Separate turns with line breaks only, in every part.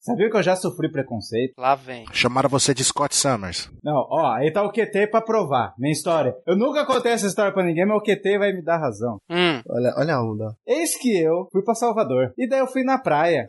Sabia que eu já sofri preconceito?
Lá vem.
Chamaram você de Scott Summers.
Não, ó, aí tá o QT pra provar minha história. Eu nunca contei essa história pra ninguém, mas o QT vai me dar razão.
Hum.
Olha, olha a onda.
Eis que eu fui pra Salvador. E daí eu fui na praia.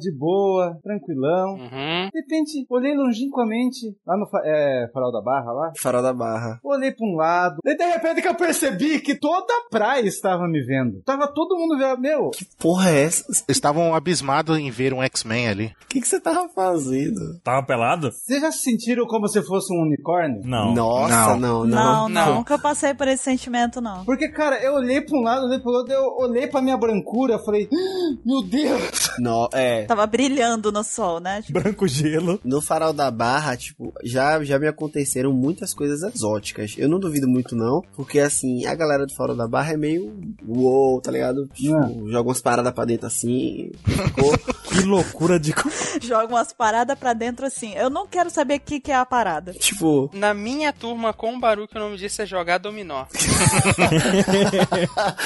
De boa, tranquilão.
Uhum.
De repente, olhei longínquamente lá no fa- é, farol da barra lá.
Farol da barra.
Olhei pra um lado. E de repente que eu percebi que toda a praia estava me vendo. Tava todo mundo vendo. Meu,
Porra, é essa?
Estavam abismados em ver um X-Men ali.
O que, que você tava fazendo?
Tava pelado?
vocês já se sentiram como se fosse um unicórnio?
Não.
Nossa, não, não.
Não, não,
Não.
nunca passei por esse sentimento, não.
Porque, cara, eu olhei pra um lado, olhei pro outro, eu olhei pra minha brancura, falei, "Ah, meu Deus!
Não, é.
Tava brilhando no sol, né? Tipo,
Branco gelo.
No farol da barra, tipo, já, já me aconteceram muitas coisas exóticas. Eu não duvido muito, não, porque assim, a galera do farol da barra é meio uou, tá ligado? Tipo, joga umas paradas pra dentro assim. Ficou.
Que loucura de.
joga umas paradas pra dentro assim. Eu não quero saber o que, que é a parada.
tipo,
Na minha turma, com o Baruque, o nome disso é jogar dominó.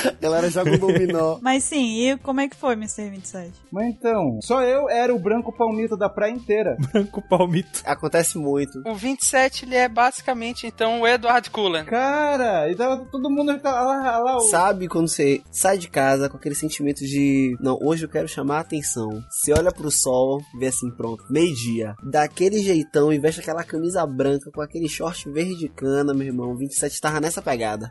a galera joga um dominó.
Mas sim, e como é que foi, Mr. 27?
Mas então, só eu era o branco palmito da praia inteira.
Branco palmito.
Acontece muito.
O 27, ele é basicamente, então, o Edward Cullen.
Cara, e tava todo mundo tava lá, lá, o-
Sabe quando você sai de casa com aquele sentimento de não, hoje eu quero chamar a atenção. Você olha pro sol, vê assim, pronto, meio-dia. Daquele jeitão e veste aquela camisa branca com aquele short verde cana, meu irmão. 27 tava nessa pegada.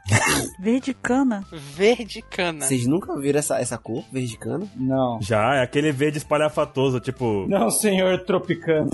Verde cana?
Verde
Né?
cana.
Vocês nunca viram essa, essa cor verde cana?
Não.
Já, é aquele verde espalhafatoso, tipo.
Não, senhor tropicano.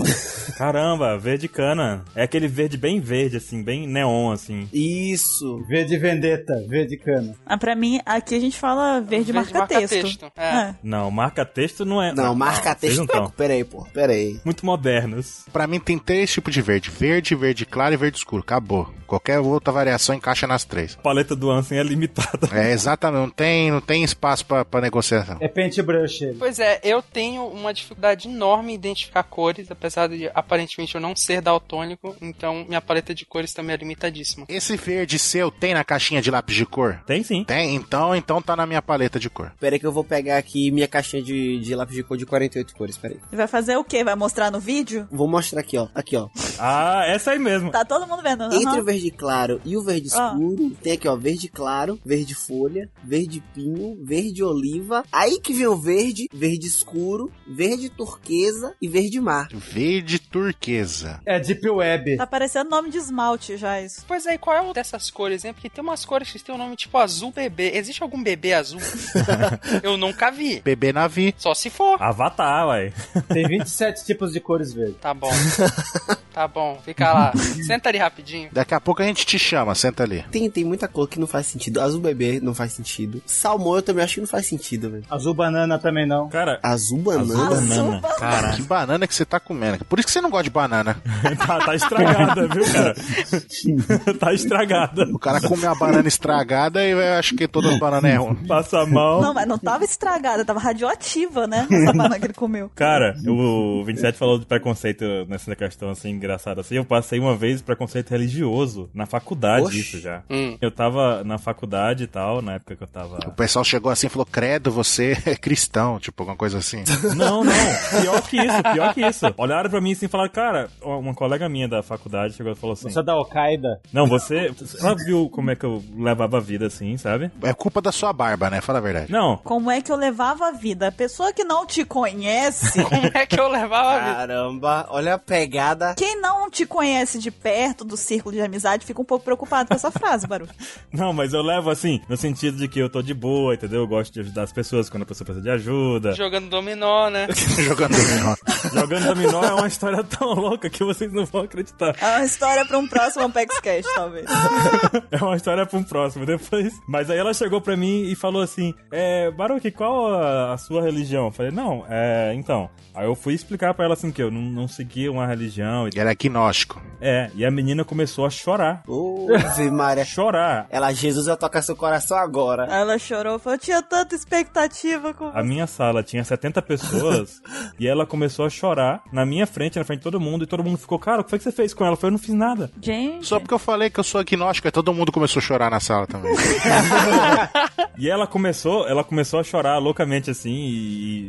Caramba, verde cana. É aquele verde bem verde, assim, bem neon, assim.
Isso.
Vê de vendetta, vê de cana.
Ah, pra mim, aqui a gente fala verde, marca-texto.
É.
É.
Não, marca texto não é.
Não, marca
Vocês
texto.
não tão.
Pera aí, pô. Pera aí.
Muito modernos.
Pra mim tem três tipos de verde: verde, verde claro e verde escuro. Acabou. Qualquer outra variação encaixa nas três.
A paleta do Ansem é limitada.
É exatamente, não tem, não tem espaço pra, pra negociação.
É paintbrush ele.
Pois é, eu tenho uma dificuldade enorme em identificar cores, apesar de aparentemente eu não ser daltônico, então minha paleta de cores também é limitadíssima.
Esse verde seu tem na caixinha de lápis de cor?
Tem sim.
Tem, então, então tá na minha paleta de cor.
Pera aí que eu vou pegar aqui minha caixinha de, de lápis de cor de 48 cores. Pera aí.
Vai fazer o quê? Vai mostrar no vídeo?
Vou mostrar aqui, ó. Aqui, ó.
Ah, essa aí mesmo.
Tá todo mundo vendo. aham.
Entre o verde claro e o verde
Ah.
escuro, tem aqui, ó, verde claro, verde folha, verde pinho, verde oliva. Aí que vem o verde, verde escuro, verde turquesa e verde mar.
Verde turquesa.
É Deep Web.
Tá parecendo nome de esmalte já isso.
Pois é, e qual é o dessas cores, hein? Porque tem umas cores que tem o nome tipo azul bebê. Existe algum bebê azul? eu nunca vi.
Bebê navio.
Só se for.
Avatar, uai.
Tem 27 tipos de cores verde.
Tá bom. Tá bom, fica lá. Senta ali rapidinho.
Daqui a pouco a gente te chama, senta ali.
Tem, tem muita cor que não faz sentido. Azul bebê não faz sentido. Salmão eu também acho que não faz sentido, velho.
Azul banana também não.
Cara,
Azul banana.
Azul
banana.
banana.
Cara,
Que banana que você tá comendo? Por isso que você não gosta de banana.
tá, tá estragada, viu, cara? tá estragada.
O cara come a banana estragada e eu acho que todas as bananas é ruim.
Passa mal.
Não, mas não tava estragada, tava radioativa, né? Essa banana que ele comeu.
Cara, o 27 falou de preconceito nessa questão assim, engraçada assim. Eu passei uma vez preconceito religioso na faculdade,
Oxi.
isso já.
Hum.
Eu tava na faculdade e tal, na época que eu tava.
O pessoal chegou assim e falou: Credo, você é cristão, tipo, alguma coisa assim.
Não, não. Pior que isso, pior que isso. Olharam pra mim assim e falaram, cara, uma colega minha da faculdade chegou e falou assim:
Você é da Al-Qaeda?
Não, você. Ela viu como é que eu levava a vida assim, sabe?
É culpa da sua barba, né? Fala a verdade.
Não,
Como é que eu levava a vida? A pessoa que não te conhece.
Como é que eu levava a vida?
Caramba, olha a pegada.
Quem não te conhece de perto do círculo de amizade fica um pouco preocupado com essa frase, Baru.
Não, mas eu levo assim, no sentido de que eu tô de boa, entendeu? Eu gosto de ajudar as pessoas quando a pessoa precisa de ajuda.
Jogando dominó, né?
Jogando né? dominó.
Jogando dominó é uma história tão louca que vocês não vão acreditar.
É uma história pra um próximo Ampex Cash, talvez.
É uma história pra um próximo depois. Mas aí ela chegou pra mim e falou assim: É, Baruque, qual a, a sua religião? Eu falei, não, é. Então. Aí eu fui explicar pra ela assim que eu não, não seguia uma religião. E,
Ele é agnóstico.
é, e a menina começou a chorar.
Ô, Ave Maria.
Chorar.
Ela, Jesus vai tocar seu coração agora.
Ela chorou, falou: eu tinha tanta expectativa com
A minha sala tinha 70 pessoas e ela começou a chorar na minha frente, na frente de todo mundo, e todo mundo ficou, cara, o que foi que você fez com ela? Eu falei, eu não fiz nada.
Gente.
Só porque eu falei que eu sou agnóstico, aí todo mundo começou a chorar na sala também.
E ela começou, ela começou a chorar loucamente assim, e,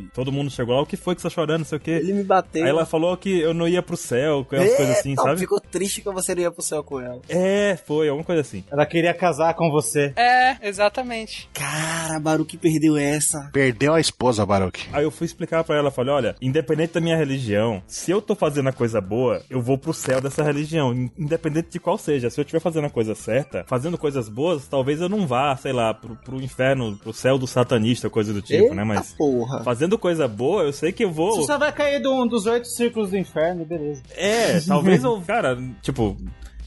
e todo mundo mundo chegou lá, o que foi que você tá chorando, não sei o quê.
Ele me bateu.
Aí ela falou que eu não ia pro céu, que umas
É,
coisas assim,
não,
sabe?
Ficou triste que você não ia pro céu com ela.
É, foi, alguma coisa assim.
Ela queria casar com você.
É, exatamente.
Cara, Baruque perdeu essa.
Perdeu a esposa, Baruque.
Aí eu fui explicar pra ela, falei, olha, independente da minha religião, se eu tô fazendo a coisa boa, eu vou pro céu dessa religião, in- independente de qual seja. Se eu estiver fazendo a coisa certa, fazendo coisas boas, talvez eu não vá, sei lá, pro, pro inferno, pro céu do satanista, coisa do tipo, né? Mas
porra.
fazendo coisa boa, eu sei que eu
Você
vou.
só vai cair de um dos oito círculos do inferno, beleza.
É, talvez eu, cara, tipo,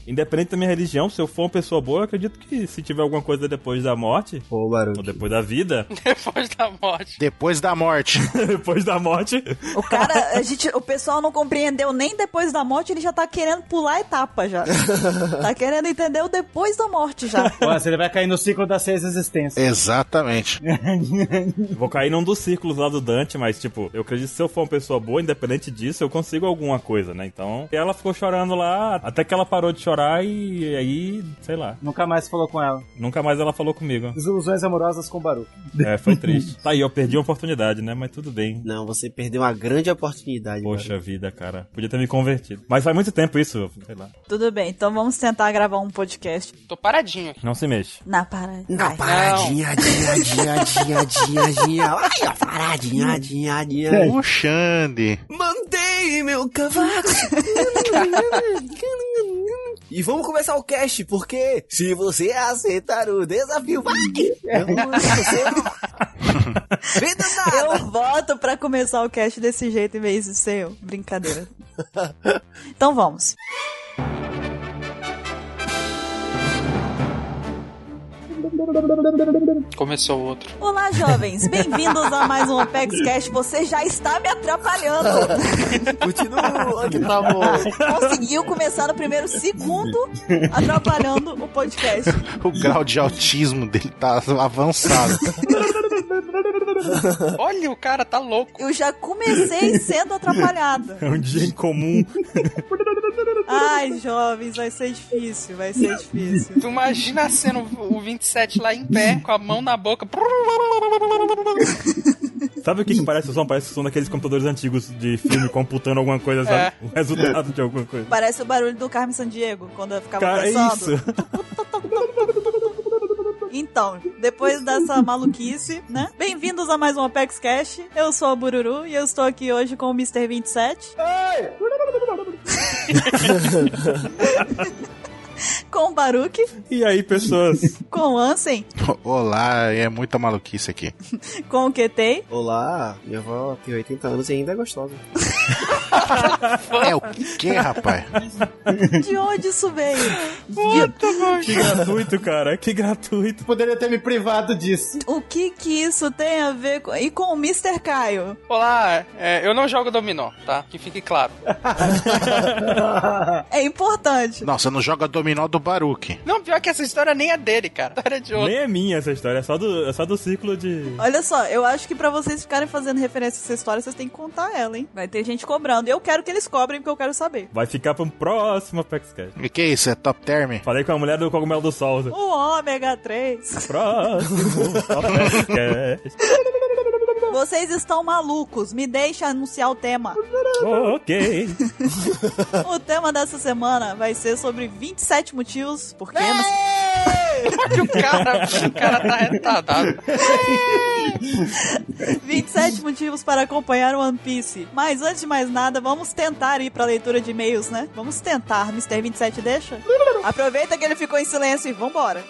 independente da minha religião, se eu for uma pessoa boa, eu acredito que se tiver alguma coisa depois da morte,
Pô,
ou
Baruque.
depois da vida,
Depois da morte.
Depois da morte.
depois da morte,
O cara, a gente, o pessoal não compreendeu nem depois da morte, ele já tá querendo pular a etapa já. tá querendo entender o depois da morte já.
Olha, você vai cair no ciclo das seis existências.
Exatamente.
Vou cair num dos círculos lá do Dante, mas, tipo, eu acredito que se eu for uma pessoa boa, independente disso, eu consigo alguma coisa, né? Então. E ela ficou chorando lá, até que ela parou de chorar e aí, sei lá.
Nunca mais falou com ela.
Nunca mais ela falou comigo.
Desilusões amorosas com Baru.
É, foi triste. Tá aí, eu perdi a oportunidade, né? Mas tudo bem.
Não, você perdeu uma grande oportunidade.
Poxa vida, cara. Podia ter me convertido. Mas faz muito tempo isso, sei lá.
Tudo bem, então vamos tentar gravar um podcast
Tô paradinho aqui.
Não se mexe.
na parada.
Baruque. Na
Vai.
paradinha, adinha, adinha, adinha, adinha, adinha. Ai, ó, paradinha,
Hum.
adinha, adinha.
O Xande.
Mandei meu cavaco. e vamos começar o cast, porque se você aceitar o desafio, vai! Vida nada!
Eu voto pra começar o cast desse jeito em vez de ser eu. Brincadeira. Então vamos.
Começou o outro.
Olá, jovens. Bem-vindos a mais um Apex Cast. Você já está me atrapalhando.
Continua, que tá bom.
Conseguiu começar no primeiro segundo atrapalhando o podcast.
O grau de autismo dele tá avançado.
Olha, o cara tá louco.
Eu já comecei sendo atrapalhada.
É um dia em comum.
Ai, jovens, vai ser difícil, vai ser difícil.
Tu imagina sendo o 27 lá em pé, com a mão na boca.
Sabe o que, que parece o som? Parece o som daqueles computadores antigos de filme computando alguma coisa, sabe? O resultado de alguma coisa.
Parece o barulho do Carmen Sandiego quando eu ficava
Cara, é
dançando.
isso.
Então, depois dessa maluquice, né? Bem-vindos a mais um Apex Cash. Eu sou a Bururu e eu estou aqui hoje com o Mr. 27, com o Baruque,
E aí, pessoas?
com o Ansem,
Olá, é muita maluquice aqui.
com o Ketei.
Olá, minha avó tem 80 anos e ainda é gostosa.
É o que, rapaz?
De onde isso veio?
Que gratuito, cara. Que gratuito.
Poderia ter me privado disso.
O que que isso tem a ver com... E com o Mr. Caio?
Olá, é, eu não jogo dominó, tá? Que fique claro.
É importante.
Não, você não joga dominó do Baruque.
Não, pior que essa história nem é dele, cara. A história é de outro.
Nem é minha essa história, é só do, é só do ciclo de.
Olha só, eu acho que pra vocês ficarem fazendo referência a essa história, vocês têm que contar ela, hein? Vai ter gente cobrando. E eu quero que eles cobrem, porque eu quero saber.
Vai ficar pra um próximo Apexcast.
E que isso? É top term?
Falei com a mulher do cogumelo do sol.
O ômega 3.
Próximo Apexcast.
Vocês estão malucos, me deixa anunciar o tema.
ok.
O tema dessa semana vai ser sobre 27 motivos por que você-
Olha o cara, o cara tá retardado.
27 motivos para acompanhar One Piece. Mas antes de mais nada, vamos tentar ir pra leitura de e-mails, né? Vamos tentar, Mr. 27 deixa? Aproveita que ele ficou em silêncio e vambora.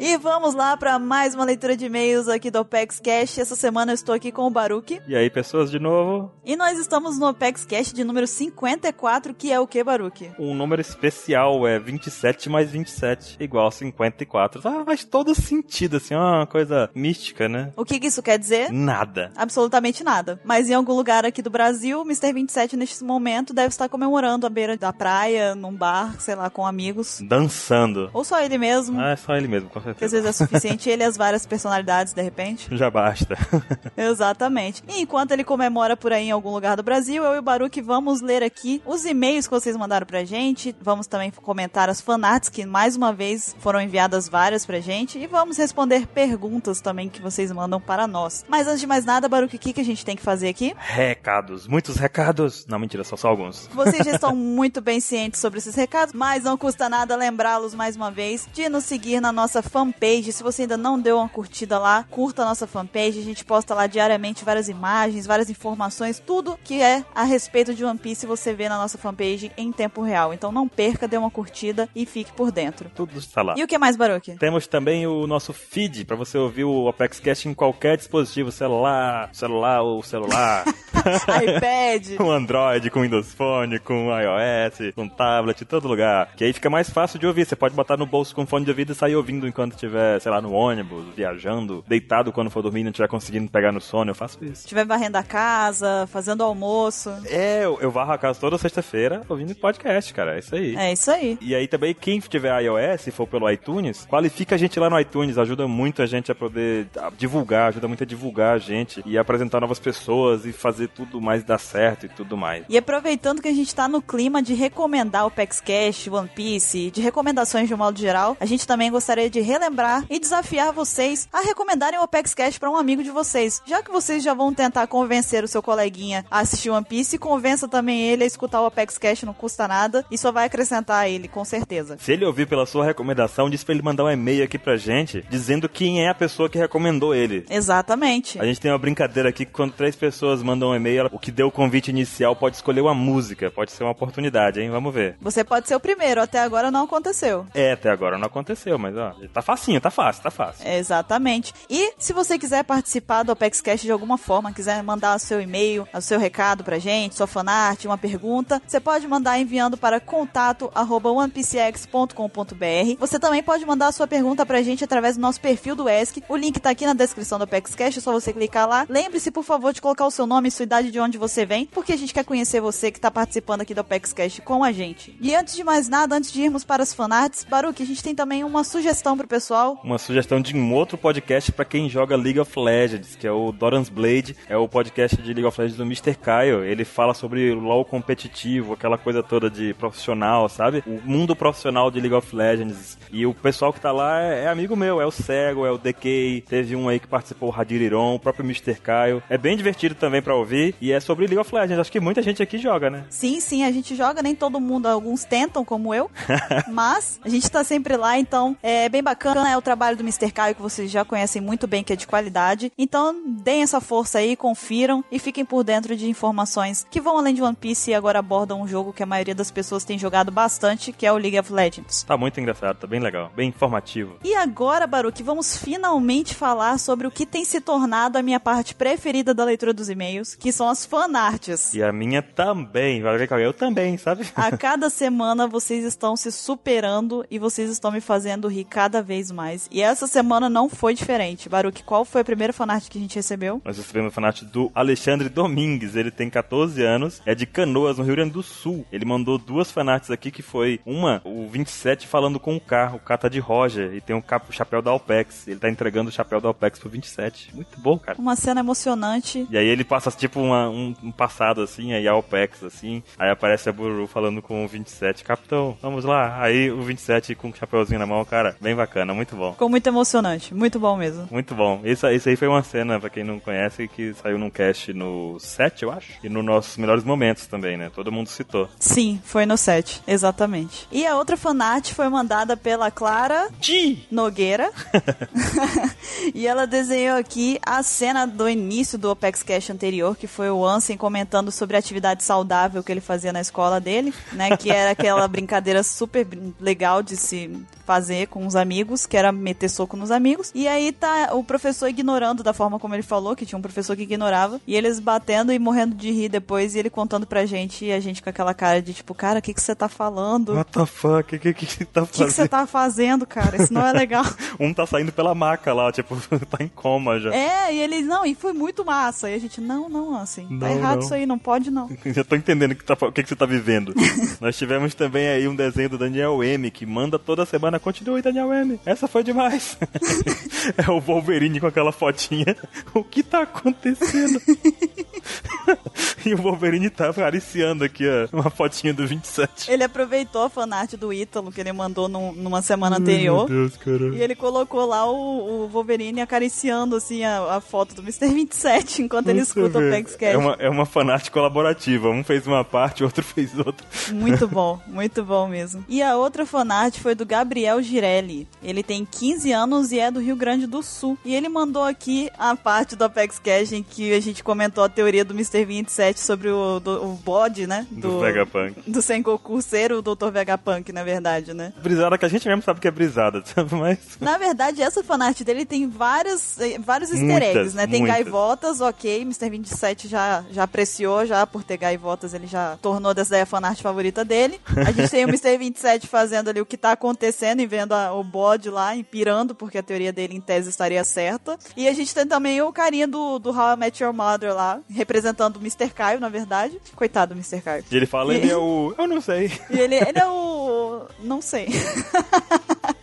E vamos lá para mais uma leitura de e-mails aqui do Opex Cash. Essa semana eu estou aqui com o Baruque.
E aí, pessoas, de novo.
E nós estamos no Opex Cash de número 54, que é o que, Baruque?
Um número especial é 27 mais 27 igual 54. Ah, faz todo sentido, assim, é uma coisa mística, né?
O que, que isso quer dizer?
Nada.
Absolutamente nada. Mas em algum lugar aqui do Brasil, o Mr. 27 neste momento deve estar comemorando à beira da praia, num bar, sei lá, com amigos.
Dançando.
Ou só ele mesmo.
Hum. Ah, é só ele mesmo, com certeza.
que às vezes é suficiente. Ele e as várias personalidades, de repente.
Já basta.
Exatamente. E enquanto ele comemora por aí em algum lugar do Brasil, eu e o Baruque vamos ler aqui os e-mails que vocês mandaram pra gente. Vamos também comentar as fanarts, que mais uma vez foram enviadas várias pra gente. E vamos responder perguntas também que vocês mandam para nós. Mas antes de mais nada, Baruque, o que, que a gente tem que fazer aqui?
Recados, muitos recados. Não, mentira, são só alguns.
Vocês já estão muito bem cientes sobre esses recados, mas não custa nada lembrá-los mais uma vez de nos seguir na nossa fanpage. Se você ainda não deu uma curtida lá, curta a nossa fanpage. A gente posta lá diariamente várias imagens, várias informações, tudo que é a respeito de One Piece você vê na nossa fanpage em tempo real. Então não perca, dê uma curtida e fique por dentro.
Tudo está Tá lá.
E o que mais, Baruque?
Temos também o nosso feed para você ouvir o Apex Cast em qualquer dispositivo, celular, celular ou celular,
iPad.
com Android, com Windows Phone, com iOS, com tablet, em todo lugar. Que aí fica mais fácil de ouvir. Você pode botar no bolso com fone de ouvido e sair ouvindo enquanto estiver, sei lá, no ônibus, viajando, deitado quando for dormir e não estiver conseguindo pegar no sono. Eu faço isso.
Se estiver varrendo a casa, fazendo almoço.
É, eu, eu varro a casa toda sexta-feira ouvindo podcast, cara. É isso aí.
É isso aí.
E aí também, quem tiver iOS e for pelo iTunes, qualifica a gente lá no iTunes, ajuda muito a gente a poder ah, divulgar, ajuda muito a divulgar a gente e apresentar novas pessoas e fazer tudo mais dar certo e tudo mais.
E aproveitando que a gente tá no clima de recomendar o PEX Cash, One Piece, de recomendações de um modo geral, a gente também gostaria de relembrar e desafiar vocês a recomendarem o PEX Cash pra um amigo de vocês. Já que vocês já vão tentar convencer o seu coleguinha a assistir One Piece, convença também ele a escutar o PEX Cash, não custa nada e só vai acrescentar a ele, com certeza.
Se ele ouvir pela sua recomendação, diz pra ele mandar um e-mail aqui pra gente, dizendo quem é a pessoa que recomendou ele.
Exatamente.
A gente tem uma brincadeira aqui que quando três pessoas mandam um e-mail, ela- o que deu o convite inicial pode escolher uma música, pode ser uma oportunidade, hein? Vamos ver.
Você pode ser o primeiro, até agora não aconteceu.
É, até agora não aconteceu, mas ó, tá facinho, tá fácil, tá fácil.
É, Exatamente. E se você quiser participar do Apex Cash de alguma forma, quiser mandar o seu e-mail, o seu recado pra gente, sua fanart, uma pergunta, você pode mandar enviando para contato arroba onepcx.com.br. Você também pode mandar a sua pergunta pra gente através do nosso perfil do ESC. O link tá aqui na descrição do Apex Cash, é só você clicar lá. Lembre-se, por favor, de colocar o seu nome, sua idade, de onde você vem, porque a gente quer conhecer você que tá participando aqui do Apex Cash com a gente. E antes de mais nada, antes de irmos para as fanarts, Baruque, a gente tem também uma sugestão pro pessoal
Uma sugestão de um outro podcast pra quem joga League of Legends, que é o Doran's Blade, é o podcast de League of Legends do Mr. Caio. Ele fala sobre o LoL competitivo, aquela coisa toda de profissional, sabe? O mundo profissional de League of Legends. E o pessoal que tá lá é, é amigo meu, é o Cego, é o DK, teve um aí que participou, o Hadiriron, o próprio Mr. Caio. É bem divertido também pra ouvir e é sobre League of Legends. Acho que muita gente aqui joga, né?
Sim, sim, a gente joga, nem todo mundo, alguns tentam, como eu, mas a gente tá sempre lá, então é bem bacana, é o trabalho do Mr. Caio, que vocês já conhecem muito bem, que é de qualidade, então deem essa força aí, confiram e fiquem por dentro de informações que vão além de One Piece e agora abordam um jogo que a maioria das pessoas tem jogado bastante, que é o League of Legends.
Tá muito engraçado, tá bem legal, bem informativo.
E agora, Baruque, vamos finalmente falar sobre o que tem se tornado a minha parte preferida da leitura dos e-mails, que são as fanarts.
E a minha também, vai ver que eu também, sabe?
A cada semana vocês estão se superando e vocês estão me fazendo rir cada vez mais. E essa semana não foi diferente. Baruque, qual foi a primeira fanart que a gente recebeu?
Nós recebemos o fanart do Alexandre Domingues. Ele tem 14 anos, é de Canoas, no Rio Grande do Sul. Ele mandou duas fanarts aqui, que foi uma, o 27 falando com o carro, o cata de Roger, e tem o, cap- o chapéu da Alpex. Ele tá entregando o chapéu da Alpex pro 27. Muito bom, cara.
Uma cena emocionante.
E aí ele passa, tipo, uma- um, um passado, assim, aí a Alpex, assim. Aí aparece a Buru falando com o 27. Capitão, vamos lá. Aí o 27 com o chapéuzinho na mão, cara. Bem bacana, muito bom.
Ficou muito emocionante. Muito bom mesmo.
Muito bom. Isso, isso aí foi uma cena, pra quem não conhece, que saiu num cast no 7, eu acho. E no Nossos Melhores Momentos também, né? Todo mundo citou.
Sim, foi no set. Exatamente. E a outra fanart foi mandada pela Clara
Ti!
Nogueira. e ela desenhou aqui a cena do início do Opex Cash anterior, que foi o Ansem comentando sobre a atividade saudável que ele fazia na escola dele, né? Que era aquela brincadeira super brin- legal de se fazer com os amigos, que era meter soco nos amigos. E aí tá o professor ignorando da forma como ele falou, que tinha um professor que ignorava, e eles batendo e morrendo de rir depois, e ele contando pra gente, e a gente com aquela cara de tipo, cara, o que que você tá falando?
What the fuck? O que que você tá
O que que você
fazendo?
tá fazendo, cara? Isso não é legal.
Um tá saindo pela maca lá, tipo, tá em coma já.
É, e eles, não, e foi muito massa. E a gente, não, não, assim,
Não,
tá errado
não.
isso aí, não pode não.
Já tô entendendo o que, tá, o que, que você tá vivendo. Nós tivemos também aí um desenho do Daniel M, que manda toda semana semana. Continue, Daniel M. Essa foi demais. é o Wolverine com aquela fotinha. O que tá acontecendo? e o Wolverine tá acariciando aqui, ó. Uma fotinha do 27.
Ele aproveitou a fanart do Ítalo que ele mandou num- numa semana É anterior.
Meu Deus, cara.
E ele colocou lá o, o Wolverine acariciando, assim, a, a foto do Mr. 27 enquanto ele
Você
escuta o
vê.
Paxcast.
É uma, é uma fanart colaborativa. Um fez uma parte, o outro fez outra.
Muito bom, muito bom mesmo. E a outra fanart foi do Gabriel Girelli. Ele tem 15 anos e é do Rio Grande do Sul. E ele mandou aqui a parte do Apex Cash em que a gente comentou a teoria do Mr. 27 sobre o, do, o bode, né?
Do, Vegapunk.
Do Sengoku ser o Dr. Vegapunk, na verdade, né?
Brisada que a gente mesmo sabe que é brisada, sabe? Mas.
Na verdade, essa fanart dele tem várias, eh, vários easter
Muitas,
eggs, né? Tem
muitas.
gaivotas, ok. Mr. 27 já, já apreciou, já por ter gaivotas, ele já tornou dessa daí a fanart favorita dele. A gente tem o Mr. 27 fazendo ali o que tá acontecendo e vendo a- o bode lá, e pirando, porque a teoria dele em tese estaria certa. E a gente tem também o carinha do, do How I Met Your Mother lá, representando o Mr. Caio, na verdade. Coitado do Mr. Caio.
E ele fala, ele é o. Eu não sei.
E ele, ele é o. Não sei.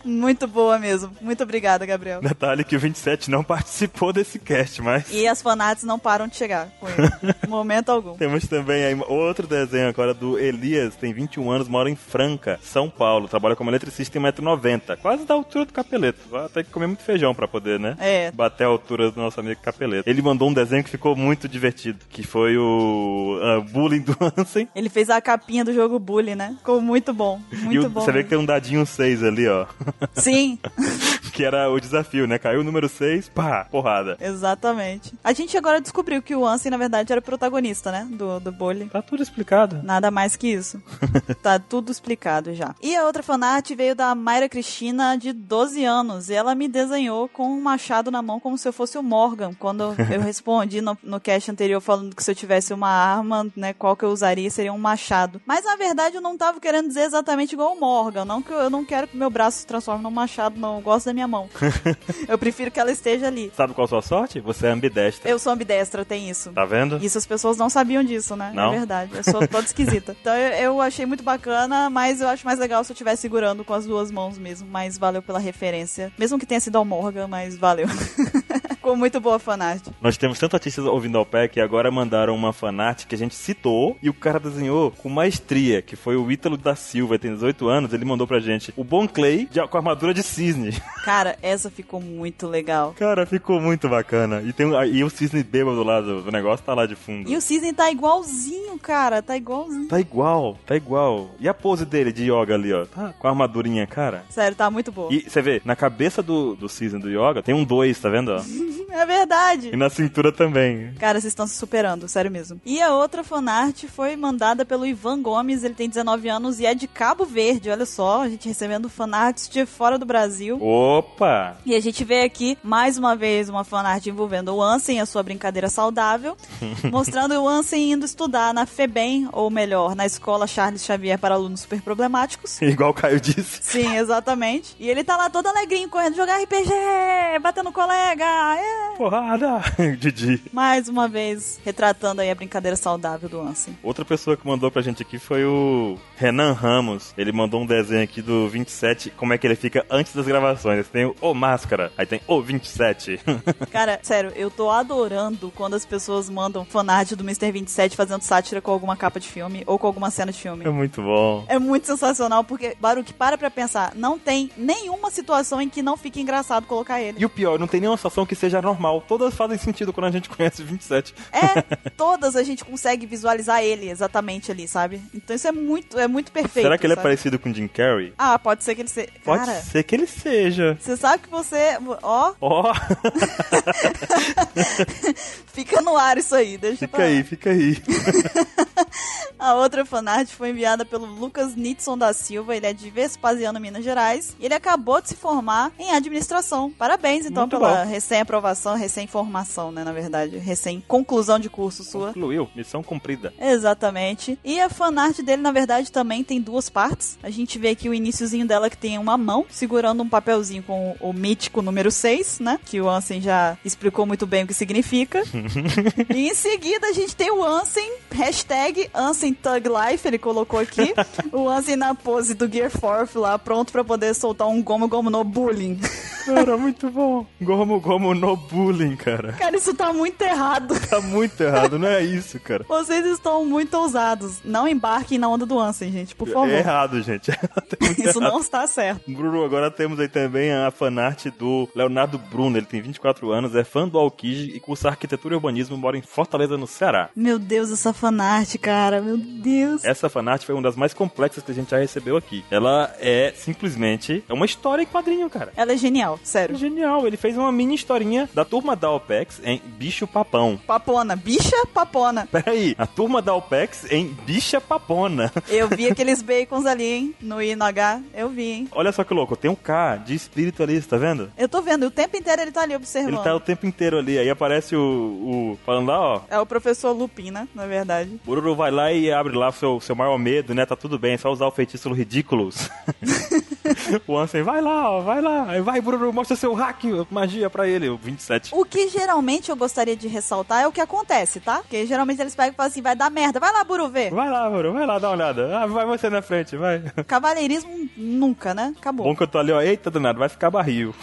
Muito boa mesmo. Muito obrigada, Gabriel.
Detalhe que o 27 não participou desse cast, mas.
E as fanarts não param de chegar com ele. Em momento algum.
Temos também aí outro desenho agora do Elias, tem 21 anos, mora em Franca, São Paulo, trabalha como eletricista em 1,90m, quase da altura do Capeleto. Vai ter que comer muito feijão pra poder, né?
É.
Bater a altura do nosso amigo Capeleto. Ele mandou um desenho que ficou muito divertido, que foi o ah, Bullying do Ansem.
Ele fez a capinha do jogo Bully, né? Ficou muito bom.
e
Muito
o-
bom. né?
você vê que
mesmo.
tem um dadinho 6 ali, ó.
Sim,
que era o desafio, né? Caiu o número 6, pá, porrada.
exatamente. A gente agora descobriu que o Ansem, na verdade, era o protagonista, né? Do, do Bully.
Tá tudo explicado.
Nada mais que isso. tá tudo explicado já. E a outra fanart veio da Mayra Cristina, de 12 anos. E ela me desenhou com um machado na mão, como se eu fosse o Morgan. Quando eu respondi no, no cast anterior, falando que se eu tivesse uma arma, né, qual que eu usaria seria um machado. Mas na verdade eu não tava querendo dizer exatamente igual o Morgan. Não que eu, eu não quero que meu braço se transforme num machado, não. Eu gosto da minha mão. eu prefiro que ela esteja ali.
Sabe qual a sua sorte? Você é ambidestra.
Eu sou ambidestra, tem isso.
Tá vendo?
Isso as pessoas não sabiam disso, né?
Não?
É verdade. Eu sou toda esquisita. então eu, eu achei muito bacana, mas eu acho mais legal se eu estiver segurando com as duas mãos mesmo. Mas valeu pela referência. Mesmo que tenha sido ao Morgan, mas valeu. Ficou muito boa a fanart.
Nós temos tanto artistas ouvindo ao pé que agora mandaram uma fanart que a gente citou e o cara desenhou com maestria, que foi o Ítalo da Silva, ele tem 18 anos, ele mandou pra gente o Bon Clay de- com armadura de cisne.
Cara, essa ficou muito legal.
Cara, ficou muito bacana. E, tem, um- e o cisne bêbado lá do do negócio tá lá de fundo.
E o Cisne tá igualzinho, cara. Tá igualzinho.
Tá igual, tá igual. E a pose dele de yoga ali, ó, tá com a armadurinha, cara.
Sério, tá muito boa.
E você vê, na cabeça do, do cisne do yoga tem um 2, tá vendo? ó?
É verdade.
E na cintura também.
Cara, vocês estão se superando, sério mesmo. E a outra fanart foi mandada pelo Ivan Gomes, ele tem 19 anos e é de Cabo Verde, olha só, a gente recebendo fanarts de fora do Brasil.
Opa!
E a gente vê aqui, mais uma vez, uma fanart envolvendo o Ansem e a sua brincadeira saudável, mostrando o Ansem indo estudar na FEBEM, ou melhor, na Escola Charles Xavier para Alunos Super Problemáticos.
Igual o Caio disse.
Sim, exatamente. E ele tá lá todo alegrinho, correndo jogar RPG, batendo colega, é.
Porrada! Didi.
Mais uma vez, retratando aí a brincadeira saudável do Ansem.
Outra pessoa que mandou pra gente aqui foi o Renan Ramos. Ele mandou um desenho aqui do 27, como é que ele fica antes das gravações. Tem o, o Máscara, aí tem o 27.
Cara, sério, eu tô adorando quando as pessoas mandam fanart do Mr. 27 fazendo sátira com alguma capa de filme ou com alguma cena de filme.
é muito bom.
É muito sensacional, porque, Baruque, para pra pensar, não tem nenhuma situação em que não fique engraçado colocar ele.
E o pior, não tem nenhuma situação que seja normal. Todas fazem sentido quando a gente conhece o 27.
É, todas a gente consegue visualizar ele exatamente ali, sabe? Então isso é muito, é muito perfeito.
Será que ele é
sabe?
parecido com o Jim Carrey?
Ah, pode ser que ele seja.
Pode
Cara,
ser que ele seja.
você sabe que você. Ó,
Ó,
Ah. fica no ar isso aí, deixa
fica
pra lá.
aí, fica aí.
A outra fanart foi enviada pelo Lucas Nitson da Silva, ele é de Vespasiano, Minas Gerais, e ele acabou de se formar em administração. Parabéns, então,
Muito
pela recém-aprovação, recém-formação, né, na verdade, recém-conclusão de curso sua.
Concluiu, missão cumprida.
Exatamente. E a fanart dele, na verdade, também tem duas partes. A gente vê aqui o iniciozinho dela que tem uma mão segurando um papelzinho com o, o mítico número 6, né? Que o Ansem já explicou muito bem o que significa. e em seguida a gente tem o Ansem, hashtag Ansem Thug Life, ele colocou aqui. o Anzi na pose do Gear Forth lá, pronto pra poder soltar um gomo gomo no bullying.
Cara, muito bom. Gomo Gomo no bullying, cara.
Cara, isso tá muito errado.
Tá muito errado, não é isso, cara.
Vocês estão muito ousados. Não embarquem na onda do Ansem, gente, por favor.
É errado, gente. Tá muito
Isso
errado.
não está certo.
Bruno, agora temos aí também a fanart do Leonardo Bruno. Ele tem 24 anos, é fã do Alquije e cursa arquitetura e urbanismo, mora em Fortaleza, no Ceará.
Meu Deus, essa fanart, cara. Meu Deus.
Essa fanart foi uma das mais complexas que a gente já recebeu aqui. Ela é simplesmente é uma história em quadrinho, cara.
Ela é genial,
É
sério.
Genial, ele fez uma mini historinha da turma da OPEX em Bicho Papão.
Papona, bicha papona.
Peraí, a turma da OPEX em Bicha Papona.
Eu vi aqueles bacons ali, hein? No I no H, eu vi, hein?
Olha só que louco, tem um K de espírito ali, tá vendo?
Eu tô vendo, e o tempo inteiro ele tá ali
Ele
observando.
tá o tempo inteiro ali, aí aparece o. o falando lá, ó,
É o professor Lupin, né? Na verdade.
Bururu vai lá e abre lá seu, seu maior medo, né? Tá tudo bem, é só usar o feitiço Ridiculous. o Ansem, vai lá, ó, vai lá. Aí vai, Bururu, mostra seu hack, magia pra ele, o 27.
O que geralmente eu gostaria de ressaltar é o que acontece, tá? Porque geralmente eles pegam e falam assim, vai dar merda, vai lá, Buru, ver.
Vai lá, Bururu, vai lá, dá uma olhada. Ah, vai você na frente, vai.
Cavalheirismo nunca, né? Acabou.
Bom que eu tô ali, ó, eita danado, vai ficar barril.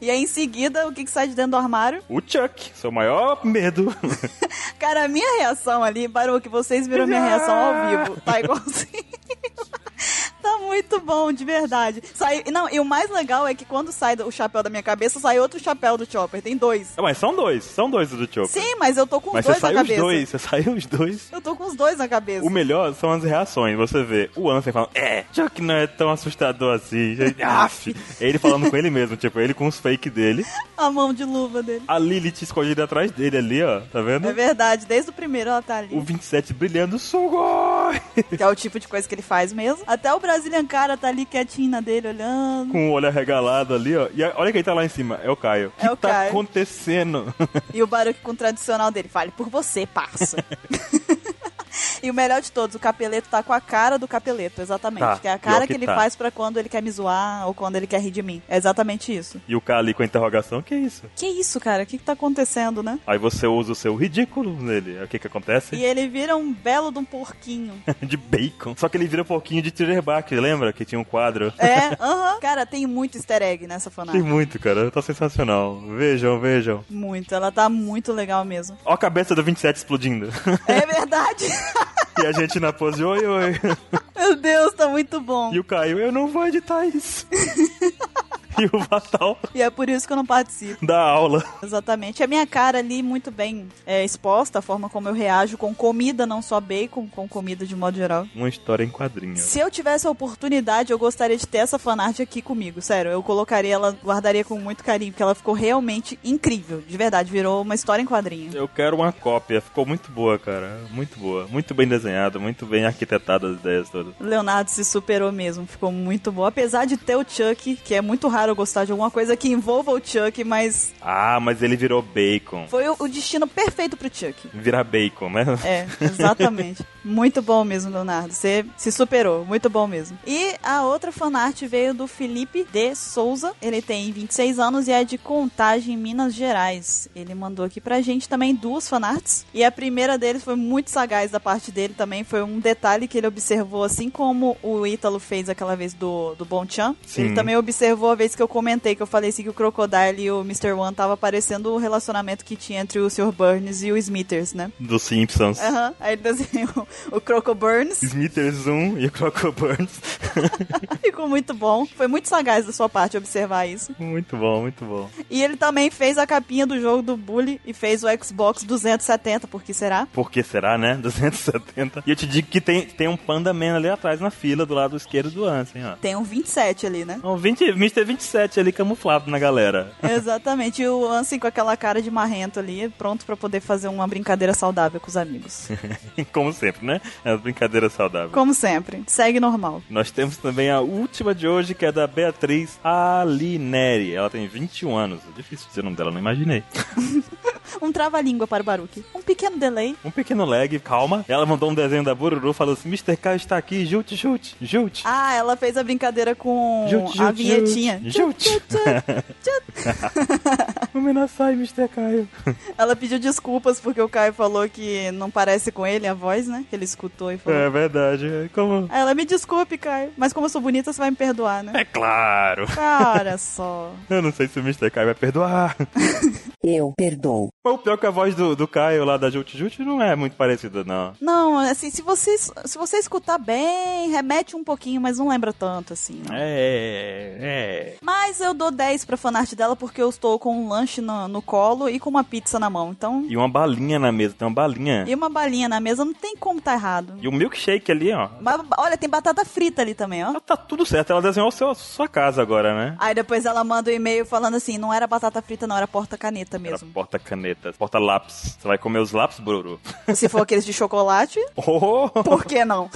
E aí, em seguida, o que, que sai de dentro do armário?
O Chuck, seu maior medo.
Cara, a minha reação ali, Baruque, vocês viram minha reação
Ah.
ao vivo. Tá igualzinho. Tá muito bom, de verdade. Sai... Não, e o mais legal é que quando sai do- o chapéu da minha cabeça, sai outro chapéu do Chopper. Tem dois.
Mas são dois, são dois do Chuck.
Sim, mas eu tô com os
Mas você
dois na
saiu os
cabeça.
dois, você saiu os dois.
Eu tô com os dois na cabeça.
O melhor são as reações. Você vê o Ansem falando, é, Chuck não é tão assustador assim. gente.
Ah,
Aff. Ele falando com ele mesmo, tipo, ele com os fake dele.
A mão de luva dele.
A Lilith escondida atrás dele ali, ó. Tá vendo?
É verdade, desde o primeiro ela tá ali.
O 27 brilhando, sugoi!
Que é o tipo de coisa que ele faz mesmo. Até o Brazilian cara tá ali quietinho na dele, olhando.
Com o olho arregalado ali, ó. E a- olha quem tá lá em cima, é o Caio.
É
que
o
tá
Caio.
acontecendo?
E o Baruque com o tradicional dele, fale por você, parça. E o melhor de todos, o capeleto tá com a cara do capeleto, exatamente.
Tá,
que é a
pior que
cara que ele
tá.
faz pra quando ele quer me zoar ou quando ele quer rir de mim. É exatamente isso.
e o Caio ali com a interrogação, que isso?
Que isso, cara? O que, que tá acontecendo, né?
Aí você usa o seu ridículo nele. Aí O que que acontece?
E ele vira um belo de um porquinho.
de bacon. Só que ele vira um pouquinho de Thriller lembra? Que tinha um quadro.
É, aham. Cara, tem muito easter egg nessa
Tem
fanart.
muito, cara. Tá sensacional. Vejam, vejam.
Muito, ela tá muito legal mesmo.
Ó a cabeça do 27 explodindo.
É verdade.
e a gente na pose, oi, oi.
Meu Deus, tá muito bom.
E o Caio, eu não vou editar isso. e o Vatal
E é por isso que eu não participo.
da aula.
Exatamente. A minha cara ali muito bem é, exposta, a forma como eu reajo com comida, não só bacon, com comida de modo geral.
Uma história em quadrinhos.
Se eu tivesse a oportunidade, eu gostaria de ter essa fanart aqui comigo. Sério, eu colocaria ela, guardaria com muito carinho, porque ela ficou realmente incrível. De verdade, virou uma história em quadrinho.
Eu quero uma cópia. Ficou muito boa, cara. Muito boa. Muito bem desenhada, muito bem arquitetada as ideias todas.
Leonardo se superou mesmo, ficou muito bom. Apesar de ter o Chuck, que é muito raro eu gostar de alguma coisa que envolva o Chuck, mas
Ah, mas ele virou bacon.
foi o- o destino perfeito pro Chuck.
Virar bacon, né?
É, exatamente. muito bom mesmo, Leonardo. Você se superou, muito bom mesmo. E a outra fanart veio do Felipe de Souza. Ele tem 26 anos e é de Contagem, Minas Gerais. Ele mandou aqui pra gente também duas fanarts. E a primeira deles foi muito sagaz da parte dele também. Foi um detalhe que ele observou, assim como o Ítalo fez aquela vez do, do Bon Chan.
Sim.
Ele também observou a vez que eu comentei, que eu falei assim que o Crocodile e o Mr. One tava parecendo o relacionamento que tinha entre o Sr. Burns e o Smithers, né?
Dos Simpsons.
Aham, aí ele desenhou o Croco Burns.
Smithers 1 e o Croco Burns.
Ficou muito bom. Foi muito sagaz da sua parte observar isso.
muito bom, muito bom.
E ele também fez a capinha do jogo do Bully e fez o Xbox 270, porque será?
Por que será, né? 270. E eu te digo que tem, tem um Panda Man ali atrás na fila, do lado esquerdo do Ansem, ó.
Tem um 27 ali, né?
Um 20, Mr. 27 ali camuflado na galera.
Exatamente. E o Ansem com aquela cara de marrento ali, pronto pra poder fazer uma brincadeira saudável com os amigos.
Como sempre, né? É uma brincadeira saudável.
Como sempre, segue normal.
Nós temos também a última de hoje, que é da Beatriz Alineri. Ela tem 21 anos. É Difícil dizer o nome dela, não imaginei.
Um trava-língua para o Baruque. Um pequeno delay.
Um pequeno lag, calma. Ela mandou um desenho da Bururu, falou assim, Mr. K está aqui, jute, jute, jute.
Ah, ela fez a brincadeira com
Jute,
a
jute,
vinhetinha.
jute.
Tchut, tchut, tchut.
Gomenasai, Mr. Caio.
Ela pediu desculpas porque o Caio falou que não parece com ele a voz, né? Que ele escutou e falou.
É verdade. é Como...
Aí ela, me desculpe, Caio, mas como eu sou bonita, você vai me perdoar, né?
É claro.
Cara só.
Eu não sei se o Mr. Caio vai perdoar.
Eu perdoo.
Mas o pior é que a voz do, do Caio lá da Jout Jout não é muito parecida, não.
Não, assim, se você, se você escutar bem, remete um pouquinho, mas não lembra tanto, assim. né?
É, é.
Mas eu dou 10 pra fanart dela porque eu estou com um lanche no, no colo e com uma pizza na mão. Então,
E uma balinha na mesa, tem uma balinha.
e uma balinha na mesa, não tem como tá errado.
É. E o milkshake ali, ó.
Mas, olha, tem batata frita ali também, ó.
Ela tá tudo certo, ela desenhou o seu, a sua casa agora, né?
Aí depois ela manda um e-mail falando assim, não era batata frita, não, era porta-caneta
Era
mesmo.
porta caneta, porta lápis. Você vai comer os lápis, Bruno?
Se for aqueles de chocolate,
Oh,
por que não?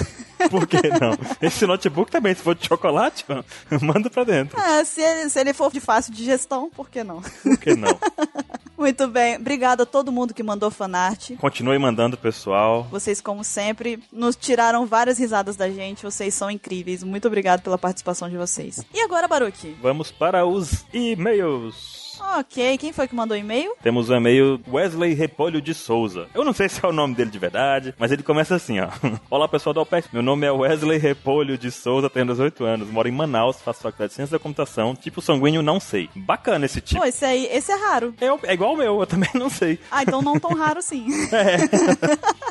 por que não? Esse notebook também, se for de chocolate, manda pra dentro.
Ah, se ele, se ele for de fácil digestão, por que não?
Por que não?
Muito bem, obrigada a todo mundo que mandou fanart.
Continue mandando, pessoal.
Vocês, como sempre, nos tiraram várias risadas da gente. Vocês são incríveis. Muito obrigado pela participação de vocês. E agora, Baruki?
Vamos para os e-mails.
Ok, quem foi que mandou e-mail?
Temos o e-mail Wesley Repolho de Souza. Eu não sei se é o nome dele de verdade, mas ele começa assim, ó. Olá, pessoal do Alpex. Meu nome é Wesley Repolho de Souza, tenho 18 anos, moro em Manaus, faço faculdade de ciência da computação, tipo sanguíneo, não sei. Bacana esse tipo.
Pô, esse aí, esse é raro.
É, o- é igual o meu, eu também não sei.
Ah, então não tão raro sim.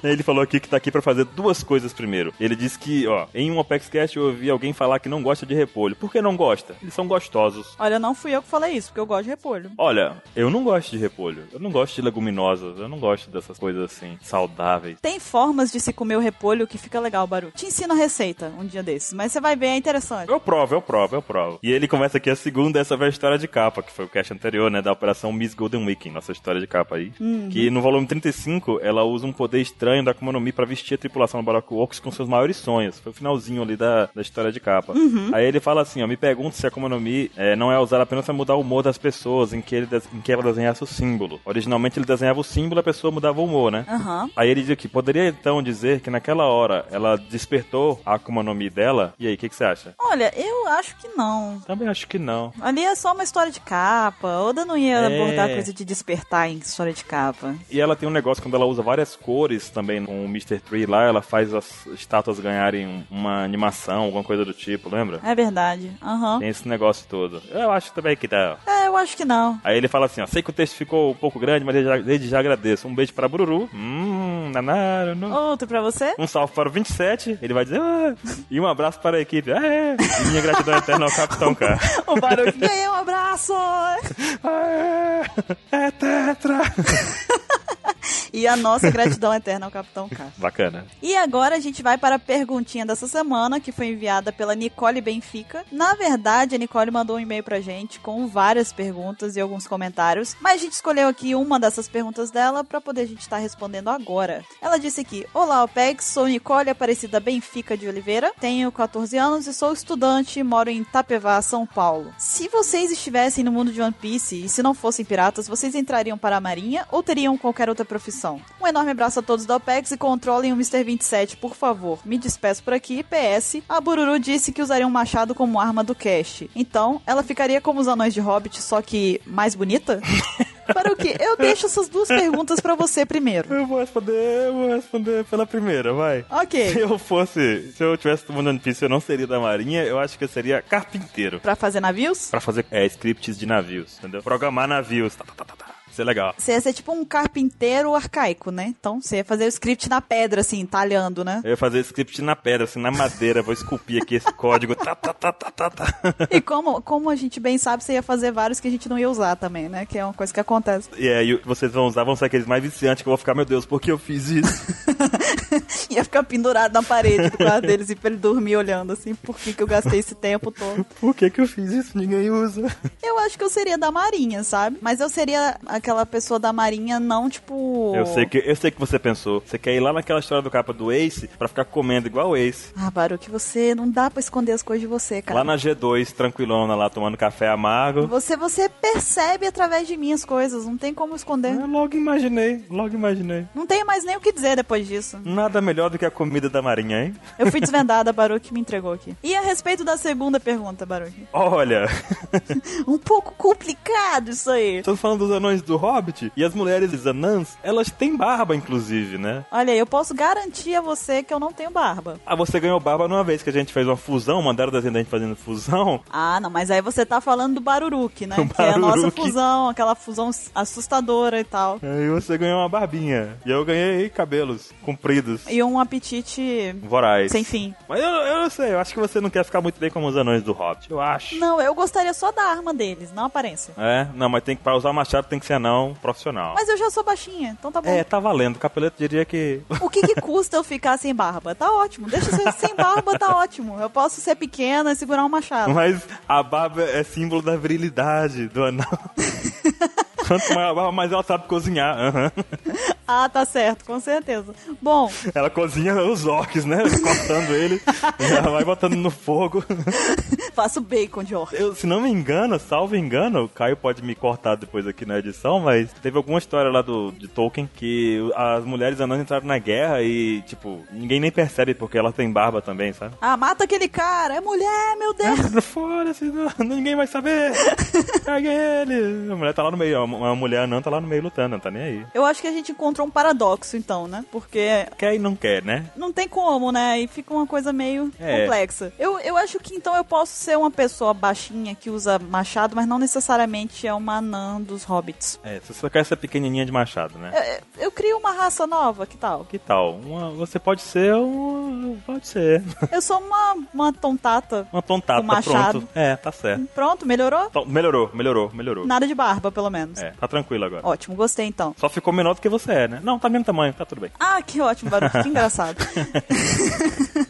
É. ele falou aqui que tá aqui pra fazer duas coisas primeiro. Ele disse que, ó, em um Apex Cast eu ouvi alguém falar que não gosta de repolho. Por que não gosta? Eles são gostosos.
Olha, não fui eu que falei isso, porque eu gosto de repolho.
Olha, eu não gosto de repolho. Eu não gosto de leguminosas. Eu não gosto dessas coisas assim, saudáveis.
Tem formas de se comer o repolho que fica legal, Baruki. Te ensino a receita um dia desses, mas você vai ver, é interessante.
Eu provo, eu provo, eu provo. E ele começa aqui a segunda, essa foi a história de capa, que foi o cast anterior, né? Da Operação Miss Golden Weekend, nossa história de capa aí. Que no volume 35, ela usa um poder estranho da Akuma no Mi pra vestir a tripulação do Baraku Ox com seus maiores sonhos. Foi o finalzinho ali da, da história de capa. Aí ele fala assim, ó, me pergunto se a Akuma no Mi eh, não é usada apenas pra mudar o humor das pessoas, em que, ele des- em que ela desenhasse o símbolo. Originalmente ele desenhava o símbolo e a pessoa mudava o humor, né?
Aham.
Aí ele diz aqui, poderia então dizer que naquela hora ela despertou a Akuma no Mi dela? E aí, o que que você acha?
Olha, eu acho que não.
Também acho que não.
Ali é só uma história de capa. Oda não ia
É.
abordar coisa de despertar em história de capa.
E ela tem um negócio quando ela usa várias cores também com o Mr. Tree lá, ela faz as estátuas ganharem um- uma animação, alguma coisa do tipo, lembra?
É verdade. Aham.
Tem esse negócio todo. Eu acho também que dá.
É, eu acho que não.
Aí ele fala assim, ó, sei que o texto ficou um pouco grande, mas desde já, desde já agradeço. Um beijo para Bururu. Hum, nanaro, não.
Outro pra você?
Um salve para o 27, ele vai dizer, ah, e um abraço para a equipe. Ah, é. E minha gratidão eterna ao Capitão K.
O Baruque ganhou um abraço!
Ah, é. é tetra.
E a nossa gratidão eterna ao Capitão K.
Bacana.
E agora a gente vai para a perguntinha dessa semana, que foi enviada pela Nicole Benfica. Na verdade, a Nicole mandou um e-mail pra gente com várias perguntas e alguns comentários, mas a gente escolheu aqui uma dessas perguntas dela para poder a gente estar respondendo agora. Ela disse aqui: Olá, OPEX, sou Nicole Aparecida Benfica de Oliveira, tenho 14 anos e sou estudante e moro em Itapevá, São Paulo. Se vocês estivessem no mundo de One Piece e se não fossem piratas, vocês entrariam para a Marinha ou teriam qualquer outra profissão? Um enorme abraço a todos da OPEX e controlem o Mr. 27, por favor. Me despeço por aqui. PS, a Bururu disse que usaria um machado como arma do Cash. Então, ela ficaria como os anões de Hobbit, só que mais bonita? Para o quê? Eu deixo essas duas perguntas para você primeiro.
Eu vou responder, eu vou responder pela primeira, vai. Se
Ok.
eu fosse, se eu tivesse tomando One Piece, eu não seria da marinha, eu acho que eu seria carpinteiro.
Pra fazer navios?
Pra fazer é, scripts de navios, entendeu? Programar navios, tá, tá, tá, tá, tá. Isso é legal.
Você ia ser tipo um carpinteiro arcaico, né? Então você ia fazer o script na pedra, assim, talhando, né?
Eu ia fazer script na pedra, assim, na madeira, vou esculpir aqui esse código, tá, tá, tá, tá, tá, tá.
E como, como a gente bem sabe, você ia fazer vários que a gente não ia usar também, né? Que é uma coisa que acontece.
E aí vocês vão usar, vão ser aqueles mais viciantes que eu vou ficar, meu Deus, por que eu fiz isso?
ia ficar pendurado na parede do quarto deles e pra ele dormir olhando assim, por que, que eu gastei esse tempo todo?
Por que que eu fiz isso? Ninguém usa.
Eu acho que eu seria da marinha, sabe? Mas eu seria aquela pessoa da marinha, não tipo.
Eu sei que eu sei que você pensou. Você quer ir lá naquela história do capa do Ace pra ficar comendo igual o Ace.
Ah, Baruque, você não dá pra esconder as coisas de você, cara.
Lá na G2, tranquilona, lá tomando café amargo.
Você, você percebe através de mim as coisas, não tem como esconder.
Eu logo imaginei, logo imaginei.
Não tenho mais nem o que dizer depois disso.
nada melhor do que a comida da Marinha, hein?
Eu fui desvendada, Baruque me entregou aqui. E a respeito da segunda pergunta, Baruque?
Olha,
Um pouco complicado isso aí.
tô falando dos anões do Hobbit e as mulheres anãs, elas têm barba, inclusive, né?
Olha, eu posso garantir a você que eu não tenho barba.
Ah, você ganhou barba numa vez que a gente fez uma fusão, mandaram o desenho da gente fazendo fusão.
Ah, não, mas aí você tá falando do Baruruque, né?
O
Que é a nossa
Baruruque.
fusão, aquela fusão assustadora e tal.
Aí você ganhou uma barbinha. E eu ganhei cabelos compridos,
E um apetite
vorais.
sem fim.
Mas eu, eu não sei, eu acho que você não quer ficar muito bem como os anões do Hobbit. Eu acho.
Não, eu gostaria só da arma deles, não a aparência.
É, não, mas tem que, pra usar machado tem que ser anão profissional.
Mas eu já sou baixinha, então tá bom.
É, tá valendo. O capeleto diria que.
O que, que custa eu ficar sem barba? Tá ótimo. Deixa eu ser sem barba, tá ótimo. Eu posso ser pequena e segurar um machado.
Mas a barba é símbolo da virilidade do anão. Quanto maior a barba, mais ela sabe cozinhar. Aham.
Ah, tá certo, com certeza. Bom,
Ela cozinha os orques, né? Cortando ele, ela vai botando no fogo.
faço bacon de orca.
Eu, se não me engano, salvo engano, o Caio pode me cortar depois aqui na edição, mas teve alguma história lá do, de Tolkien que as mulheres anãs entraram na guerra e, tipo, ninguém nem percebe porque ela tem barba também, sabe?
Ah, mata aquele cara, é mulher, meu Deus.
Ah, Foda-se, não- ninguém vai saber. Cague ele. A mulher tá lá no meio, a mu- a mulher anã tá lá no meio lutando, não tá nem aí.
Eu acho que a gente encontrou um paradoxo, então, né? Porque
Quer e não quer, né?
não tem como, né? E fica uma coisa meio
É.
complexa. Eu, eu acho que então eu posso ser uma pessoa baixinha que usa machado, mas não necessariamente é uma anã dos hobbits.
É, se você quer essa pequenininha de machado, né?
Eu, eu crio uma raça nova, que tal?
Que tal? Uma- você pode ser um. Pode ser.
Eu sou uma, uma tontata.
Uma tontata,
Um machado.
pronto. É, tá certo.
Pronto, melhorou?
Então, melhorou, melhorou, melhorou.
Nada de barba, pelo menos.
É, tá tranquilo agora.
Ótimo, gostei então.
Só ficou menor do que você é, né? Não, tá mesmo tamanho, tá tudo bem.
Ah, que ótimo, Baruch, que engraçado.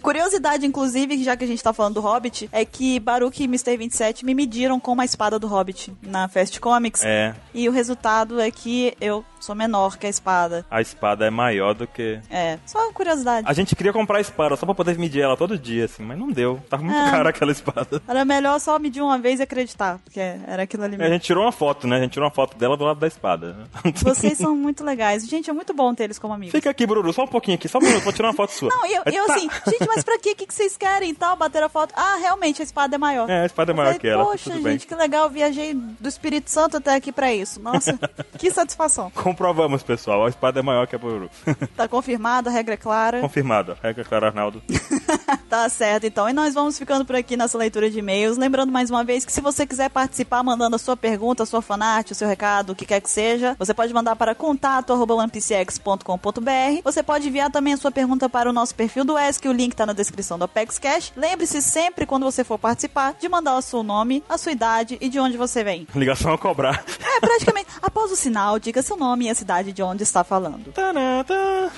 Curiosidade, inclusive, já que a gente tá falando do Hobbit, é que Baruch e Mr. 27 me mediram com uma espada do Hobbit na Fast Comics.
É,
E o resultado é que eu sou menor que a espada.
a espada é maior do que.
É, só uma curiosidade.
A gente queria comprar a espada só pra poder medir ela todo dia, assim, mas não deu. Tava muito
Ah.
cara aquela espada.
Era melhor só medir uma vez e acreditar, porque era aquilo ali
A
mesmo.
gente tirou uma foto, né? A gente tirou uma foto dela do lado da espada. né?
Vocês são muito legais. Gente, é muito bom ter eles como amigos.
Fica aqui, Bruno, só um pouquinho aqui, só um minuto, vou tirar uma foto sua.
Não, e eu,
Aí,
e eu
tá.
assim, gente, mas pra quê? O que que vocês querem e tal? Bateram a foto. Ah, realmente, a espada é maior.
É, a espada é
Eu
maior
falei,
que ela,
Poxa,
tudo bem.
gente, que legal. Viajei do Espírito Santo até aqui pra isso. Nossa, que satisfação.
Comprovamos, pessoal, a espada é maior que a Bruno.
Tá confirmado, a regra é clara.
Confirmado. É Regra Clara Arnaldo.
Tá certo, então. E nós vamos ficando por aqui nessa leitura de e-mails. Lembrando mais uma vez que se você quiser participar mandando a sua pergunta, a sua fanart, o seu recado, o que quer que seja, você pode mandar para contato.onepcx.com.br. Você pode enviar também a sua pergunta para o nosso perfil do ESC, o link tá na descrição do Apex Cash. Lembre-se sempre, quando você for participar, de mandar o seu nome, a sua idade e de onde você vem.
Ligação a cobrar.
É, praticamente. Após o sinal, diga seu nome e a cidade de onde está falando.
Tanã, tã.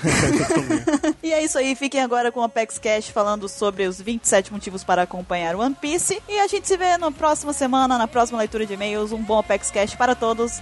E é isso aí, fiquem agora com o Apex Cash falando sobre os 27 motivos para acompanhar One Piece. E a gente se vê na próxima semana, na próxima leitura de e-mails. Um bom Apex Cash para todos.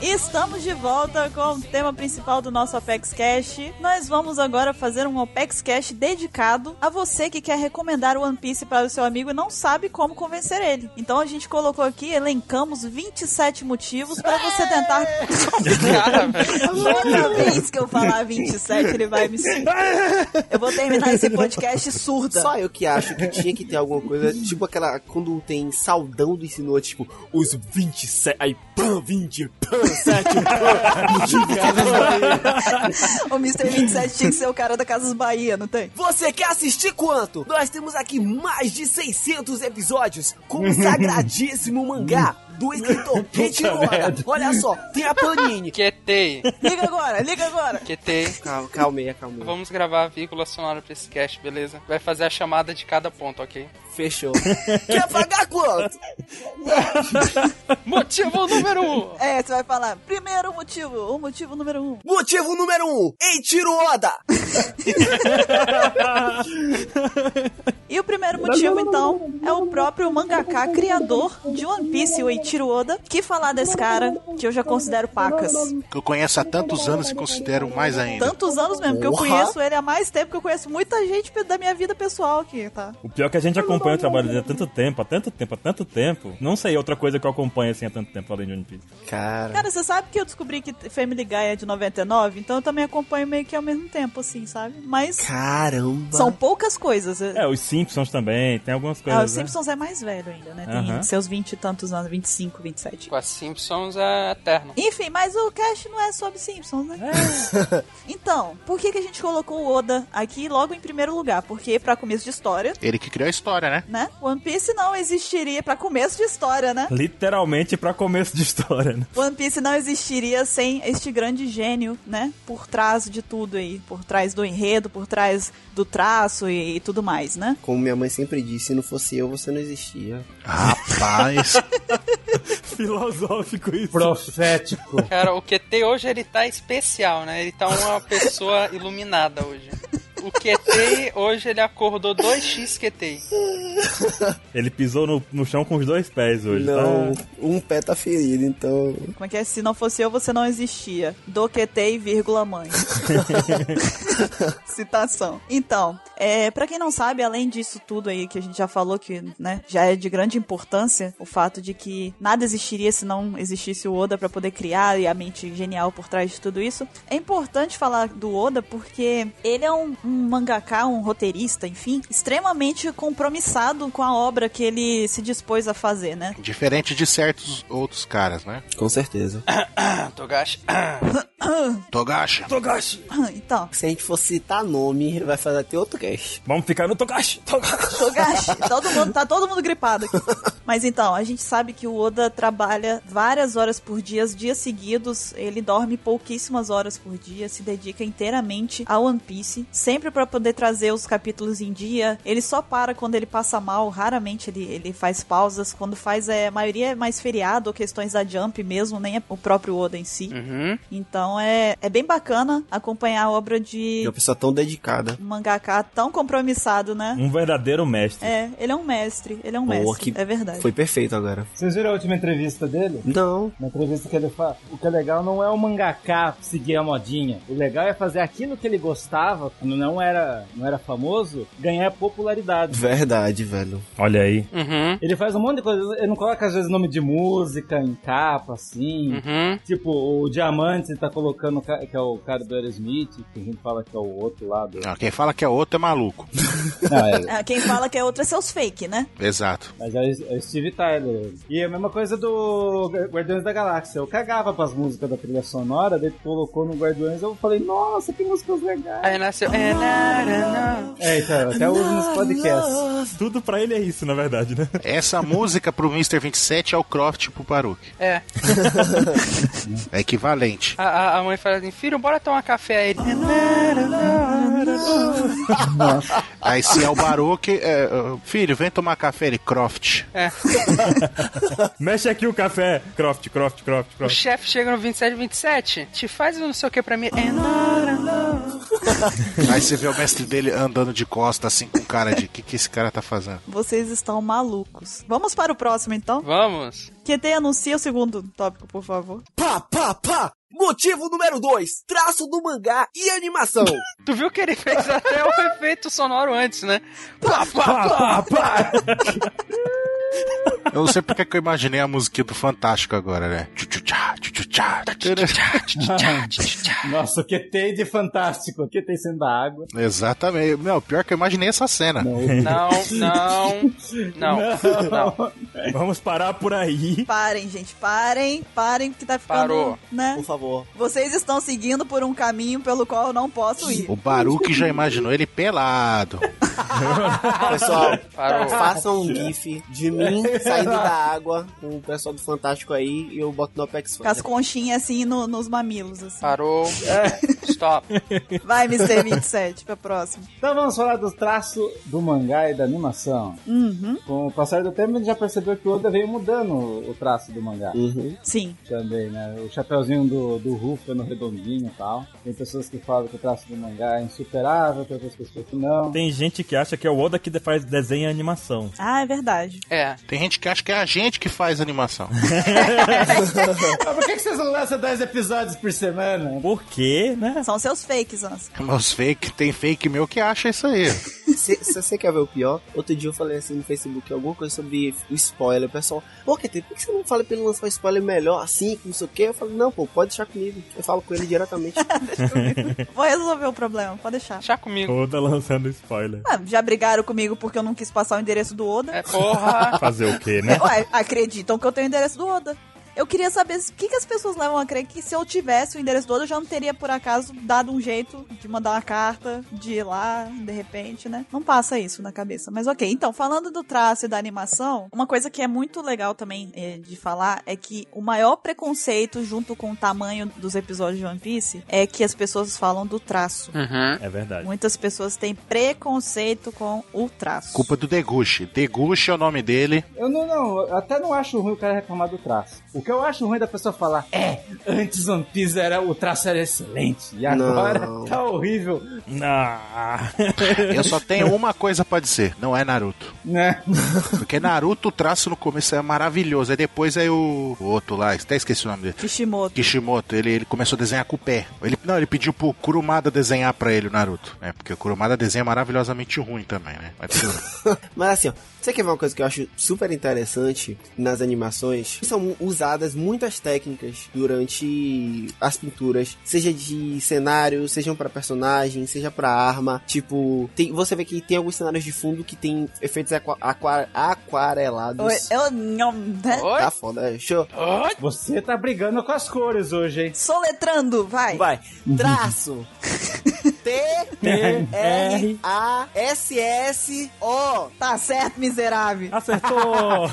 Estamos de volta com o tema principal do nosso Apex Cash. Nós vamos agora fazer um Apex Cash dedicado a você que quer recomendar o One Piece para o seu amigo e não sabe como convencer ele. Então a gente colocou aqui, elencamos 27 motivos para você tentar.
Cara, velho.
Toda vez que eu falar 27, ele vai me surtar. Eu vou terminar esse podcast surda.
Só eu que acho que tinha que ter alguma coisa, tipo aquela, quando tem saudão do ensino, tipo, os 27, aí, pam, 20, pam, 7, pam,
O Mr. 27 tinha que ser o cara da Casas Bahia, não tem?
Você quer assistir quanto? Nós temos aqui mais de 600 episódios com o um sagradíssimo mangá do escritor. Quem tirou? Ana? Olha só, tem a Panini.
Quietei,
Liga agora, liga agora.
quietei.
Calma, calmeia, calmeia.
Tipo, Vamos gravar a vírgula sonora pra esse cast, beleza? Vai fazer a chamada de cada ponto, ok?
Fechou. Quer pagar quanto?
Motivo número um!
É, você vai falar, primeiro motivo, o motivo número um.
Motivo número um, ei, tiro Oda!
E o primeiro motivo, então, é o próprio mangaka criador de One Piece, o Eiichiro Oda, que falar desse cara, que eu já considero pacas.
Que eu conheço há tantos anos e considero mais ainda.
Tantos anos mesmo, que eu
Porra.
conheço ele há mais tempo, que eu conheço muita gente pe- da minha vida pessoal aqui, tá?
O pior é que a gente acompanha o trabalho dele há tanto tempo, há tanto tempo, há tanto tempo. Não sei é outra coisa que eu acompanho assim há tanto tempo além de One Piece.
Cara,
Cara, você sabe que eu descobri que Family Guy é de 99, então eu também acompanho meio que ao mesmo tempo, assim, sabe? Mas
caramba.
são poucas coisas.
É, os Simpsons também, tem algumas
Ah,
coisas. né?
o Simpsons é mais velho ainda, né? Tem
Aham.
seus 20 e tantos anos, 25, 27.
Com as Simpsons é eterno.
Enfim, mas o cast não é sobre Simpsons, né? Então, por que, que a gente colocou o Oda aqui logo em primeiro lugar? Porque, pra começo de história,
Ele que criou a história, né?
né? One Piece não existiria, pra começo de história, né?
né? Literalmente pra começo de história, né?
One Piece não existiria sem este grande gênio, né? Por trás de tudo aí. Por trás do enredo, por trás do traço e, e tudo mais, né?
Como minha mãe sempre disse, se não fosse eu, você não existia.
Rapaz.
Filosófico isso.
Profético.
Cara, o QT hoje ele tá especial, né? Ele tá uma pessoa iluminada hoje. O QT hoje ele acordou 2x QT.
Ele pisou no, no chão com os dois pés hoje,
não,
tá?
um pé tá ferido, então.
Como é que é? Se não fosse eu, você não existia. Doquetei, vírgula, mãe. Citação. Então, é, para quem não sabe, além disso tudo aí que a gente já falou, que né, já é de grande importância, o fato de que nada existiria se não existisse o Oda pra poder criar e a mente genial por trás de tudo isso, é importante falar do Oda porque ele é um, um mangaka, um roteirista, enfim, extremamente compromissado com a obra que ele se dispôs a fazer, né?
Diferente de certos outros caras, né?
Com certeza.
Ah, Togashi.
Togashi.
Então,
Se a gente fosse citar nome, vai fazer até outro cast.
Vamos ficar no Togashi. Togashi.
Togashi, todo mundo, tá todo mundo gripado aqui. Mas então, a gente sabe que o Oda trabalha várias horas por dia, dias seguidos, ele dorme pouquíssimas horas por dia, se dedica inteiramente a One Piece, sempre pra poder trazer os capítulos em dia. Ele só para quando ele passa mal, raramente ele, ele faz pausas, quando faz é, a maioria é mais feriado ou questões da Jump mesmo, nem é o próprio Oda em si.
Uhum.
Então é, é bem bacana acompanhar a obra
É
de
uma pessoa tão dedicada.
um mangaka tão compromissado, né?
Um verdadeiro mestre.
É, ele é um mestre, ele é um
Boa,
mestre,
que
é verdade.
Foi perfeito agora.
Vocês viram a última entrevista dele?
Não.
Na entrevista que ele fala, o que é legal não é o mangaká seguir a modinha. O legal é fazer aquilo que ele gostava, quando não era, não era famoso, ganhar popularidade.
Verdade, velho.
Olha aí.
Uhum.
Ele faz um monte de coisa, ele não coloca às vezes nome de música em capa, assim.
Uhum.
Tipo, o Diamante ele tá colocando, o ca- que é o cara do Aerosmith, que a gente fala que é o outro lá do...
Não, quem fala que é outro é maluco.
Não, é,
Ah, quem fala que é outro é seus fake, né?
Exato.
Mas é o é o Steve Tyler. E a mesma coisa do Gu- Guardiões da Galáxia. Eu cagava pras músicas da trilha sonora, daí tu colocou no Guardiões, eu falei, nossa, que músicas legais.
Aí nasceu. É, na, na, na.
É, então, eu até uso nos podcasts.
Tudo pra ele é isso, na verdade, né?
Essa música pro Mr. 27 é o Croft pro Baruch.
É.
É equivalente.
A, a- a mãe fala assim: filho, bora tomar café aí. Ele, "É, na, na, na, na."
Aí se é o Baruch, é, é, filho, vem tomar café, ele Croft.
É.
Mexe aqui o café. Croft, Croft, Croft,
O
Croft.
chefe chega no 2727, te faz um não sei o que pra mim. É, na, na, na.
Aí você vê o mestre dele andando de costa assim com cara de que que esse cara tá fazendo?
Vocês estão malucos. Vamos para o próximo, então?
Vamos.
QT, anuncia o segundo tópico, por favor.
Pá, pá, pá. Motivo número 2. Traço do mangá e animação.
Tu viu que ele fez até o efeito sonoro antes, né? Pá, pá, pá.
Eu não sei porque que eu imaginei a musiquinha do Fantástico agora, né? Tchutchutchá, tchutchutchá, tchutchutchá, tchutchutchá, tchutchutchá.
Nossa, o que tem de fantástico? O que tem sendo da água?
Exatamente. Meu, pior que eu imaginei essa cena.
Não, não, não, não.
Vamos parar por aí.
Parem, gente, parem, parem, que tá ficando.
Parou.
Né?
Por favor.
Vocês estão seguindo por um caminho pelo qual eu não posso ir.
O Baruch já imaginou ele pelado.
Pessoal,
Parou.
faça um gif de mim saindo da água com o pessoal do Fantástico aí e eu boto no Apex
Com as
Fantasy.
conchinhas assim no- nos mamilos. Assim.
Parou. Stop.
Vai, Mr. 27, pra próximo.
Então vamos falar do traço do mangá e da animação.
Uhum,
Com o passar do tempo, a gente já percebeu que o Oda veio mudando o traço do mangá
Uhum.
sim.
também, né? O chapeuzinho do, do Rufa no redondinho e tal. Tem pessoas que falam que o traço do mangá é insuperável, tem outras pessoas que não.
Tem gente que acha que é o Oda que faz desenho e animação.
Ah, é verdade.
É.
Tem gente que acha que é a gente que faz animação.
Mas por que, que vocês não lançam 10 episódios por semana?
Por quê, né?
São seus fakes, Ansa.
Mas os fake, tem fake meu que acha isso aí.
Se, se você quer ver o pior, outro dia eu falei assim no Facebook alguma coisa sobre o spoiler. O pessoal, pô, KT, por que você não fala pra ele lançar um spoiler melhor assim, que não sei o quê? Eu falo, não, pô, pode deixar comigo. Eu falo com ele diretamente.
Vou resolver o problema, pode deixar.
Já comigo.
Oda lançando spoiler.
Ah, já brigaram comigo porque eu não quis passar o endereço do Oda.
É, porra.
Fazer o quê, né?
Ué, acreditam que eu tenho o endereço do Oda. Eu queria saber o que, que as pessoas levam a crer que se eu tivesse o endereço do Oda, eu já não teria, por acaso, dado um jeito de mandar uma carta, de ir lá, de repente, né? Não passa isso na cabeça. Mas ok, então, falando do traço e da animação, uma coisa que é muito legal também eh, de falar é que o maior preconceito, junto com o tamanho dos episódios de One Piece, é que as pessoas falam do traço.
Uhum.
É verdade.
Muitas pessoas têm preconceito com o traço.
Culpa do Degushi. Degushi é o nome dele.
Eu não, não, eu até não acho ruim o cara reclamar do traço. O que eu acho ruim é da pessoa falar, é, antes One Piece era, o traço era excelente, e agora
Não.
tá horrível,
Ah,
Eu só tenho uma coisa pra dizer: não é Naruto.
né?
Porque Naruto, o traço no começo é maravilhoso. Aí depois aí o, o outro lá, até esqueci o nome dele.
Kishimoto.
Kishimoto, ele, ele começou a desenhar com o pé. Ele, não, ele pediu pro Kurumada desenhar pra ele o Naruto. É, porque o Kurumada desenha maravilhosamente ruim também, né? Mas tudo bem.
Mas assim, ó, você quer ver uma coisa que eu acho super interessante nas animações? São usadas muitas técnicas durante as pinturas, seja de cenário, sejam pra personagem, seja pra arma. Tipo, tem- você vê que tem alguns cenários de fundo que tem efeitos aqua- aqua- aquarelados.
Oi, eu não, né?
Oi?
Tá foda, é show.
Oi?
Você tá brigando com as cores hoje, hein?
Soletrando, vai.
Vai. Traço.
É,
T-R-A-S-S-O.
Tá certo, miserável.
acertou!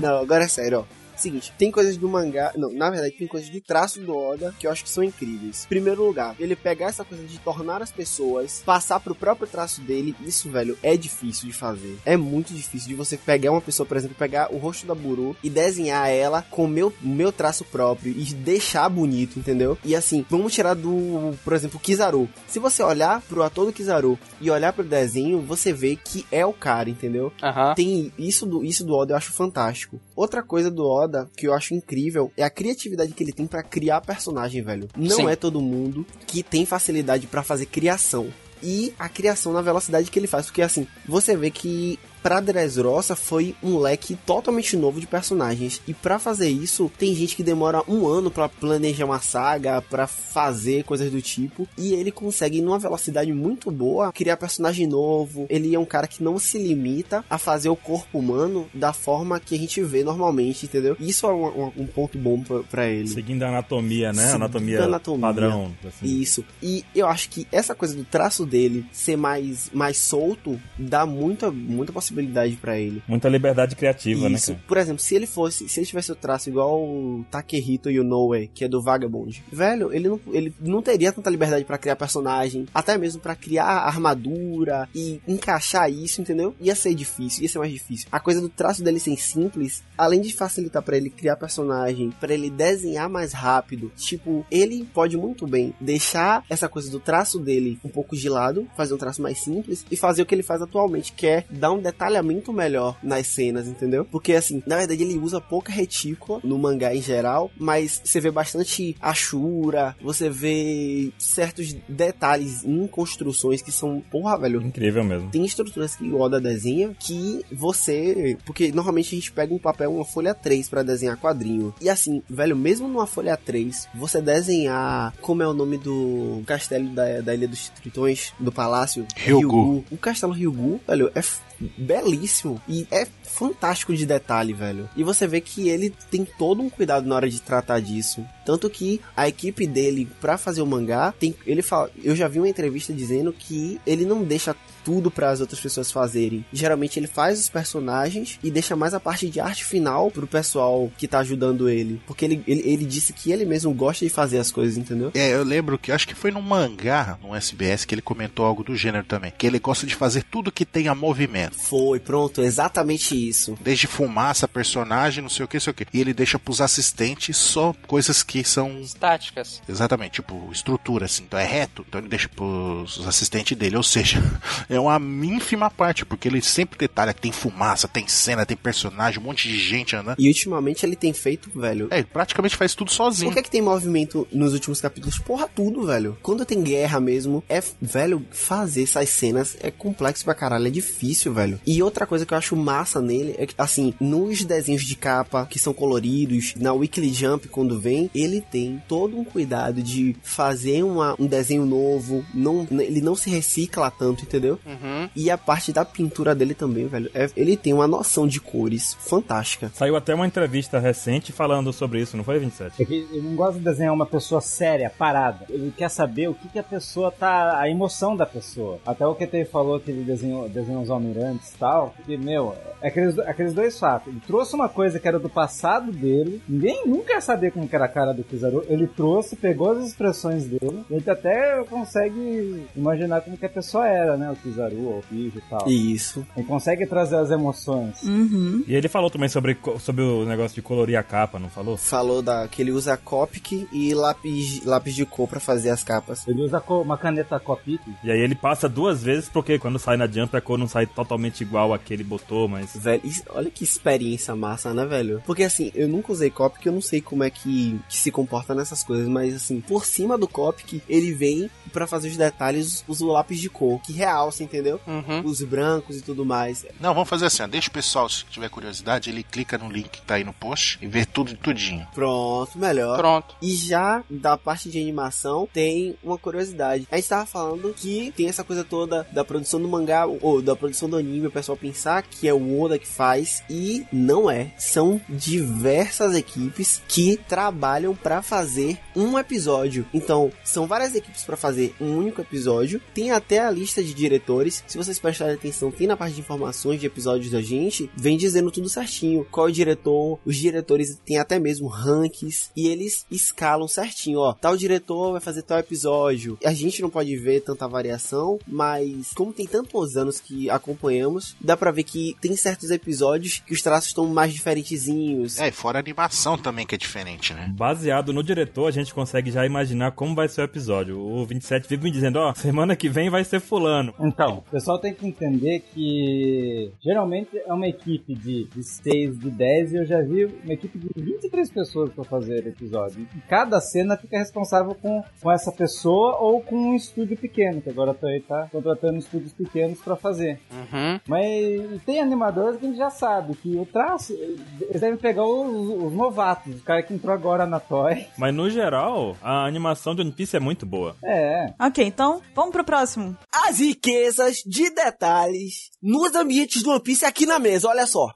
Não, agora é sério, ó. Seguinte, tem coisas do mangá. Não, na verdade, tem coisas do traço do Oda que eu acho que são incríveis. Em primeiro lugar, ele pegar essa coisa de tornar as pessoas passar pro próprio traço dele. Isso, velho, é difícil de fazer. É muito difícil de você pegar uma pessoa, por exemplo, pegar o rosto da Buru e desenhar ela com o meu, o meu traço próprio e deixar bonito, entendeu? E assim, vamos tirar do, por exemplo, Kizaru. Se você olhar pro ator do Kizaru e olhar pro desenho, você vê que é o cara, entendeu?
Aham.
Tem isso do, isso do Oda eu acho fantástico. Outra coisa do Oda que eu acho incrível é a criatividade que ele tem pra criar personagem, velho. Não
Sim.
é todo mundo que tem facilidade pra fazer criação. E a criação na velocidade que ele faz, porque assim, você vê que pra Dressrosa foi um leque totalmente novo de personagens. E pra fazer isso, tem gente que demora um ano pra planejar uma saga, pra fazer coisas do tipo. E ele consegue, numa velocidade muito boa, criar personagem novo. Ele é um cara que não se limita a fazer o corpo humano da forma que a gente vê normalmente, entendeu? Isso é um, um- um ponto bom pra, pra ele.
Seguindo a anatomia, né?
Seguindo
Anatomia,
a anatomia.
padrão. Assim.
Isso. E eu acho que essa coisa do traço dele ser mais, mais solto dá muita, muita possibilidade pra ele.
Muita liberdade criativa,
Isso.
né?
Por exemplo, se ele fosse, se ele tivesse o traço igual o Takehito Yunoue, que é do Vagabond, velho, ele não, ele não teria tanta liberdade pra criar personagem, até mesmo pra criar armadura e encaixar isso, entendeu? Ia ser difícil, ia ser mais difícil. A coisa do traço dele ser simples, além de facilitar pra ele criar personagem, pra ele desenhar mais rápido, tipo, ele pode muito bem deixar essa coisa do traço dele um pouco de lado, fazer um traço mais simples e fazer o que ele faz atualmente, que é dar um detalhamento melhor nas cenas, entendeu? Porque assim, na verdade ele usa pouca retícula no mangá em geral, mas você vê bastante achura, você vê certos detalhes em construções que são, porra, velho,
Incrível mesmo.
tem estruturas que o Oda desenha que você. Porque normalmente a gente pega um papel, uma folha 3 pra desenhar quadrinho. E assim, velho, mesmo numa folha 3, você desenhar. Como é o nome do castelo da, da Ilha dos Tritões? Do Palácio?
Ryugu.
O castelo Ryugu, velho, é. f- belíssimo. E é fantástico de detalhe, velho. E você vê que ele tem todo um cuidado na hora de tratar disso. Tanto que a equipe dele, pra fazer o mangá, tem, ele fala. Eu já vi uma entrevista dizendo que ele não deixa tudo para as outras pessoas fazerem. Geralmente ele faz os personagens e deixa mais a parte de arte final pro pessoal que tá ajudando ele. Porque ele, ele, ele disse que ele mesmo gosta de fazer as coisas, entendeu?
É, eu lembro que acho que foi num mangá, no SBS, que ele comentou algo do gênero também. Que ele gosta de fazer tudo que tenha movimento.
Foi, pronto, exatamente isso.
Desde fumaça, personagem, não sei o que, não sei o que. E ele deixa pros assistentes só coisas que são.
Estáticas.
Exatamente, tipo, estrutura, assim. Então é reto. Então ele deixa pros assistentes dele. Ou seja, é uma ínfima parte, porque ele sempre detalha que tem fumaça, tem cena, tem personagem, um monte de gente andando.
E ultimamente ele tem feito, velho.
É, ele praticamente faz tudo sozinho.
Por que, é que tem movimento nos últimos capítulos? Porra, tudo, velho. Quando tem guerra mesmo, é, velho, fazer essas cenas é complexo pra caralho, é difícil, velho. E outra coisa que eu acho massa nele é que, assim, nos desenhos de capa que são coloridos, na Weekly Jump, quando vem, ele tem todo um cuidado de fazer uma- um desenho novo, não, ele não se recicla tanto, entendeu?
Uhum.
E a parte da pintura dele também, velho. é- ele tem uma noção de cores fantástica.
Saiu até uma entrevista recente falando sobre isso, não foi, 27?
É que ele não gosta de desenhar uma pessoa séria, parada. Ele quer saber o que, que a pessoa tá. a emoção da pessoa. Até o QT falou que ele desenhou, desenhou os almirantes e tal. E, meu, é aqueles, aqueles dois fatos. Ele trouxe uma coisa que era do passado dele. Ninguém nunca ia saber como que era a cara do Kizaru. Ele trouxe, pegou as expressões dele. A gente até consegue imaginar como que a pessoa era, né? O Kizaru, ou o Kijo e tal.
Isso.
Ele consegue trazer as emoções.
Uhum.
E ele falou também sobre, co- sobre o negócio de colorir a capa, não falou?
Falou da, que ele usa Copic e lápis, lápis de cor pra fazer as capas.
Ele usa co- uma caneta Copic,
E aí ele passa duas vezes, porque quando sai na Jump a cor não sai totalmente igual a que ele botou, mas...
Velho, isso- olha que experiência massa, né, velho? Porque assim, eu nunca usei Copic, eu não sei como é que, que se comporta nessas coisas, mas assim, por cima do Copic, ele vem pra fazer os detalhes, usa o lápis de cor, que realça, entendeu?
Uhum.
Os brancos e tudo mais.
Não, vamos fazer assim, ó. Deixa o pessoal, se tiver curiosidade, ele clica no link que tá aí no post e vê tudo tudinho.
Pronto, melhor.
Pronto.
E já da parte de animação, tem uma curiosidade. A gente tava falando que tem essa coisa toda da produção do mangá, ou da produção do anime, o pessoal pensar que é o Oda que faz, e não é. São diversas equipes que trabalham pra fazer um episódio. Então, são várias equipes pra fazer um único episódio. Tem até a lista de diretores. Se vocês prestarem atenção, tem na parte de informações de episódios da gente, vem dizendo tudo certinho. Qual é o diretor, os diretores têm até mesmo rankings e eles escalam certinho, ó. Tal diretor vai fazer tal episódio. A gente não pode ver tanta variação, mas como tem tantos anos que acompanhamos, dá pra ver que tem certos episódios que os traços estão mais diferentezinhos.
É, e fora a animação também que é diferente, né?
Baseado no diretor, a gente consegue já imaginar como vai ser o episódio. O 27 vive me dizendo, ó, semana que vem vai ser fulano.
Então, o pessoal tem que entender que geralmente é uma equipe de, de 6, de 10, e eu já vi uma equipe de 23 pessoas para fazer episódio. E cada cena fica responsável com, com essa pessoa ou com um estúdio pequeno, que agora tá, aí tá contratando estúdios pequenos para fazer.
Uhum.
Mas tem animadores que a gente já sabe que o traço, eles devem pegar os, os novatos, o cara que entrou agora na Toy.
Mas no geral, a animação de One Piece é muito boa.
É,
Ok, então vamos pro próximo.
As riquezas de detalhes nos ambientes do One Piece aqui na mesa, olha só.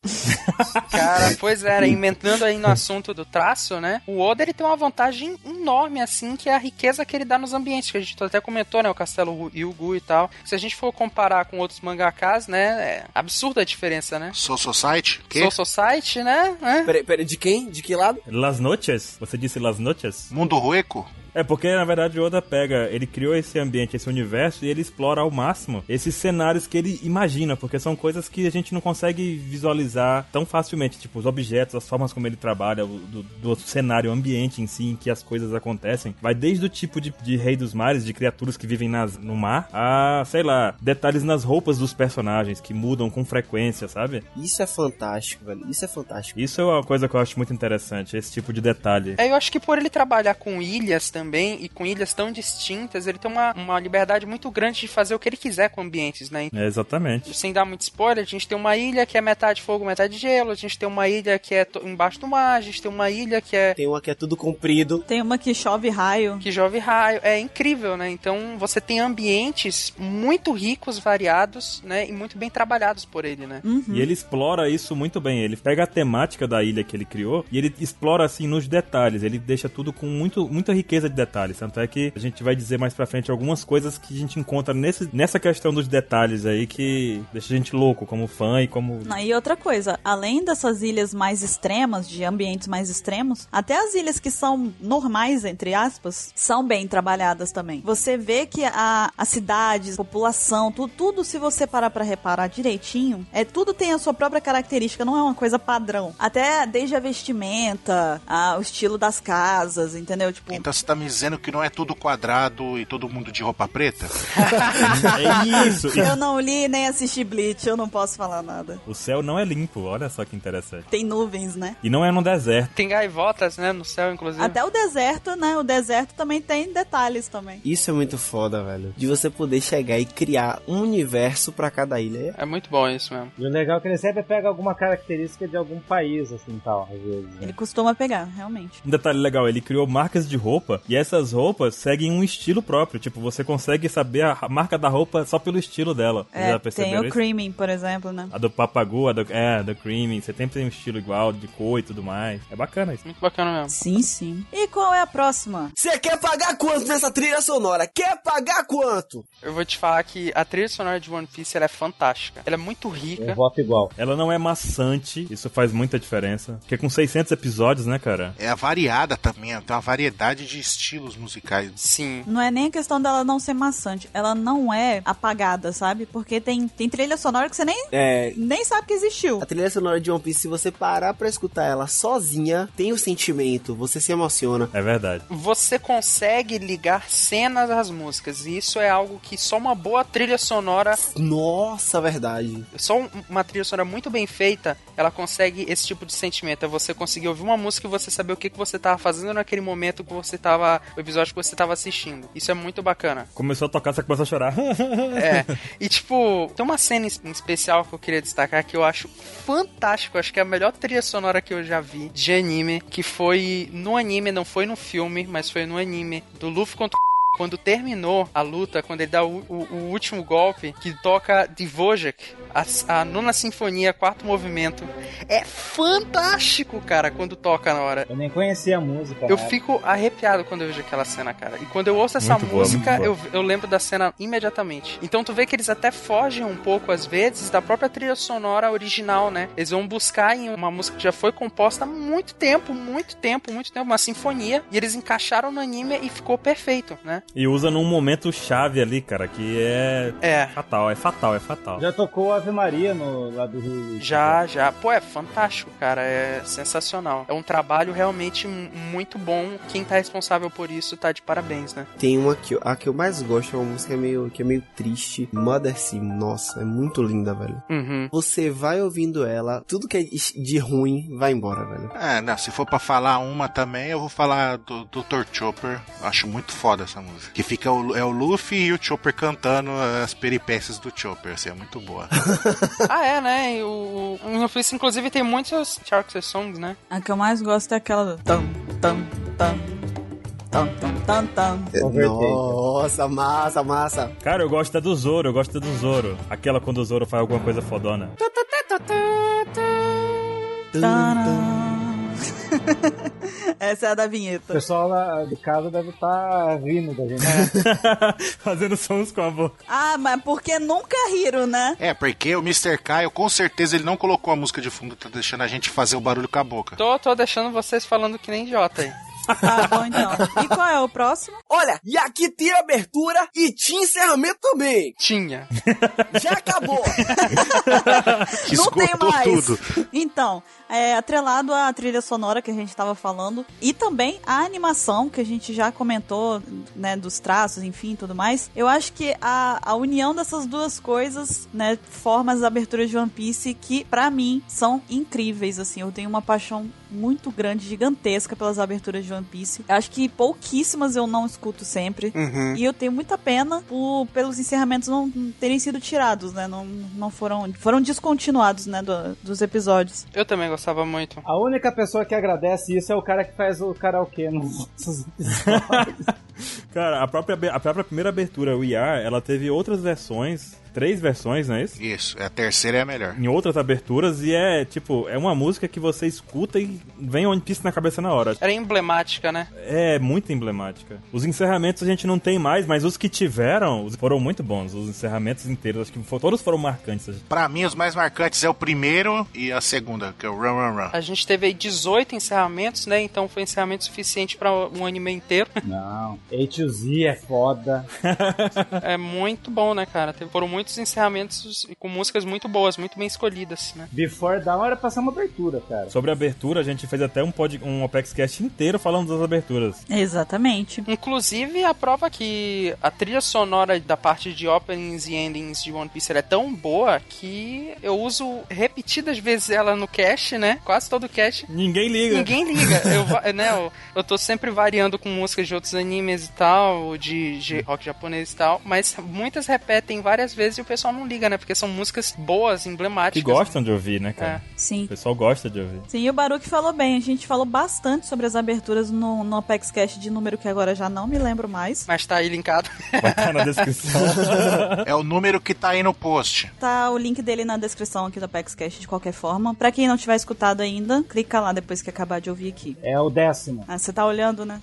Cara, pois era, inventando aí no assunto do traço, né? O Oda ele tem uma vantagem enorme, assim, que é a riqueza que ele dá nos ambientes, que a gente até comentou, né? O Castelo Yugu e tal. Se a gente for comparar com outros mangakas, né? É absurda a diferença, né?
Soul Society? Que?
Soul Society, né? Hã?
Peraí, peraí, de quem? De que lado?
Las Noches? Você disse Las Noches?
Mundo Rueco?
É porque, na verdade, o Oda pega, ele criou esse ambiente, esse universo, e ele explora ao máximo esses cenários que ele imagina, porque são coisas que a gente não consegue visualizar tão facilmente, tipo os objetos, as formas como ele trabalha, o- do, do cenário, o ambiente em si, em que as coisas acontecem. Vai desde o tipo de, de rei dos mares, de criaturas que vivem nas, no mar, a, sei lá, detalhes nas roupas dos personagens, que mudam com frequência, sabe?
Isso é fantástico, velho. Isso é fantástico.
Isso é uma coisa que eu acho muito interessante, esse tipo de detalhe.
É, eu acho que por ele trabalhar com ilhas também, e com ilhas tão distintas, ele tem uma, uma liberdade muito grande de fazer o que ele quiser com ambientes, né?
É, exatamente.
Sem dar muito spoiler, a gente tem uma ilha que é metade fogo, metade gelo, a gente tem uma ilha que é to- embaixo do mar, a gente tem uma ilha que é
Tem uma que é tudo comprido.
Tem uma que chove raio.
que chove raio. É incrível, né? Então você tem ambientes muito ricos, variados, né? E muito bem trabalhados por ele, né?
Uhum.
E ele explora isso muito bem. Ele pega a temática da ilha que ele criou e ele explora assim nos detalhes. Ele deixa tudo com muito, muita riqueza de detalhes. Tanto é que a gente vai dizer mais pra frente algumas coisas que a gente encontra nesse, nessa questão dos detalhes aí que deixa a gente louco como fã e como.
Ah, E outra coisa, além dessas ilhas mais extremas, de ambientes mais extremos, até as ilhas que são normais, entre aspas, são bem trabalhadas também. Você vê que a, as cidades, população, tu, tudo, se você parar pra reparar direitinho, é tudo tem a sua própria característica, não é uma coisa padrão. Até desde a vestimenta, a- o estilo das casas, entendeu? Tipo,
Então você tá me dizendo que não é tudo quadrado e todo mundo de roupa preta?
É isso!
eu não li nem assisti Bleach, eu não posso falar nada.
O céu não é limpo, olha só que interessante.
Tem nuvens, né?
E não é num deserto.
Tem gaivotas, né? No céu, inclusive.
Até o deserto, né? O deserto também tem detalhes também.
Isso é muito foda, velho. De você poder chegar e criar um universo pra cada ilha.
É muito bom isso mesmo.
E o legal é que ele sempre pega alguma característica de algum país, assim, tal, às vezes. né?
Ele costuma pegar, realmente.
Um detalhe legal, ele criou marcas de roupa e essas roupas seguem um estilo próprio. Tipo, você consegue saber a marca da roupa só pelo estilo dela. Vocês
É,
já
tem
perceberam
o
isso?
creaming, por exemplo, né?
A do Papagu, a do, é, a do Creaming, você sempre tem um estilo igual, de cor e tudo mais. É bacana isso.
Muito bacana mesmo.
Sim, sim. E qual é a próxima?
Você quer pagar quanto nessa trilha sonora? Quer pagar quanto?
Eu vou te falar que a trilha sonora de One Piece ela é fantástica. Ela é muito
Eu
rica.
voto igual.
Ela não é maçante, isso faz muita diferença. Porque com 600 episódios, né, cara?
É a variada também, tem uma variedade de estilos musicais.
Sim.
Não é nem a questão dela não ser maçante. Ela não é apagada, sabe? Porque tem, tem trilha sonora que você nem,
É.
nem sabe que existiu.
A trilha sonora de One Piece, se você parar pra escutar ela sozinha, tem o sentimento, você se emociona.
É verdade.
Você consegue ligar cenas às músicas. E isso é algo que só uma boa trilha sonora
Nossa, verdade.
só um- uma trilha sonora muito bem feita, ela consegue esse tipo de sentimento. É você conseguir ouvir uma música e você saber o que, que você tava fazendo naquele momento que você tava. O episódio que você tava assistindo. Isso é muito bacana.
Começou a tocar, você começa a chorar.
É. E tipo, tem uma cena em em especial que eu queria destacar que eu acho fantástico. Acho que é a melhor trilha sonora que eu já vi de anime. Que foi no anime, não foi no filme, mas foi no anime do Luffy contra o quando terminou a luta, quando ele dá o, o- o último golpe, que toca Dvorak, a, a nona sinfonia, quarto movimento, é fantástico, cara, quando toca na hora.
Eu nem conhecia a música.
Eu
né?
fico arrepiado quando eu vejo aquela cena, cara. E quando eu ouço essa
Muito boa,
música,
muito
eu, eu lembro da cena imediatamente. Então tu vê que eles até fogem um pouco, às vezes, da própria trilha sonora original, né? Eles vão buscar em uma música que já foi composta há muito tempo, muito tempo, muito tempo, uma sinfonia. E eles encaixaram no anime e ficou perfeito, né?
e usa num momento chave ali, cara, que é
É.
fatal, é fatal, é fatal.
Já tocou Ave Maria no, lá do Rio.
Já, já. Pô, é fantástico, cara. É sensacional. É um trabalho realmente mu- muito bom. Quem tá responsável por isso tá de parabéns, né?
Tem uma que eu, a que eu mais gosto, é uma música meio, que é meio triste. Mother Sim, nossa, é muito linda, velho.
Uhum.
Você vai ouvindo ela, tudo que é de ruim vai embora, velho.
É, não, se for pra falar uma também, eu vou falar do Dr. Chopper. Eu Acho muito foda essa música. Que fica o, é o Luffy e o Chopper cantando as peripécias do Chopper, assim, é muito boa.
Ah, é, né? E o o One Piece, inclusive, tem muitos character songs, né?
A que eu mais gosto é aquela do tam, tam, tam. Tam, tam, tam, tam.
Overtaker.
Nossa, massa, massa.
Cara, eu gosto da do Zoro, eu gosto da do Zoro. Aquela quando o Zoro faz alguma coisa fodona.
Tcharam. Essa é a da
O
vinheta.
pessoal lá de casa deve tá- estar rindo da gente. né?
Fazendo sons com a boca.
Ah, mas porque nunca riram, né?
É, porque o Mr. K, eu com certeza ele não colocou a música de fundo, tá deixando a gente fazer o barulho com a boca.
Tô, tô deixando vocês falando que nem idiota aí.
Ah, bom então. E qual é o próximo?
Olha, e aqui tem abertura e tinha encerramento também.
Tinha.
Já acabou.
Esgotou
não tem mais.
tudo.
Então, é, atrelado à trilha sonora que a gente estava falando e também à animação que a gente já comentou, né, dos traços, enfim, tudo mais. Eu acho que a, a união dessas duas coisas, né, forma as aberturas de One Piece que, para mim, são incríveis, assim. Eu tenho uma paixão muito grande, gigantesca pelas aberturas de One Piece. Eu acho que pouquíssimas eu não escuto sempre.
Uhum.
E eu tenho muita pena por- pelos encerramentos não terem sido tirados, né? Não, não foram. Foram descontinuados, né? do- dos episódios.
Eu também gostava muito.
A única pessoa que agradece isso é o cara que faz o karaokê nos nossos
Cara, a própria, abe- a própria primeira abertura, We Are, ela teve outras versões, três versões, não é isso?
Isso, a terceira é a melhor.
Em outras aberturas, e é tipo, é uma música que você escuta e vem One Piece na cabeça na hora.
Era emblemática, né?
É muito emblemática. Os encerramentos a gente não tem mais, mas os que tiveram os- foram muito bons. Os encerramentos inteiros, acho que fo- todos foram marcantes.
Pra mim, os mais marcantes é o primeiro e a segunda, que é o Run Run Run.
A gente teve aí 18 encerramentos, né? Então foi encerramento suficiente pra um anime inteiro.
Não. A2Z é foda.
É muito bom, né, cara? Teve- Foram muitos encerramentos com músicas muito boas, muito bem escolhidas, né?
Before Dawn era pra ser uma abertura, cara.
Sobre a abertura, a gente fez até um, pod, um OpexCast inteiro falando das aberturas.
Exatamente.
Inclusive, a prova que a trilha sonora da parte de openings e endings de One Piece ela é tão boa que eu uso repetidas vezes ela no cast, né? Quase todo cast.
Ninguém liga.
Ninguém liga. Eu, va- né, eu, eu tô sempre variando com músicas de outros animes e tal, de, de rock japonês e tal, mas muitas repetem várias vezes e o pessoal não liga, né? Porque são músicas boas,
Que
emblemáticas.
gostam de ouvir, né, cara?
Sim.
O pessoal gosta de ouvir.
Sim, e o Baruque falou bem. A gente falou bastante sobre as aberturas no, no Apex Cash de número que agora já não me lembro mais.
Mas tá aí linkado.
Vai estar na descrição.
É o número que tá aí no post.
Tá o link dele na descrição aqui do Apex Cash de qualquer forma. Pra quem não tiver escutado ainda, clica lá depois que acabar de ouvir aqui.
É o décimo.
Ah, você tá olhando, né?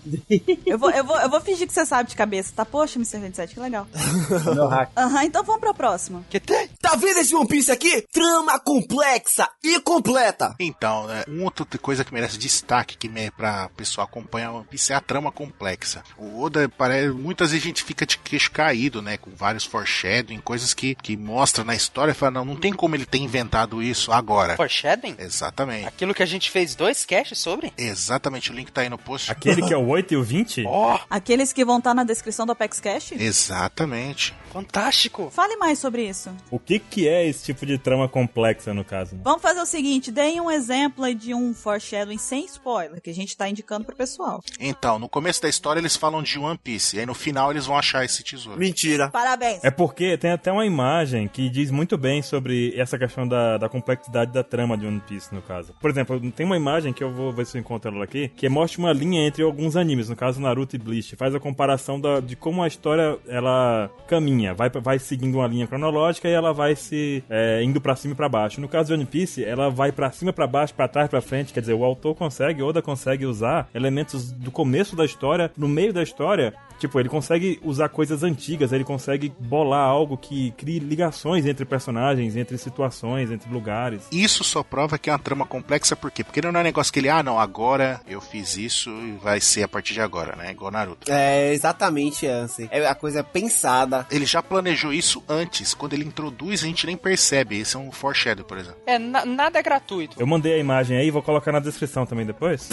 eu, vou, eu, vou, eu vou fingir que você sabe de cabeça, tá? Poxa, Mr. 27, que legal.
É meu hack.
Aham, então vamos pra próxima.
Que tem?
Tá vendo esse One Piece aqui? Trama complexa e completa.
Então, né, uma outra coisa que merece destaque que me, pra pessoa acompanhar One Piece é a trama complexa. O Oda, parece, muitas vezes a gente fica de queixo caído, né? Com vários foreshadowing, coisas que, que mostra na história e fala, não, não tem como ele ter inventado isso agora.
Foreshadowing?
Exatamente.
Aquilo que a gente fez dois casts sobre?
Exatamente, o link tá aí no post.
Aquele que é o 8 e o 20?
Ó,
Aqueles que vão estar na descrição do Apex Cash?
Exatamente.
fantástico!
Fale mais sobre isso.
O que que é esse tipo de trama complexa, no caso? né?
Vamos fazer o seguinte, deem um exemplo aí de um foreshadowing sem spoiler, que a gente tá indicando pro pessoal.
Então, no começo da história eles falam de One Piece, e aí no final eles vão achar esse tesouro.
Mentira.
Parabéns!
É porque tem até uma imagem que diz muito bem sobre essa questão da, da complexidade da trama de One Piece, no caso. Por exemplo, tem uma imagem que eu vou ver se eu encontro ela aqui, que mostra uma linha entre alguns animes, no caso Naruto e Bleach. Faz a comparação da- de como a história ela caminha, vai, vai seguindo uma linha cronológica e ela vai se é, indo pra cima e pra baixo. No caso de One Piece, ela vai pra cima, pra baixo, pra trás, pra frente. Quer dizer, o autor consegue, Oda consegue usar elementos do começo da história, no meio da história Tipo, ele consegue usar coisas antigas, ele consegue bolar algo que crie ligações entre personagens, entre situações, entre lugares.
Isso só prova que é uma trama complexa, por quê? Porque não é um negócio que ele, ah, não, agora eu fiz isso e vai ser a partir de agora, né? Igual Naruto.
É, exatamente, Ansem. É, a coisa é pensada.
Ele já planejou isso antes, quando ele introduz a gente nem percebe. Esse é um foreshadow, por exemplo.
É, na- nada é gratuito.
Eu mandei a imagem aí, vou colocar na descrição também depois.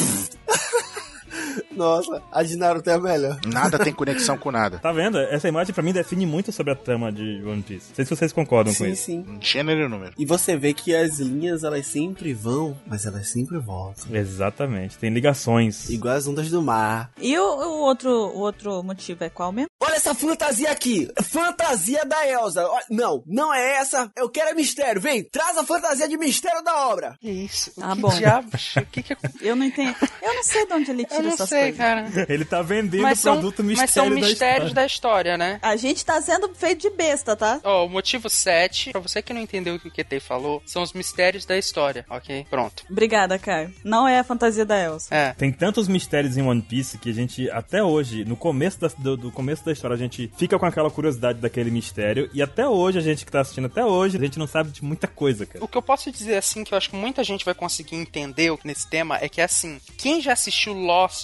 Nossa, a de Naruto é a melhor.
Nada tem conexão com nada.
Tá vendo? Essa imagem pra mim define muito sobre a trama de One Piece. Não sei se vocês concordam com
Sim,
isso.
sim.
Em Gênero e número.
E você vê que as linhas, elas sempre vão, mas elas sempre voltam.
Exatamente, tem ligações.
Igual as ondas do mar.
E o, o outro, o outro motivo é qual mesmo?
Olha essa fantasia aqui! Fantasia da Elsa! Ó, Não, não é essa! Eu quero é mistério! Vem, traz a fantasia de mistério da obra!
Que isso?
Tá
que
bom.
diabo? Ah, O que que é...
Eu não entendo. Eu não sei de onde ele tira
Eu não
essas
sei,
coisas.
cara.
Ele tá vendendo
Mas são,
produto
mas
mistério
são
da
mistérios
história.
da história, né?
A gente tá sendo feito de besta, tá?
Ó, o motivo 7, pra você que não entendeu o que o QT falou, são os mistérios da história, ok? Pronto.
Obrigada, Caio. Não é a fantasia da Elsa.
É.
Tem tantos mistérios em One Piece que a gente, até hoje, no começo da, do, do começo da Fera, a gente fica com aquela curiosidade daquele mistério. E até hoje, a gente que tá assistindo até hoje, a gente não sabe de muita coisa, cara.
O que eu posso dizer, assim, que eu acho que muita gente vai conseguir entender nesse tema é que, assim, quem já assistiu Lost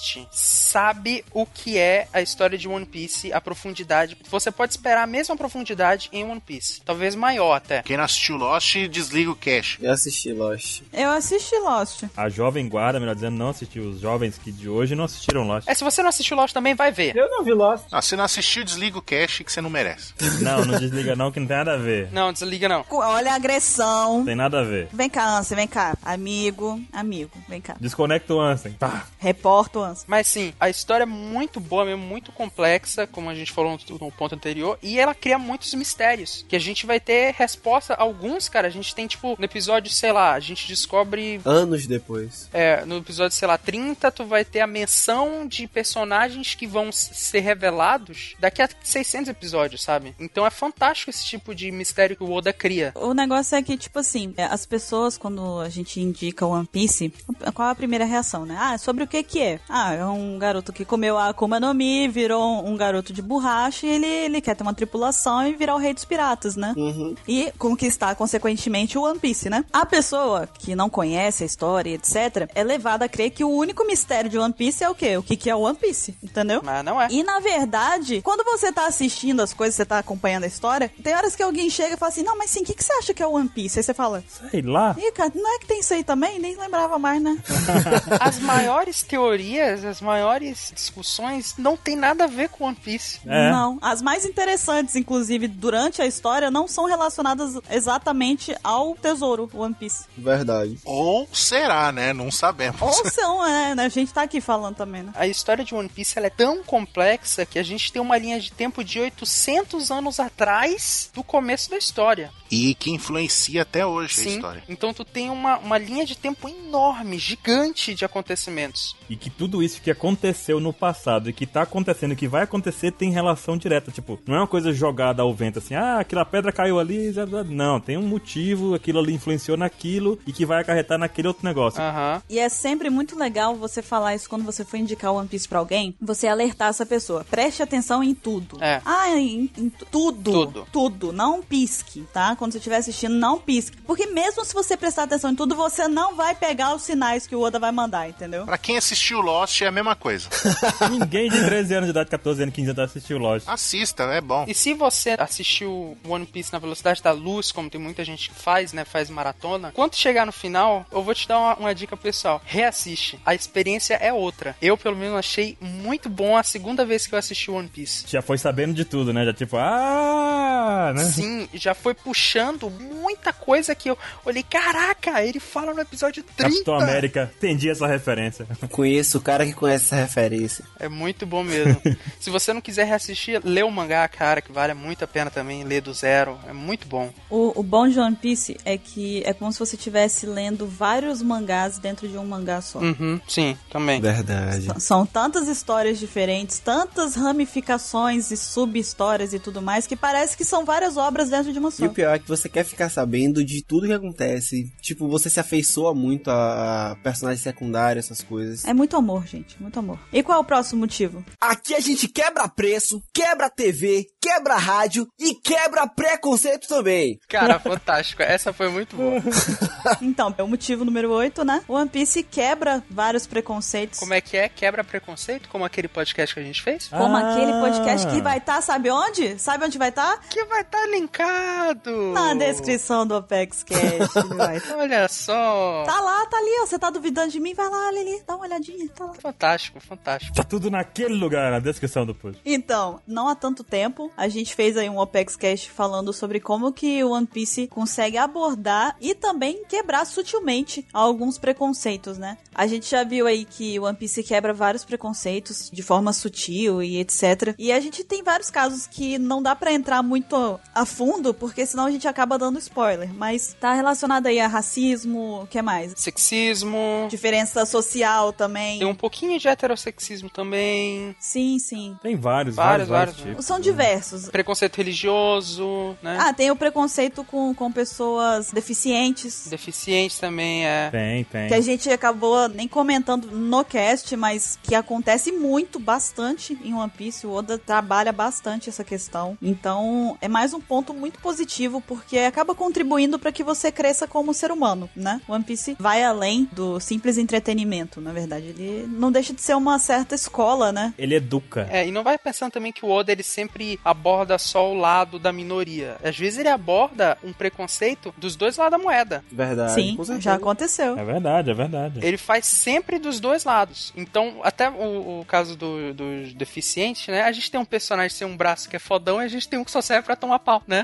sabe o que é a história de One Piece, a profundidade. Você pode esperar a mesma profundidade em One Piece, talvez maior até.
Quem não assistiu Lost, desliga o cash.
Eu assisti Lost.
Eu assisti Lost.
A jovem guarda, melhor dizendo, não assistiu. Os jovens que de hoje não assistiram Lost.
É, se você não assistiu Lost também, vai ver.
Eu não vi Lost.
Ah, se não assistiu, desliga o cash que você não merece.
Não, não desliga não, que não tem nada a ver.
Não, desliga não.
Co- Olha a agressão.
Tem nada a ver.
Vem cá, Ansem, vem cá. Amigo, amigo, vem cá.
Desconecta o Ansem. Tá, Pá.
Reporta o Ansem.
Mas sim, a história é muito boa mesmo, muito complexa, como a gente falou no, no ponto anterior, e ela cria muitos mistérios. Que a gente vai ter resposta a alguns, cara. A gente tem, tipo, no episódio, sei lá, a gente descobre.
Anos depois.
é, no episódio, sei lá, 30, tu vai ter a menção de personagens que vão s- ser revelados daqui a 600 episódios, sabe? Então é fantástico esse tipo de mistério que o Oda cria.
O negócio é que, tipo assim, é, as pessoas, quando a gente indica One Piece, qual é a primeira reação, né? Ah, sobre o que que é? Ah, é um garoto que comeu a Akuma no Mi, virou um garoto de borracha e ele, ele quer ter uma tripulação e virar o rei dos piratas, né?
Uhum.
E conquistar, consequentemente, o One Piece, né? A pessoa que não conhece a história, etc., é levada a crer que o único mistério de One Piece é o quê? O que que é One Piece, entendeu?
Mas não é.
E na verdade, quando você tá assistindo as coisas, você tá acompanhando a história, tem horas que alguém chega e fala assim: Não, mas sim, o que, que você acha que é One Piece? Aí você fala:
Sei tá lá.
Ih, cara, não é que tem isso aí também? Nem lembrava mais, né?
As maiores teorias, as maiores discussões não tem nada a ver com One Piece.
É.
Não. As mais interessantes, inclusive, durante a história, não são relacionadas exatamente ao tesouro One Piece.
Verdade.
Ou será, né? Não sabemos.
Ou são, é, né? A gente tá aqui falando também, né?
A história de One Piece ela é tão complexa que a gente tem uma linha de tempo de 800 anos atrás do começo da história.
E que influencia até hoje a
Sim.
história.
Então tu tem uma, uma linha de tempo enorme, gigante de acontecimentos.
E que tudo isso que aconteceu no passado e que tá acontecendo e que vai acontecer tem relação direta. Tipo, não é uma coisa jogada ao vento assim, ah, aquela pedra caiu ali. zá, zá. Não, tem um motivo, aquilo ali influenciou naquilo e que vai acarretar naquele outro negócio.
Aham.
E é sempre muito legal você falar isso quando você for indicar One Piece pra alguém, você alertar essa pessoa. Preste atenção em tudo.
É.
Ah, em, em tu- tudo.
Tudo.
Tudo. Não pisque, tá? Quando você estiver assistindo, não pisque. Porque mesmo se você prestar atenção em tudo, você não vai pegar os sinais que o Oda vai mandar, entendeu?
Pra quem assistiu Lost é a mesma coisa.
Ninguém de 13 anos de idade, 14 anos, tá 15 anos assistiu Lost.
Assista, é bom.
E se você assistiu One Piece na velocidade da luz, como tem muita gente que faz, né? Faz maratona. Quando chegar no final, eu vou te dar uma, uma dica pessoal. Reassiste. A experiência é outra. Eu, pelo menos, achei muito bom a segunda vez que eu assisti One Piece.
Já foi sabendo de tudo, né? Já tipo, ah, né?
Sim, já foi puxando muita coisa que eu olhei. Caraca, ele fala no episódio 30.
Capitão América, entendi essa referência.
Conheço o cara que conhece essa referência.
É muito bom mesmo. se você não quiser reassistir, lê o mangá, cara, que vale muito a pena também ler do zero. É muito bom.
O, o bom de One Piece é que é como se você estivesse lendo vários mangás dentro de um mangá só.
Uhum, sim, também.
Verdade.
São- São tantas histórias diferentes, tantas ramificações e sub-histórias e tudo mais, que parece que são várias obras dentro de uma só.
E o pior é que você quer ficar sabendo de tudo que acontece. Tipo, você se afeiçoa muito a personagens secundários, essas coisas.
É muito amor, gente, muito amor. E qual é o próximo motivo?
Aqui a gente quebra preço, quebra TV, quebra rádio e quebra preconceito também.
Cara, fantástico. Essa foi muito boa.
então, é o motivo número 8, né? One Piece quebra vários preconceitos.
Como é que é? Quebra preconceito, como aquele podcast que a gente fez?
Como
Ah.
aquele podcast que vai estar, sabe onde? Sabe onde vai estar?
Que vai estar linkado!
Na descrição do Apex Cash. ele vai tá.
Olha só!
Tá lá, tá ali, ó. Você tá duvidando de mim? Vai lá, Lili, dá uma olhadinha, tá lá.
Fantástico, fantástico.
Tá tudo naquele lugar, na descrição do post.
Então, não há tanto tempo, a gente fez aí um Opex Cast falando sobre como que o One Piece consegue abordar e também quebrar sutilmente alguns preconceitos, né? A gente já viu aí que o One Piece quebra vários preconceitos de forma sutil e etc. E a gente tem vários casos que não dá pra entrar muito a fundo, porque senão a gente acaba dando spoiler, mas tá relacionado aí a racismo, o que mais?
Sexismo.
Diferença social também.
um Tem um pouquinho de heterossexismo também.
Sim, sim.
Tem vários,
Vários,
vários, vários,
vários.
tipos.
São diversos.
Preconceito religioso, né?
Ah, tem o preconceito com, com pessoas deficientes.
Deficiente também, é.
Tem, tem.
Que a gente acabou nem comentando no cast, mas que acontece muito, bastante em One Piece. O Oda trabalha bastante essa questão. Então, é mais um ponto muito positivo, porque acaba contribuindo para que você cresça como ser humano, né? One Piece vai além do simples entretenimento, na verdade. Ele não deixa de ser uma certa escola, né?
Ele educa.
É, e não vai pensando também que o Oda ele sempre aborda só o lado da minoria. Às vezes ele aborda um preconceito dos dois lados da moeda.
Verdade.
Sim,
com certeza.
já aconteceu.
É verdade, é verdade.
Ele faz sempre dos dois lados. Então, até o, o caso do- dos deficientes, né? A gente tem um personagem sem um braço que é fodão e a gente tem um que só serve pra tomar pau, né?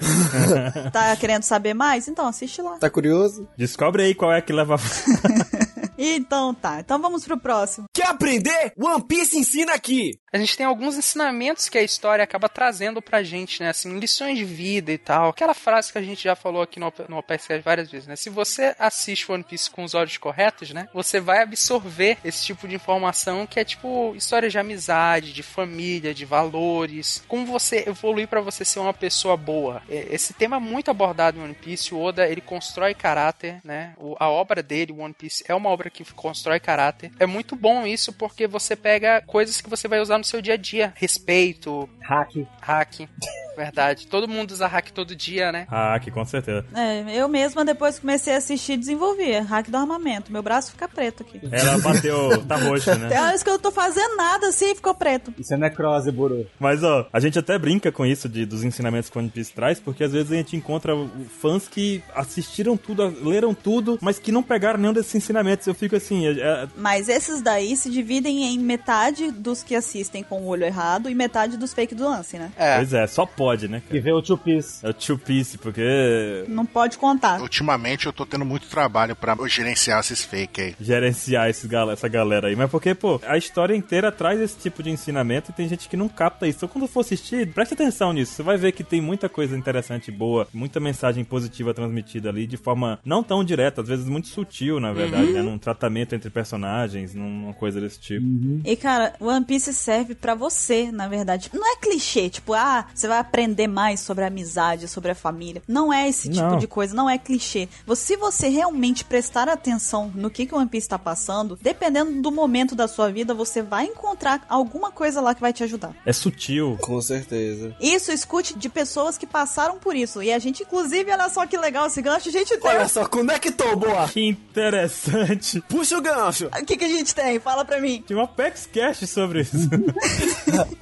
É.
Tá querendo saber mais? Então assiste lá.
Tá curioso?
Descobre aí qual é que leva.
Então tá. Então vamos pro próximo.
Quer aprender? One Piece ensina aqui!
A gente tem alguns ensinamentos que a história acaba trazendo pra gente, né? Assim, lições de vida e tal. Aquela frase que a gente já falou aqui no, Op- no OPSCast várias vezes, né? Se você assiste One Piece com os olhos corretos, né? Você vai absorver esse tipo de informação que é tipo história de amizade, de família, de valores. Como você evoluir pra você ser uma pessoa boa. É, Esse tema é muito abordado em One Piece. O Oda, ele constrói caráter, né? O- a obra dele, One Piece, é uma obra que constrói caráter. É muito bom isso porque você pega coisas que você vai usar no seu dia a dia. Respeito,
Hack.
hack. Verdade. Todo mundo usa hack todo dia, né?
ah, que com certeza.
É, eu mesma depois que comecei a assistir desenvolvi É hack do armamento. Meu braço fica preto aqui.
Ela bateu, tá roxa, né?
Tem horas que eu não tô fazendo nada assim e ficou preto.
Isso é necrose, Buru.
Mas ó, a gente até brinca com isso de, dos ensinamentos que o One Piece traz, porque às vezes a gente encontra fãs que assistiram tudo, leram tudo, mas que não pegaram nenhum desses ensinamentos. Eu fico assim, é- é-
Mas esses daí se dividem em metade dos que assistem com o olho errado e metade dos fake do lance, né?
É.
pois é, só pode, né?
Que
Cara?
vê o Two Piece.
É o Two Piece, porque
Não pode contar.
Ultimamente eu tô tendo muito trabalho pra gerenciar esses fake aí.
gerenciar esses gal- essa galera aí. Mas porque, pô, a história inteira traz esse tipo de ensinamento e tem gente que não capta isso. Então, quando for assistir, preste atenção nisso. Você vai ver que tem muita coisa interessante e boa, muita mensagem positiva transmitida ali de forma não tão direta, às vezes muito sutil, na verdade, né? Num tratamento entre personagens, numa coisa desse tipo.
E cara, One Piece serve pra você, na verdade. Não é clichê, tipo, ah, você vai aprender mais sobre a amizade, sobre a família. Não é esse tipo
Não.
de coisa, não é clichê. Você- Se você realmente prestar atenção no que que o One Piece tá passando, dependendo do momento da sua vida, você vai encontrar alguma coisa lá que vai te ajudar.
É sutil.
Com certeza.
Isso, escute de pessoas que passaram por isso. E a gente, inclusive, olha só que legal esse gancho, a gente tem.
Olha só, como é que tô, boa?
Que interessante.
Puxa o gancho!
O que, que a gente tem? Fala pra mim.
Tinha uma Pex Cash sobre isso.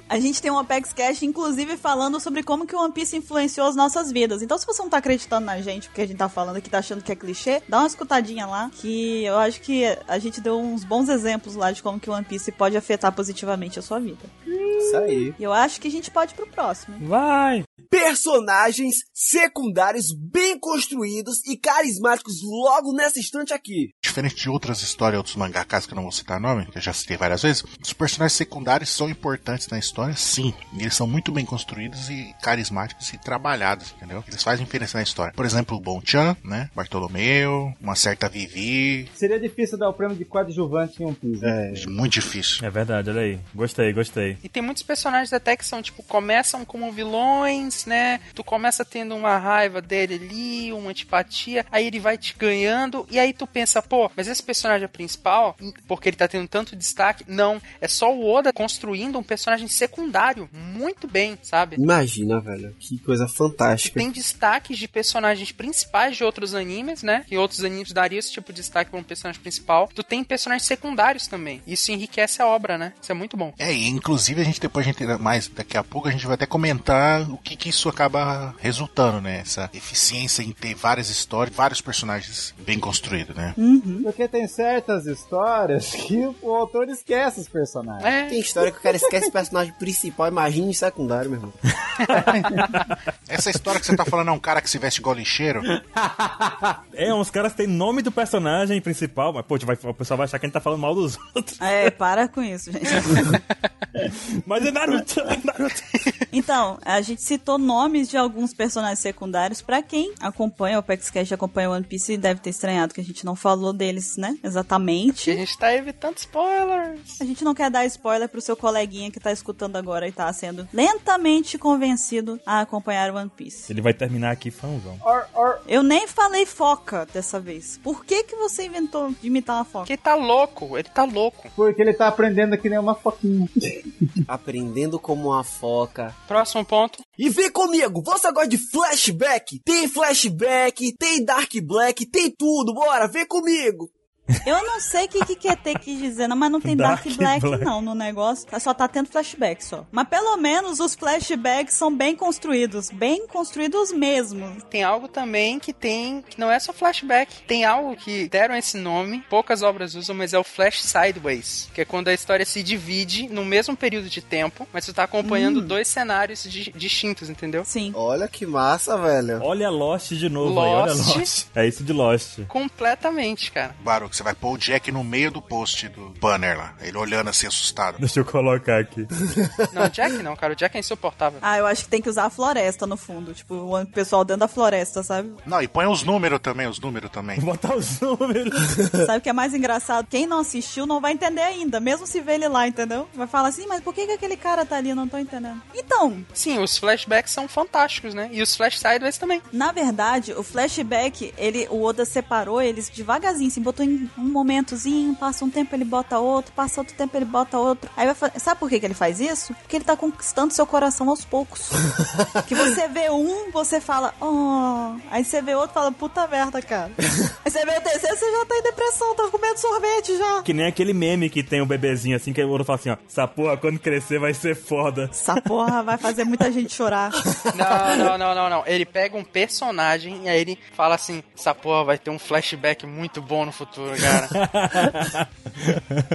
A gente tem um Apex Cash, inclusive, falando sobre como que o One Piece influenciou as nossas vidas. Então, se você não tá acreditando na gente, porque a gente tá falando aqui, tá achando que é clichê, dá uma escutadinha lá, que eu acho que a gente deu uns bons exemplos lá de como que o One Piece pode afetar positivamente a sua vida.
Isso aí.
E eu acho que a gente pode ir pro próximo.
Vai!
Personagens secundários bem construídos e carismáticos logo nessa estante aqui.
Diferente de outras histórias, outros mangakas que eu não vou citar nome, que eu já citei várias vezes, os personagens secundários são importantes na história, sim. E eles são muito bem construídos e carismáticos e trabalhados, entendeu? Eles fazem diferença na história. Por exemplo, o Bonchan, né? Bartolomeu, uma certa Vivi.
Seria difícil dar o prêmio de coadjuvante em One Piece. né?
Muito difícil.
É verdade, olha aí. Gostei, gostei.
E tem muitos personagens até que são, tipo, começam como vilões, né? Tu começa tendo uma raiva dele ali, uma antipatia, aí ele vai te ganhando, e aí tu pensa, pô, mas esse personagem é principal, porque ele tá tendo tanto destaque. Não, é só o Oda construindo um personagem secundário muito bem, sabe?
Imagina, velho. Que coisa fantástica.
Tem destaques de personagens principais de outros animes, né? Que outros animes dariam esse tipo de destaque pra um personagem principal. Tu tem personagens secundários também. Isso enriquece a obra, né? Isso é muito bom.
É, e inclusive a gente depois a gente mais daqui a pouco a gente vai até comentar o que, que isso acaba resultando, né? Essa eficiência em ter várias histórias, vários personagens bem construídos, né?
É.
Porque tem certas histórias que o autor esquece os personagens.
É.
Tem história que o cara esquece o personagem principal, imagina o secundário, meu irmão.
Essa história que você tá falando é um cara que se veste igual lixeiro?
É, uns caras têm nome do personagem principal, mas, pô, a gente vai- o pessoal vai achar que a gente tá falando mal dos outros.
É, para com isso, gente.
Mas é Naruto! é Naruto.
Então, a gente se citou nomes de alguns personagens secundários. Pra quem acompanha o PaxCast, acompanha o One Piece, deve ter estranhado que a gente não falou deles, né?
Que a
Exatamente.
gente tá evitando spoilers.
A gente não quer dar spoiler pro seu coleguinha que tá escutando agora e tá sendo lentamente convencido a acompanhar o One Piece.
Ele vai terminar aqui fanzão.
Or, or,
Eu nem falei foca dessa vez. Por que que você inventou de imitar uma foca?
Porque tá louco, ele tá louco.
porque ele tá aprendendo que nem uma foquinha.
Aprendendo como uma foca.
Próximo ponto.
E vem comigo, você gosta de flashback? Tem flashback, tem Dark Black, tem tudo, bora, vem comigo!
Eu não sei o que, que quer ter que dizer, não, mas não tem Dark,
Dark
Black,
Black.
não no negócio. Só tá tendo flashback só. Mas pelo menos os flashbacks são bem construídos. Bem construídos mesmo.
Tem algo também que tem, que não é só flashback. Tem algo que deram esse nome, poucas obras usam, mas é o flash sideways, que é quando a história se divide no mesmo período de tempo, mas tu tá acompanhando dois cenários di- distintos, entendeu?
Sim.
Olha que massa, velho.
Olha Lost de novo aí, olha
Lost.
Lost. É isso de Lost.
Completamente, cara.
Baru, que você vai pôr o Jack no meio do post do banner lá. Ele olhando assim, assustado.
Deixa eu colocar aqui.
Não, o Jack não, cara, o Jack é insuportável.
Ah, eu acho que tem que usar a floresta no fundo. Tipo, o pessoal dentro da floresta, sabe?
Não, e põe os números também, os números também.
Vou botar os números.
sabe o que é mais engraçado? Quem não assistiu não vai entender ainda. Mesmo se vê ele lá, entendeu? Vai falar assim, mas por que, que aquele cara tá ali? Eu não tô entendendo. Então,
Sim, os flashbacks são fantásticos, né? E os flash sideways também.
Na verdade, o flashback, ele, o Oda separou eles devagarzinho, assim, botou em um momentozinho, passa um tempo ele bota outro, passa outro tempo ele bota outro. Aí vai fa- Sabe por que, que ele faz isso? Porque ele tá conquistando seu coração aos poucos. que você vê um, você fala, oh. Aí você vê outro, fala, puta merda, cara. Aí você vê o terceiro, você já tá em depressão, tá comendo sorvete já.
Que nem aquele meme que tem o bebezinho assim, que o outro fala assim, ó. Essa porra quando crescer vai ser foda.
Essa porra vai fazer muita gente chorar.
Não, não, não, não, não. Ele pega um personagem e aí ele fala assim: essa porra vai ter um flashback muito bom no futuro, cara.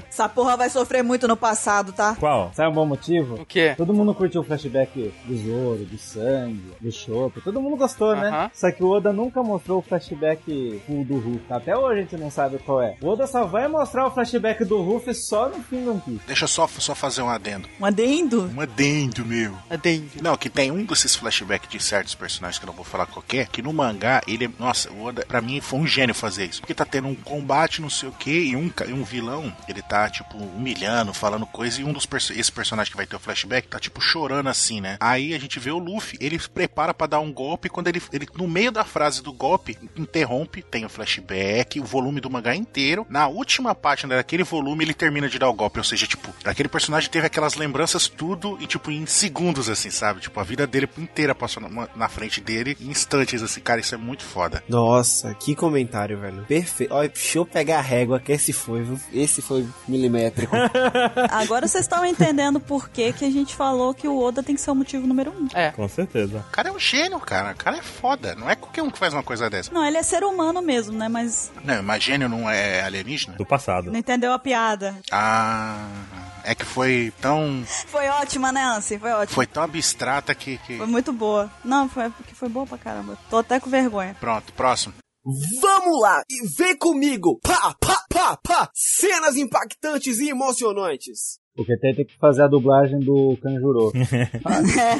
Essa porra vai sofrer muito no passado, tá?
Qual?
Sabe um bom motivo?
O quê?
Todo mundo curtiu o flashback do Zoro, do sangue, do Chopper. Todo mundo gostou,
Aham.
né? Só que o Oda nunca mostrou o flashback full do Ruff. Até hoje a gente não sabe qual é. O Oda só vai mostrar o flashback do Ruff só no fim do One Piece.
Deixa eu só, só fazer um adendo.
Um adendo?
Um adendo, meu.
Adendo.
Não, que tem um desses flashbacks de certos personagens que eu não vou falar qual que é, que no mangá ele, é- nossa, o Oda, pra mim foi um gênio fazer isso, porque tá tendo um combate, não sei o que, e um, ca- e um vilão, ele tá, tipo, humilhando, falando coisa, e um dos, perso- esse personagem que vai ter o flashback tá, tipo, chorando assim, né? Aí a gente vê o Luffy, ele se prepara pra dar um golpe, e quando ele, ele, no meio da frase do golpe, interrompe, tem o flashback, o volume do mangá inteiro, na última página daquele volume ele termina de dar o golpe, ou seja, tipo, aquele personagem teve aquelas lembranças tudo, e tipo, em segundos, assim, sabe? Tipo, a vida dele inteira passou na, na frente dele, em instantes, assim, cara, isso é muito foda.
Nossa, que comentário, velho. Perfeito. Olha, deixa eu pegar a régua, que esse foi, viu? Esse foi milimétrico.
Agora vocês estão entendendo por que, que a gente falou que o Oda tem que ser o motivo número um.
É.
Com certeza.
O cara é um gênio, cara, o cara é foda, não é qualquer um que faz uma coisa dessa.
Não, ele é ser humano mesmo, né? Mas
Não, mas gênio não é alienígena?
Do passado.
não entendeu a piada.
Ah, é que foi tão,
Foi ótima, né, Ansi? Foi ótima.
foi tão abstrata que... que...
Foi muito boa. Não, foi porque foi boa pra caramba. Tô até com vergonha.
Pronto, próximo.
Vamos lá e vem comigo. Pá, pá, pá, pá. Cenas impactantes e emocionantes.
Porque tem tem que fazer a dublagem do Kanjuro.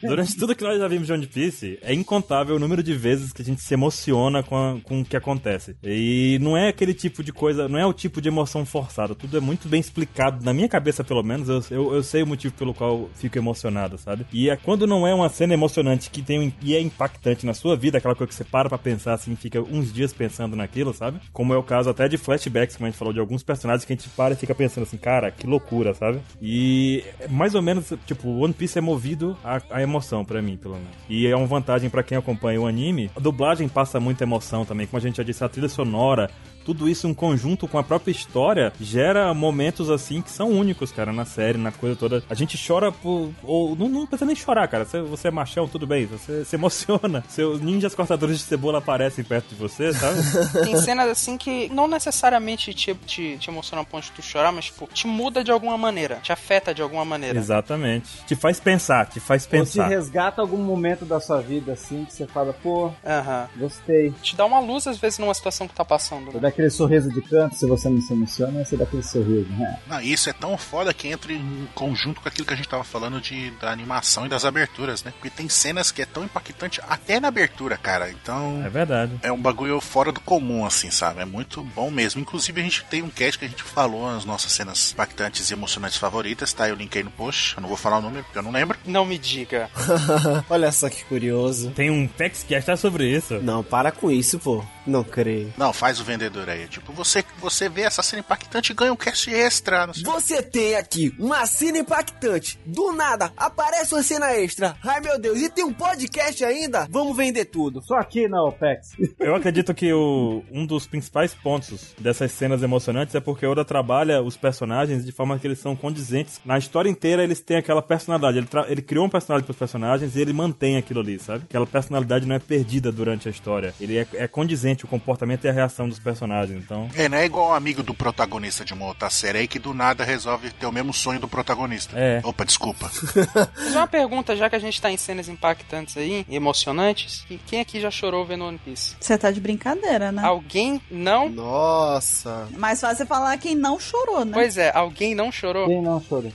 Durante tudo que nós já vimos de One Piece, é incontável o número de vezes que a gente se emociona com, a- com o que acontece. E não é aquele tipo de coisa, não é o tipo de emoção forçada. Tudo é muito bem explicado, na minha cabeça pelo menos, eu, eu, eu sei o motivo pelo qual eu fico emocionado, sabe? E é quando não é uma cena emocionante que tem um- e é impactante na sua vida, aquela coisa que você para pra pensar assim, fica uns dias pensando naquilo, sabe? Como é o caso até de flashbacks, como a gente falou, de alguns personagens que a gente para e fica pensando assim, cara, que loucura, sabe? E é mais ou menos, tipo, One Piece é movido à, à emoção pra mim, pelo menos. E é uma vantagem pra quem acompanha o anime. A dublagem passa muita emoção também, como a gente já disse, a trilha sonora, tudo isso em conjunto com a própria história gera momentos assim que são únicos, cara, na série, na coisa toda. A gente chora por. Ou não, não precisa nem chorar, cara. Você, você é machão, tudo bem. Você se emociona. Seus ninjas cortadores de cebola aparecem perto de você, sabe?
Tem cenas assim que não necessariamente te, te, te emocionam a ponto de tu chorar, mas, tipo, te muda de alguma maneira, te afeta de alguma maneira.
Exatamente. Te faz pensar, te faz
Ou te
pensar.
resgata algum momento da sua vida, assim, que você fala, pô,
Aham.
gostei.
Te dá uma luz, às vezes, numa situação que tá passando.
Você
né?
dá aquele sorriso de canto, se você não se emociona, você dá aquele sorriso. né?
Não, isso é tão foda que entra em conjunto com aquilo que a gente tava falando de, da animação e das aberturas, né? Porque tem cenas que é tão impactante até na abertura, cara. Então.
É verdade.
É um bagulho fora do comum, assim, sabe? É muito bom mesmo. Inclusive, a gente tem um cast que a gente falou as nossas cenas impactantes e emocionantes favoritas, tá? Eu linkei no post. Eu não vou falar o número porque eu não lembro.
Não me diga.
Olha só que curioso.
Tem um PEXcast tá sobre isso.
Não, para com isso, pô. Não creio.
Não, faz o vendedor aí. Tipo, você, você vê essa cena impactante e ganha um cast extra. Não sei.
Você tem aqui uma cena impactante. Do nada, aparece uma cena extra. Ai meu Deus, e tem um podcast ainda? Vamos vender tudo.
Só aqui na OPEX.
Eu acredito que o- um dos principais pontos dessas cenas emocionantes é porque Oda trabalha os personagens de forma que eles são condizentes. Na história inteira eles têm aquela personalidade. Ele, tra- ele criou um personagem para os personagens e ele mantém aquilo ali, sabe? Aquela personalidade não é perdida durante a história. Ele é, é condizente o comportamento e a reação dos personagens. Então,
É, não é igual um amigo do protagonista de uma outra série aí que do nada resolve ter o mesmo sonho do protagonista.
É.
Opa, desculpa.
Mas uma pergunta, já que a gente tá em cenas impactantes aí, e emocionantes, e quem aqui já chorou vendo One Piece?
Você tá de brincadeira, né?
Alguém não?
Nossa.
Mais fácil é falar quem não chorou, né?
Pois é, alguém não chorou?
Quem não chorou?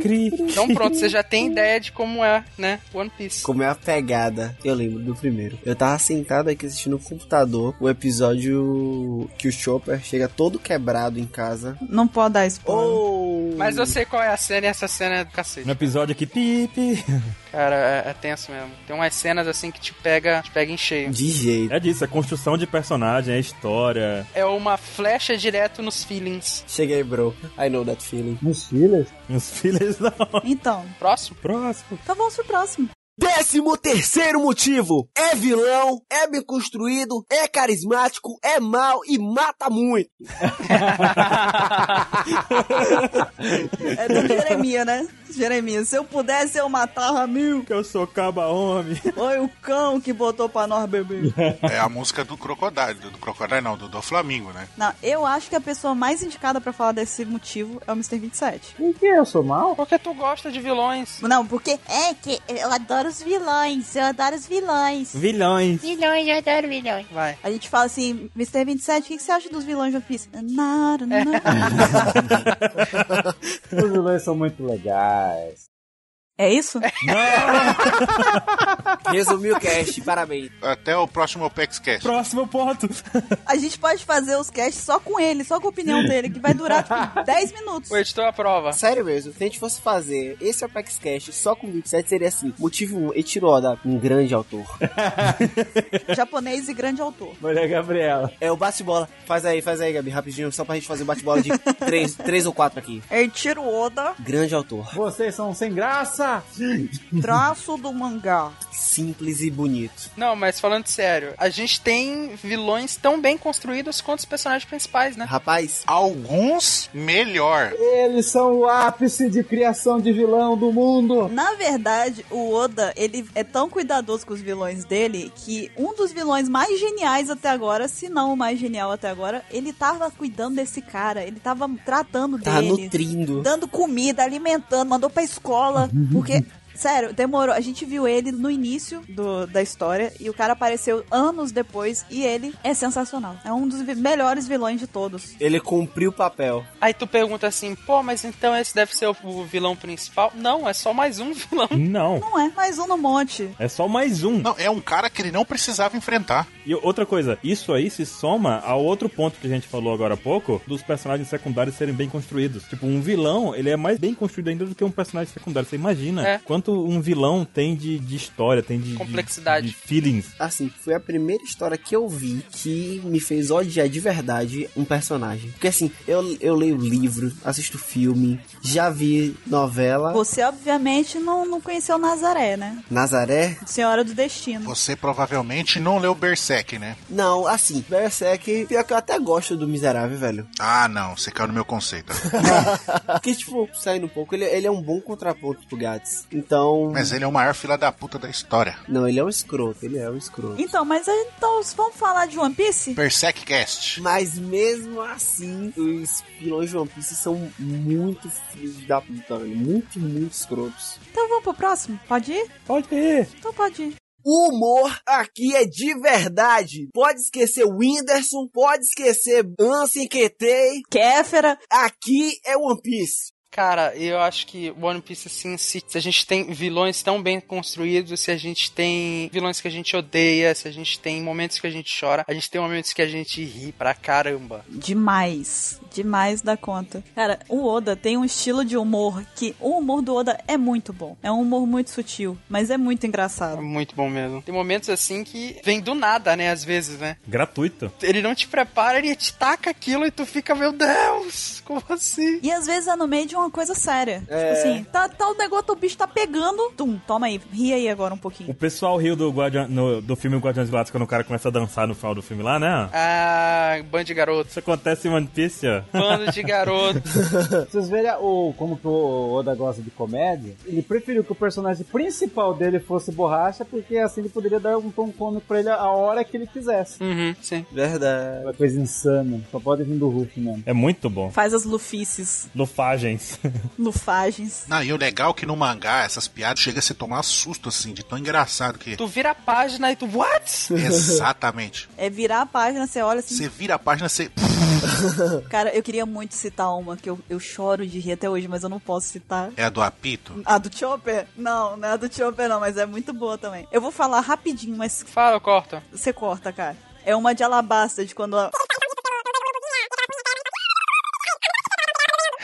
cri,
Então pronto, você já tem ideia de como é, né? One Piece.
Como é a pegada? Eu lembro do primeiro. Eu tava sentado aqui assistindo no computador o episódio que o Chopper chega todo quebrado em casa.
Não pode dar spoiler.
Oh!
Mas eu sei qual é a cena e essa cena é do
No
cacete.
episódio aqui, pi, pi.
Cara, é, é tenso mesmo. Tem umas cenas assim que te pega, te pega em cheio.
De jeito.
É disso, é construção de personagem, é história.
É uma flecha direto nos feelings.
Cheguei, bro. I know that feeling.
Nos filhos?
Os filhos não.
Então,
Próximo?
Próximo.
então vamos pro próximo.
Décimo terceiro motivo. É vilão, é bem construído, é carismático, é mal e mata muito.
É do Jeremias, né? Jeremias, se eu pudesse, eu matava mil.
Que eu sou caba homem.
Foi o cão que botou pra nós beber.
É a música do Crocodile, do, do Crocodile não, do, do Flamingo, né?
Não, eu acho que a pessoa mais indicada pra falar desse motivo é o Mr. 27.
Por que eu sou mal?
Porque tu gosta de vilões.
Não, porque é que eu adoro os vilões, eu adoro os vilões.
Vilhões.
Milhões, eu adoro milhões.
Vai.
A gente fala assim, Mr. 27, o que que você acha dos vilões de One Piece? Nada, nada.
Os vilões são muito legais.
É isso?
Resumiu o cast, parabéns.
Até o próximo Opex Cast.
Próximo ponto.
A gente pode fazer os casts só com ele, só com a opinião dele, que vai durar tipo 10 minutos.
O editor aprova.
Sério mesmo, se a gente fosse fazer esse Apex Cast só com 27, seria assim. Motivo 1, Etiroda, um grande autor.
Japonês e grande autor.
Maria Gabriela.
É o bate-bola. Faz aí, faz aí, Gabi, rapidinho, só pra gente fazer o bate-bola de 3, ou 4 aqui.
É Tiro Oda,
Grande autor.
Vocês são sem graça!
traço do mangá.
Simples e bonito.
Não, mas falando sério, a gente tem vilões tão bem construídos quanto os personagens principais, né?
Rapaz,
Alguns melhor.
Eles são o ápice de criação de vilão do mundo!
Na verdade, o Oda, ele é tão cuidadoso com os vilões dele que um dos vilões mais geniais até agora, se não o mais genial até agora, ele tava cuidando desse cara, ele tava tratando
tá
dele,
nutrindo.
dando comida, alimentando, mandou pra escola, porque Sério, demorou. A gente viu ele no início do- da história e o cara apareceu anos depois e ele é sensacional. É um dos vi- melhores vilões de todos.
Ele cumpriu o papel.
Aí tu pergunta assim, pô, mas então esse deve ser o- o vilão principal? Não, é só mais um vilão.
Não.
Não é mais um no monte.
É só mais um.
Não, é um cara que ele não precisava enfrentar.
E outra coisa, isso aí se soma ao outro ponto que a gente falou agora há pouco, dos personagens secundários serem bem construídos. Tipo, um vilão, ele é mais bem construído ainda do que um personagem secundário. Você imagina
É.
quanto um vilão tem de, de história, tem de... de-
Complexidade.
De, feelings.
Assim, foi a primeira história que eu vi que me fez odiar de verdade um personagem. Porque assim, eu, eu leio livro, assisto filme, já vi novela.
Você, obviamente, não, não conheceu Nazaré, né?
Nazaré?
Senhora do Destino.
Você provavelmente não leu Berserk. Berserk, né?
Não, assim, Berserk, pior que eu até gosto do Miserável, velho.
Ah, não, você caiu no meu conceito.
Porque, tipo, saindo um pouco, ele, ele é um bom contraponto pro Gats. Então.
Mas ele é o maior fila da puta da história.
Não, ele é um escroto, ele é um escroto.
Então, mas aí, então vamos falar de One Piece?
Berserk Cast.
Mas mesmo assim, os vilões de One Piece são muito filhos da puta, velho. Muito, muito escrotos.
Então vamos pro próximo? Pode ir?
Pode ir.
Então pode ir.
O humor aqui é de verdade. Pode esquecer Whindersson, pode esquecer Ansem Ketei.
Kéfera.
Aqui é One Piece.
Cara, eu acho que One Piece, assim, se, se a gente tem vilões tão bem construídos, se a gente tem vilões que a gente odeia, se a gente tem momentos que a gente chora, a gente tem momentos que a gente ri pra caramba.
Demais. Demais da conta. Cara, o Oda tem um estilo de humor que o humor do Oda é muito bom. É um humor muito sutil, mas é muito
É
engraçado.
muito bom mesmo. Tem momentos assim que vem do nada, né? Às vezes, né?
Gratuito.
Ele não te prepara, ele te taca aquilo e tu fica, meu Deus, como assim?
E às vezes é no meio de uma coisa séria.
É.
Tipo assim, tá, tá o negócio, o bicho tá pegando. Tum, toma aí, ri aí agora um
O
pouquinho.
pessoal riu do, Guardian, no- do filme Guardiões Galácticos quando o cara começa a dançar no final do filme lá, né?
Ah, bando de garoto.
Isso acontece em One Piece, ó.
Bando de garoto.
Vocês verem o, como que o Oda gosta de comédia, ele preferiu que o personagem principal dele fosse borracha, porque assim ele poderia dar um tom cômico pra ele a hora que ele quisesse. É
Uhum, sim.
Verdade.
Uma coisa insana, só pode vir do Ruff mesmo.
É muito bom.
Faz as lufices,
Lufagens.
lufagens.
Não, e o legal é que no mangá essas piadas chega a se tomar susto assim, de tão engraçado que.
Tu vira a página e tu, what?
Exatamente.
É virar a página, você olha assim,
Você vira a página, você.
Cara, eu queria muito citar uma que eu, eu choro de rir até hoje, mas eu não posso citar.
É a do apito?
A do Chopper? Não, não é a do Chopper, não, mas é muito boa também. Eu vou falar rapidinho, mas
Fala, corta.
você corta, cara. É uma de alabasta de quando a.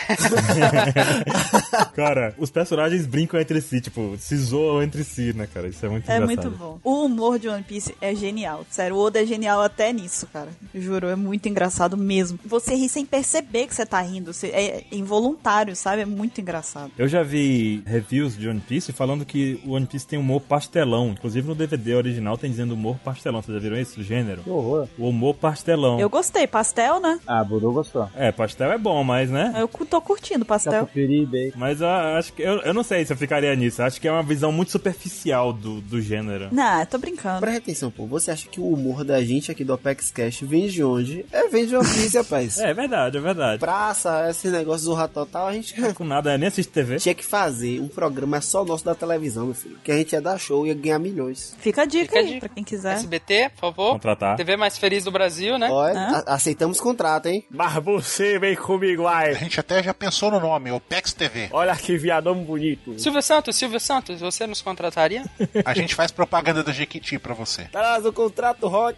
cara, os personagens brincam entre si, tipo, se zoam entre si, né, cara? Isso é muito
É
engraçado.
muito bom. O humor de One Piece é genial. Sério, o Oda é genial até nisso, cara. Juro, é muito engraçado mesmo. Você ri sem perceber que você tá rindo. Você- é involuntário, sabe? É muito engraçado.
Eu já vi reviews de One Piece falando que o One Piece tem humor pastelão. Inclusive no DVD original tem dizendo humor pastelão. Vocês já viram isso do gênero?
Que horror.
O humor pastelão.
Eu gostei. Pastel, né?
Ah, Buru gostou. Tá
É, pastel é bom, mas né?
Eu cu- tô curtindo pastel.
Catupiry, bacon.
Mas ah, acho que. Eu, eu não sei se eu ficaria nisso. Acho que é uma visão muito superficial do, do gênero.
Não, tô brincando.
Presta atenção, pô. Você acha que o humor da gente aqui do Apex Cash vem de onde? É, vem de One Piece, rapaz.
É, é verdade, é verdade.
Praça, esse negócio do ratotal, a gente
Com nada, nem assiste TV.
tinha que fazer um programa só nosso da televisão, meu filho. Que a gente ia dar show e ia ganhar milhões.
Fica a dica
Fica a
aí,
dica.
pra quem quiser.
SBT, por favor.
Contratar.
TV mais feliz do Brasil, né?
Olha,
Hã?
é, a- aceitamos contrato, hein?
Mas você vem comigo,
A
ai.
gente até já pensou no nome, Opex TV.
Olha que viadão bonito.
Silvio Santos, Silvio Santos, você nos contrataria?
A gente faz propaganda do Jequiti pra você.
Traz o contrato, Rock!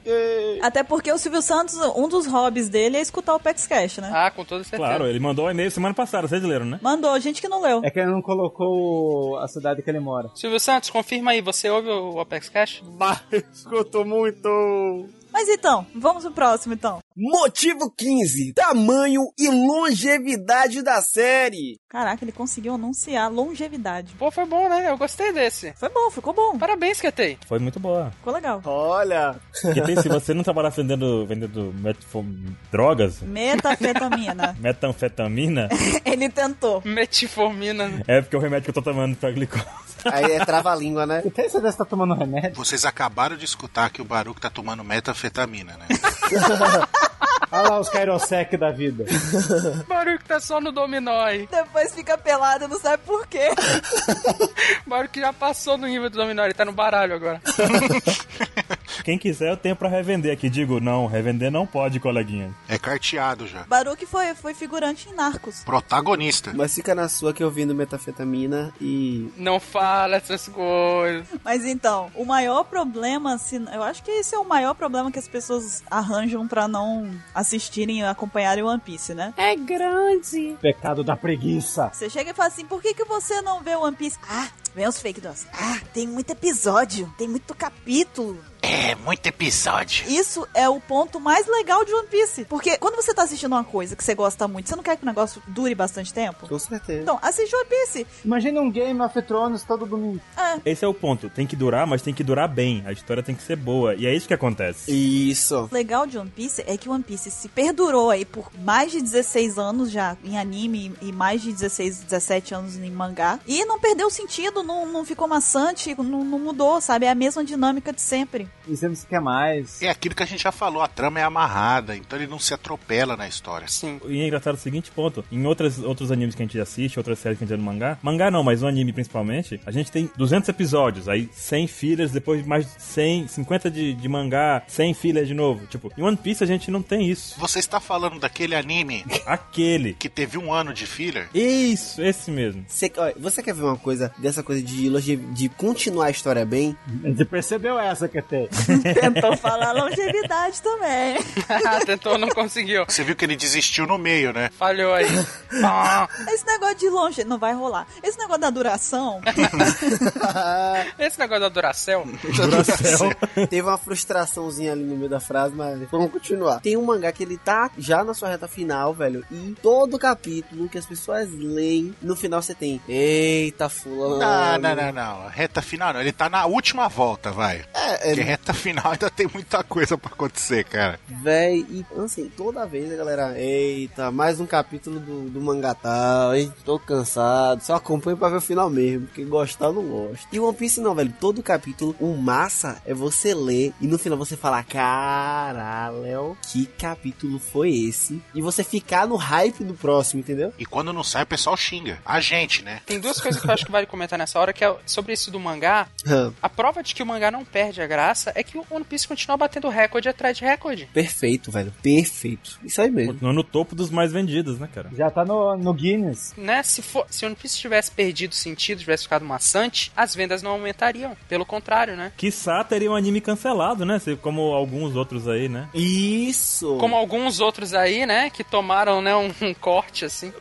Até porque o Silvio Santos, um dos hobbies dele é escutar o Pex Cash, né?
Ah, com toda certeza.
Claro, ele mandou um e-mail semana passada, vocês leram, né?
Mandou, gente que não leu.
É que ele não colocou a cidade que ele mora.
Silvio Santos, confirma aí, você ouve o Apex Cash?
Mas escuto muito.
Mas então, vamos pro próximo então.
Motivo 15: Tamanho e longevidade da série.
Caraca, ele conseguiu anunciar longevidade.
Pô, foi bom, né? Eu gostei desse.
Foi bom, ficou bom,
Parabéns, Ketei.
Foi muito boa.
ficou legal.
Olha,
Porque tem, se você não trabalhar vendendo, vendendo metfo- drogas,
Metafetamina.
metanfetamina,
ele tentou.
Metiformina.
é porque é o remédio que eu tô tomando pra glicose.
aí é trava-língua, né?
Você tem certeza que tá tomando remédio?
Vocês acabaram de escutar que o Baruco tá tomando metanfetamina, né?
Olha lá os Kairosek da vida.
Baruco tá só no dominó aí.
Depois fica pelado, não sabe por quê.
Baruco já passou no nível do dominó, ele tá no baralho agora.
Quem quiser, eu tenho pra revender aqui. Digo, não, revender não pode, coleguinha.
É carteado já.
Baruque foi, foi figurante em Narcos.
Protagonista.
Mas fica na sua que eu vim do metafetamina e.
Não fala essas coisas.
Mas então, o maior problema, se, eu acho que esse é o maior problema que as pessoas arranjam pra não assistirem e acompanharem One Piece, né?
Pecado da preguiça.
Você chega e fala assim, por que, que você não vê One Piece? Ah, vem os fake news. Ah, tem muito episódio, tem muito capítulo.
É, muito episódio.
Isso é o ponto mais legal de One Piece. Porque quando você tá assistindo uma coisa que você gosta muito, você não quer que o negócio dure bastante tempo?
Com certeza.
Então, assiste One Piece.
Imagina um Game of Thrones todo domingo.
Esse é o ponto. Tem que durar, mas tem que durar bem. A história tem que ser boa. E é isso que acontece.
Isso.
O legal de One Piece é que One Piece se perdurou aí por mais de 16 anos já em anime e mais de 16, 17 anos em mangá. E não perdeu sentido, não, não ficou maçante, não, não mudou, sabe? É a mesma dinâmica de sempre.
E você não se quer mais.
É aquilo que a gente já falou, a trama é amarrada, então ele não se atropela na história.
Sim.
E é engraçado o seguinte ponto. Em outras, outros animes que a gente assiste, outras séries que a gente vê no mangá, mangá não, mas no anime principalmente, a gente tem 200 episódios, aí 100 filhas, depois mais 100, 50 de, de mangá, 100 filhas de novo. Tipo, em One Piece a gente não tem isso.
Você está falando daquele anime
Aquele.
que teve um ano de filler?
Isso, esse mesmo.
Você, olha, você quer ver uma coisa dessa coisa de, longe- de continuar a história bem?
Você é percebeu essa que tem?
Tentou falar longevidade também.
Tentou, não conseguiu.
Você viu que ele desistiu no meio, né?
Falhou aí. Ah,
Esse negócio de longe não vai rolar. Esse negócio da duração,
Esse negócio da Duracell.
Duracell.
Teve uma frustraçãozinha ali no meio da frase, mas vamos continuar. Tem um mangá que ele tá já na sua reta final, velho. E todo capítulo que as pessoas leem, no final você tem. Eita, fulano.
Não, não, não, não. Reta final não. Ele tá na última volta, vai.
É,
Porque
é,
reta final ainda tem muita coisa pra acontecer, cara.
véi. E assim, toda vez a galera. Eita, mais um capítulo do, do mangá tal, hein? Tô cansado. Só acompanho pra ver o final mesmo. Porque gostar eu não gosto. E One Piece não, velho. Todo capítulo, o massa é você ler e no final você falar: caralho, que capítulo foi esse? E você ficar no hype do próximo, entendeu?
E quando não sai, o pessoal xinga. A gente, né?
Tem duas coisas que eu acho que vale comentar nessa hora, que é sobre isso do mangá.
Hum,
A prova de que o mangá não perde a graça é que o One Piece continua batendo recorde atrás de recorde.
Perfeito, velho. Perfeito. Isso aí mesmo.
Continua no topo dos mais vendidos, né, cara?
Já tá no, no Guinness.
Né? Se, for, se One Piece tivesse perdido o sentido, tivesse ficado maçante, as vendas não aumentariam. Pelo contrário, né?
Quiçá teria um anime cancelado, né? Se- Como alguns outros aí, né?
Isso.
Como alguns outros aí, né? Que tomaram, né, um, um corte, assim.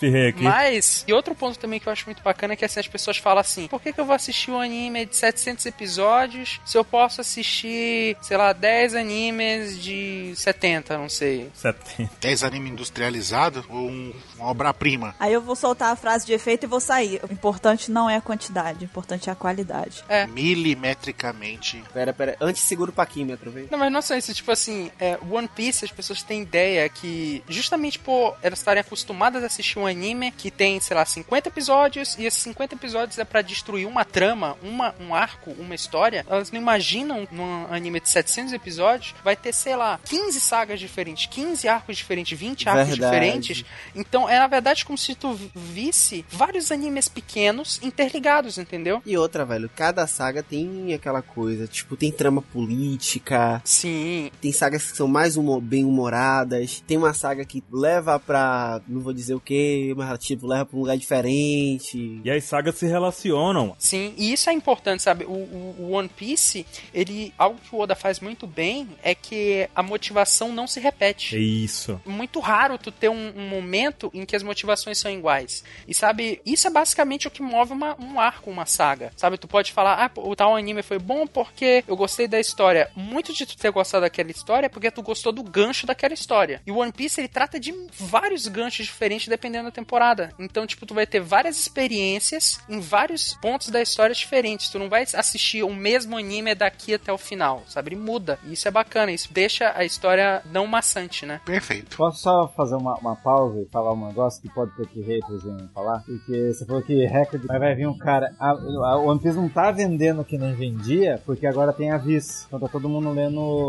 Ferrei aqui.
Mas, e outro ponto também que eu acho muito bacana é que assim, as pessoas falam assim: por que, que eu vou assistir um anime de 700 episódios se eu posso assistir, sei lá, 10 animes de 70, não sei.
70.
10 anime industrializado ou um- uma obra-prima.
aí eu vou soltar a frase de efeito e vou sair. O importante não é a quantidade, o importante é a qualidade.
É.
Milimetricamente.
Pera, pera. Antes seguro o paquímetro, vem.
Não, mas não só isso, tipo assim, é, One Piece as pessoas têm ideia que, justamente por elas estarem acostumadas a assistir um anime que tem, sei lá, 50 episódios, e esses 50 episódios é pra destruir uma trama, uma, um arco, uma história, elas não imaginam num anime de 700 episódios, vai ter, sei lá, 15 sagas diferentes, 15 arcos diferentes, 20 arcos
Verdade.
diferentes. Então é na verdade como se tu visse vários animes pequenos interligados, entendeu?
E outra, velho. Cada saga tem aquela coisa. Tipo, tem trama política.
Sim,
Tem sagas que são mais humo- bem-humoradas. Tem uma saga que leva pra. Não vou dizer o que, mas tipo, leva pra um lugar diferente.
E as sagas se relacionam.
Sim, e isso é importante, sabe? O, o- o One Piece, ele. Algo que o Oda faz muito bem é que a motivação não se
É
repete.
isso.
Muito raro tu ter um, um momento em que as motivações são iguais. E sabe, isso é basicamente o que move uma- um arco, uma saga. Sabe, tu pode falar, ah, pô, o tal anime foi bom porque eu gostei da história. Muito de tu ter gostado daquela história é porque tu gostou do gancho daquela história. E o One Piece, ele trata de vários ganchos diferentes dependendo da temporada. Então, tipo, tu vai ter várias experiências em vários pontos da história diferentes. Tu não vai assistir o mesmo anime daqui até o final, sabe? Ele muda. E isso é bacana, isso deixa a história não maçante, né?
Perfeito.
Posso só fazer uma, uma pausa e falar um negócio que pode ter que Reiterzinho falar? Porque você falou que recorde, mas vai vir um cara. A, a One Piece não tá vendendo que nem vendia, porque agora tem a Viz. Então tá todo mundo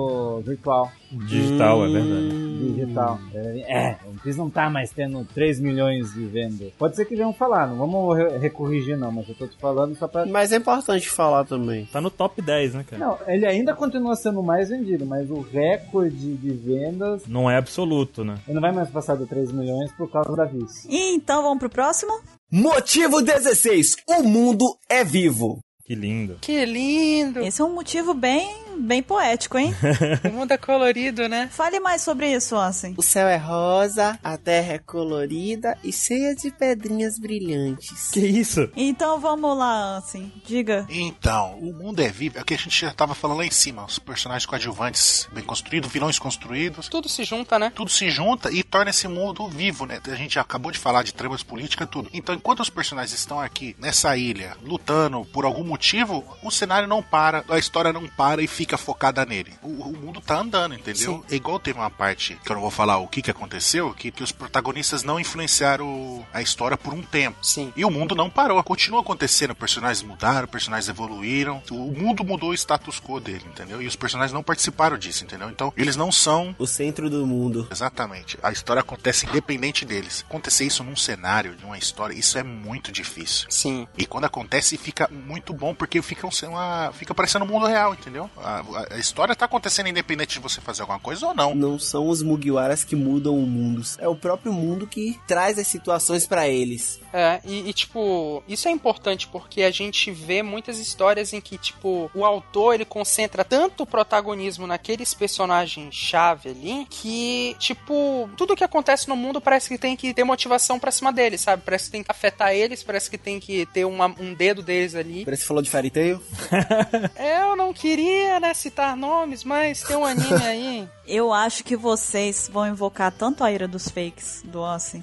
lendo virtual,
Digital, é verdade.
digital. É, é, One Piece não tá mais tendo 3 milhões de vendas. Pode ser que venham falar, não vamos re- recorrigir, não, mas eu tô te falando só pra.
Mas é importante falar também.
Tá no top 10, né, cara?
Não, ele ainda continua sendo o mais vendido, mas o recorde de vendas
Não é absoluto, né?
ele não vai mais passar de 3 milhões por causa da Viz.
E então vamos pro próximo?
Motivo 16. O mundo é vivo.
Que lindo.
Que lindo!
Esse é um motivo bem Hum, bem poético, hein?
O mundo é colorido, né?
Fale mais sobre isso, Ansem.
O céu é rosa, a terra é colorida e cheia de pedrinhas brilhantes.
Que isso?
Então vamos lá, Ansem. Diga.
Então, o mundo é vivo, é o que a gente já tava falando lá em cima. Os personagens coadjuvantes bem construídos, vilões construídos,
Tudo se junta, né?
tudo se junta e torna esse mundo vivo, né? A gente já acabou de falar de tramas políticas, tudo. Então, enquanto os personagens estão aqui nessa ilha, lutando por algum motivo, o cenário não para, a história não para e fica focada nele. O, o mundo tá andando, entendeu? É igual teve uma parte que eu não vou falar o que que aconteceu, que, que os protagonistas não influenciaram a história por um tempo.
Sim.
E o mundo não parou, continua acontecendo. Personagens mudaram, personagens evoluíram. O mundo mudou o status quo dele, entendeu? E os personagens não participaram disso, entendeu? Então, eles não são
O centro do mundo.
Exatamente. A história acontece independente deles. Acontecer isso num cenário, numa história, isso é muito difícil.
Sim.
E quando acontece, fica muito bom, porque fica, um, uma, fica parecendo o mundo real, entendeu? A, a- a história tá acontecendo independente de você fazer alguma coisa ou não.
Não são os Mugiwaras que mudam o mundo. É o próprio mundo que traz as situações pra eles.
É, e, e, tipo, isso é importante porque a gente vê muitas histórias em que, tipo, o autor ele concentra tanto o protagonismo naqueles personagens chave ali que, tipo, tudo que acontece no mundo parece que tem que ter motivação pra cima deles, sabe? Parece que tem que afetar eles, parece que tem que ter uma- um dedo deles ali. É,
Parece que falou de Fairy Tail.
Eu não queria, né, citar nomes, mas tem um anime aí.
Eu acho que vocês vão invocar tanto a ira dos fakes do Ansem.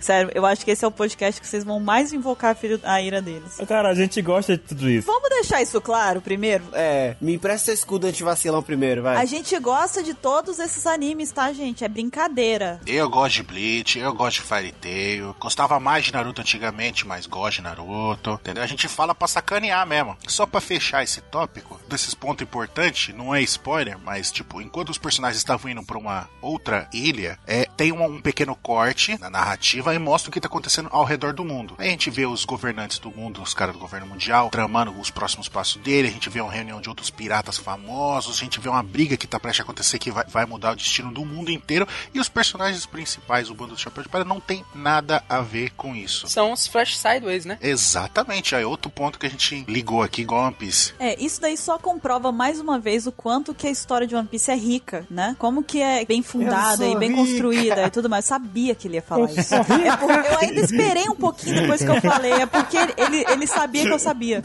Sério, eu acho que esse é o podcast que vocês vão mais invocar a filho- a ira deles.
Cara, a gente gosta de tudo isso.
Vamos deixar isso claro primeiro?
É, me empresta seu escudo antivacilão primeiro,
A
vai.
gente gosta de todos esses animes, tá, gente? É brincadeira.
Eu gosto de Bleach, eu gosto de Fairy Tail, gostava mais de Naruto antigamente, mas gosto de Naruto, entendeu? A gente fala pra sacanear mesmo. Só pra fechar esse tópico, desses pontos importantes, não é spoiler, mas tipo, enquanto os personagens estavam indo pra uma outra ilha, é, tem um, um pequeno corte na narrativa e mostra o que tá acontecendo ao redor do mundo. Aí a gente vê os governantes do mundo, os caras do governo mundial, tramando os próximos passos dele, a gente vê uma reunião de outros piratas famosos, a gente vê uma briga que tá prestes a acontecer que vai, vai mudar o destino do mundo inteiro, e os personagens principais, o bando do Chapéu de Palha, não tem nada a ver com isso.
São os Flash Sideways, né?
Exatamente, aí é outro ponto que a gente ligou aqui, igual One Piece.
É, isso daí só comprova mais uma vez o quanto que a história de One Piece é rica, né? Como que é bem fundada
Eu
e
sou
bem
rica.
construída e tudo mais. Eu sabia que ele ia falar isso. É por- eu ainda esperei um pouquinho depois que eu falei, é porque ele- ele, ele sabia que eu sabia.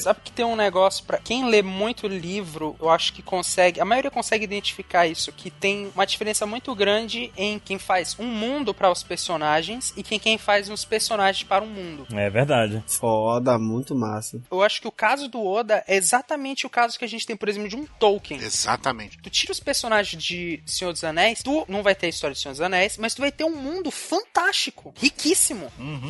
Sabe que tem um negócio pra quem lê muito livro, eu acho que consegue, a maioria consegue identificar isso, que tem uma diferença muito grande em quem faz um mundo para os personagens e quem quem faz os personagens para um mundo.
É verdade.
Foda, muito massa.
Eu acho que o caso do Oda é exatamente o caso que a gente tem, por exemplo, de um Tolkien.
Exatamente.
Tu tira os personagens de Senhor dos Anéis, tu não vai ter a história de Senhor dos Anéis, mas tu vai ter um mundo fantástico, riquíssimo.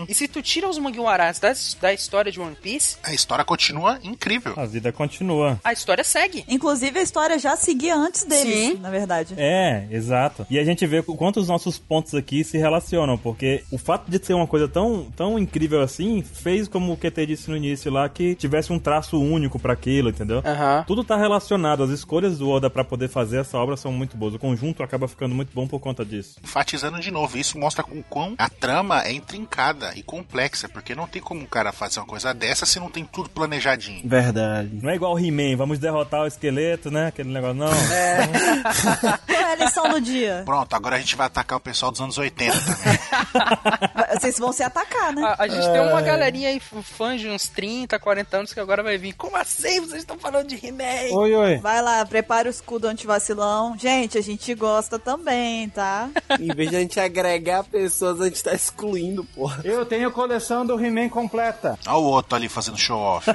E se tu tira os Mugiwaras das- da história de One Piece,
A história continua incrível.
A vida continua.
a história segue.
Inclusive, a história já seguia antes deles,
Sim.
na verdade.
É, exato. E a gente vê o quanto os nossos pontos aqui se relacionam, porque o fato de ser uma coisa tão, tão incrível assim fez, como o QT disse no início lá, que tivesse um traço único pra aquilo, entendeu?
Aham.
Tudo tá relacionado, as escolhas do Oda pra poder fazer essa obra são muito boas. O conjunto acaba ficando muito bom por conta disso.
enfatizando de novo. Isso mostra o quão a trama é intrincada e complexa, porque não tem como um cara fazer uma coisa dessa se não tem tudo planejadinho.
Verdade.
Não é igual o He-Man, vamos derrotar o esqueleto, né? Aquele negócio, não.
Qual é a lição do dia?
Pronto, agora a gente vai atacar o pessoal dos anos 80 também.
Vocês vão se atacar, né?
A, a gente tem uma galerinha aí, f- fã de uns 30, 40 anos, que agora vai vir. Como assim vocês estão falando de He-Man?
Oi, oi.
Vai lá, prepara o escudo antivacilão. Gente, a gente gosta também, tá?
em vez de a gente agregar pessoas, a gente tá excluindo, porra.
Eu tenho coleção do He-Man completa.
Olha o outro ali fazendo show-off.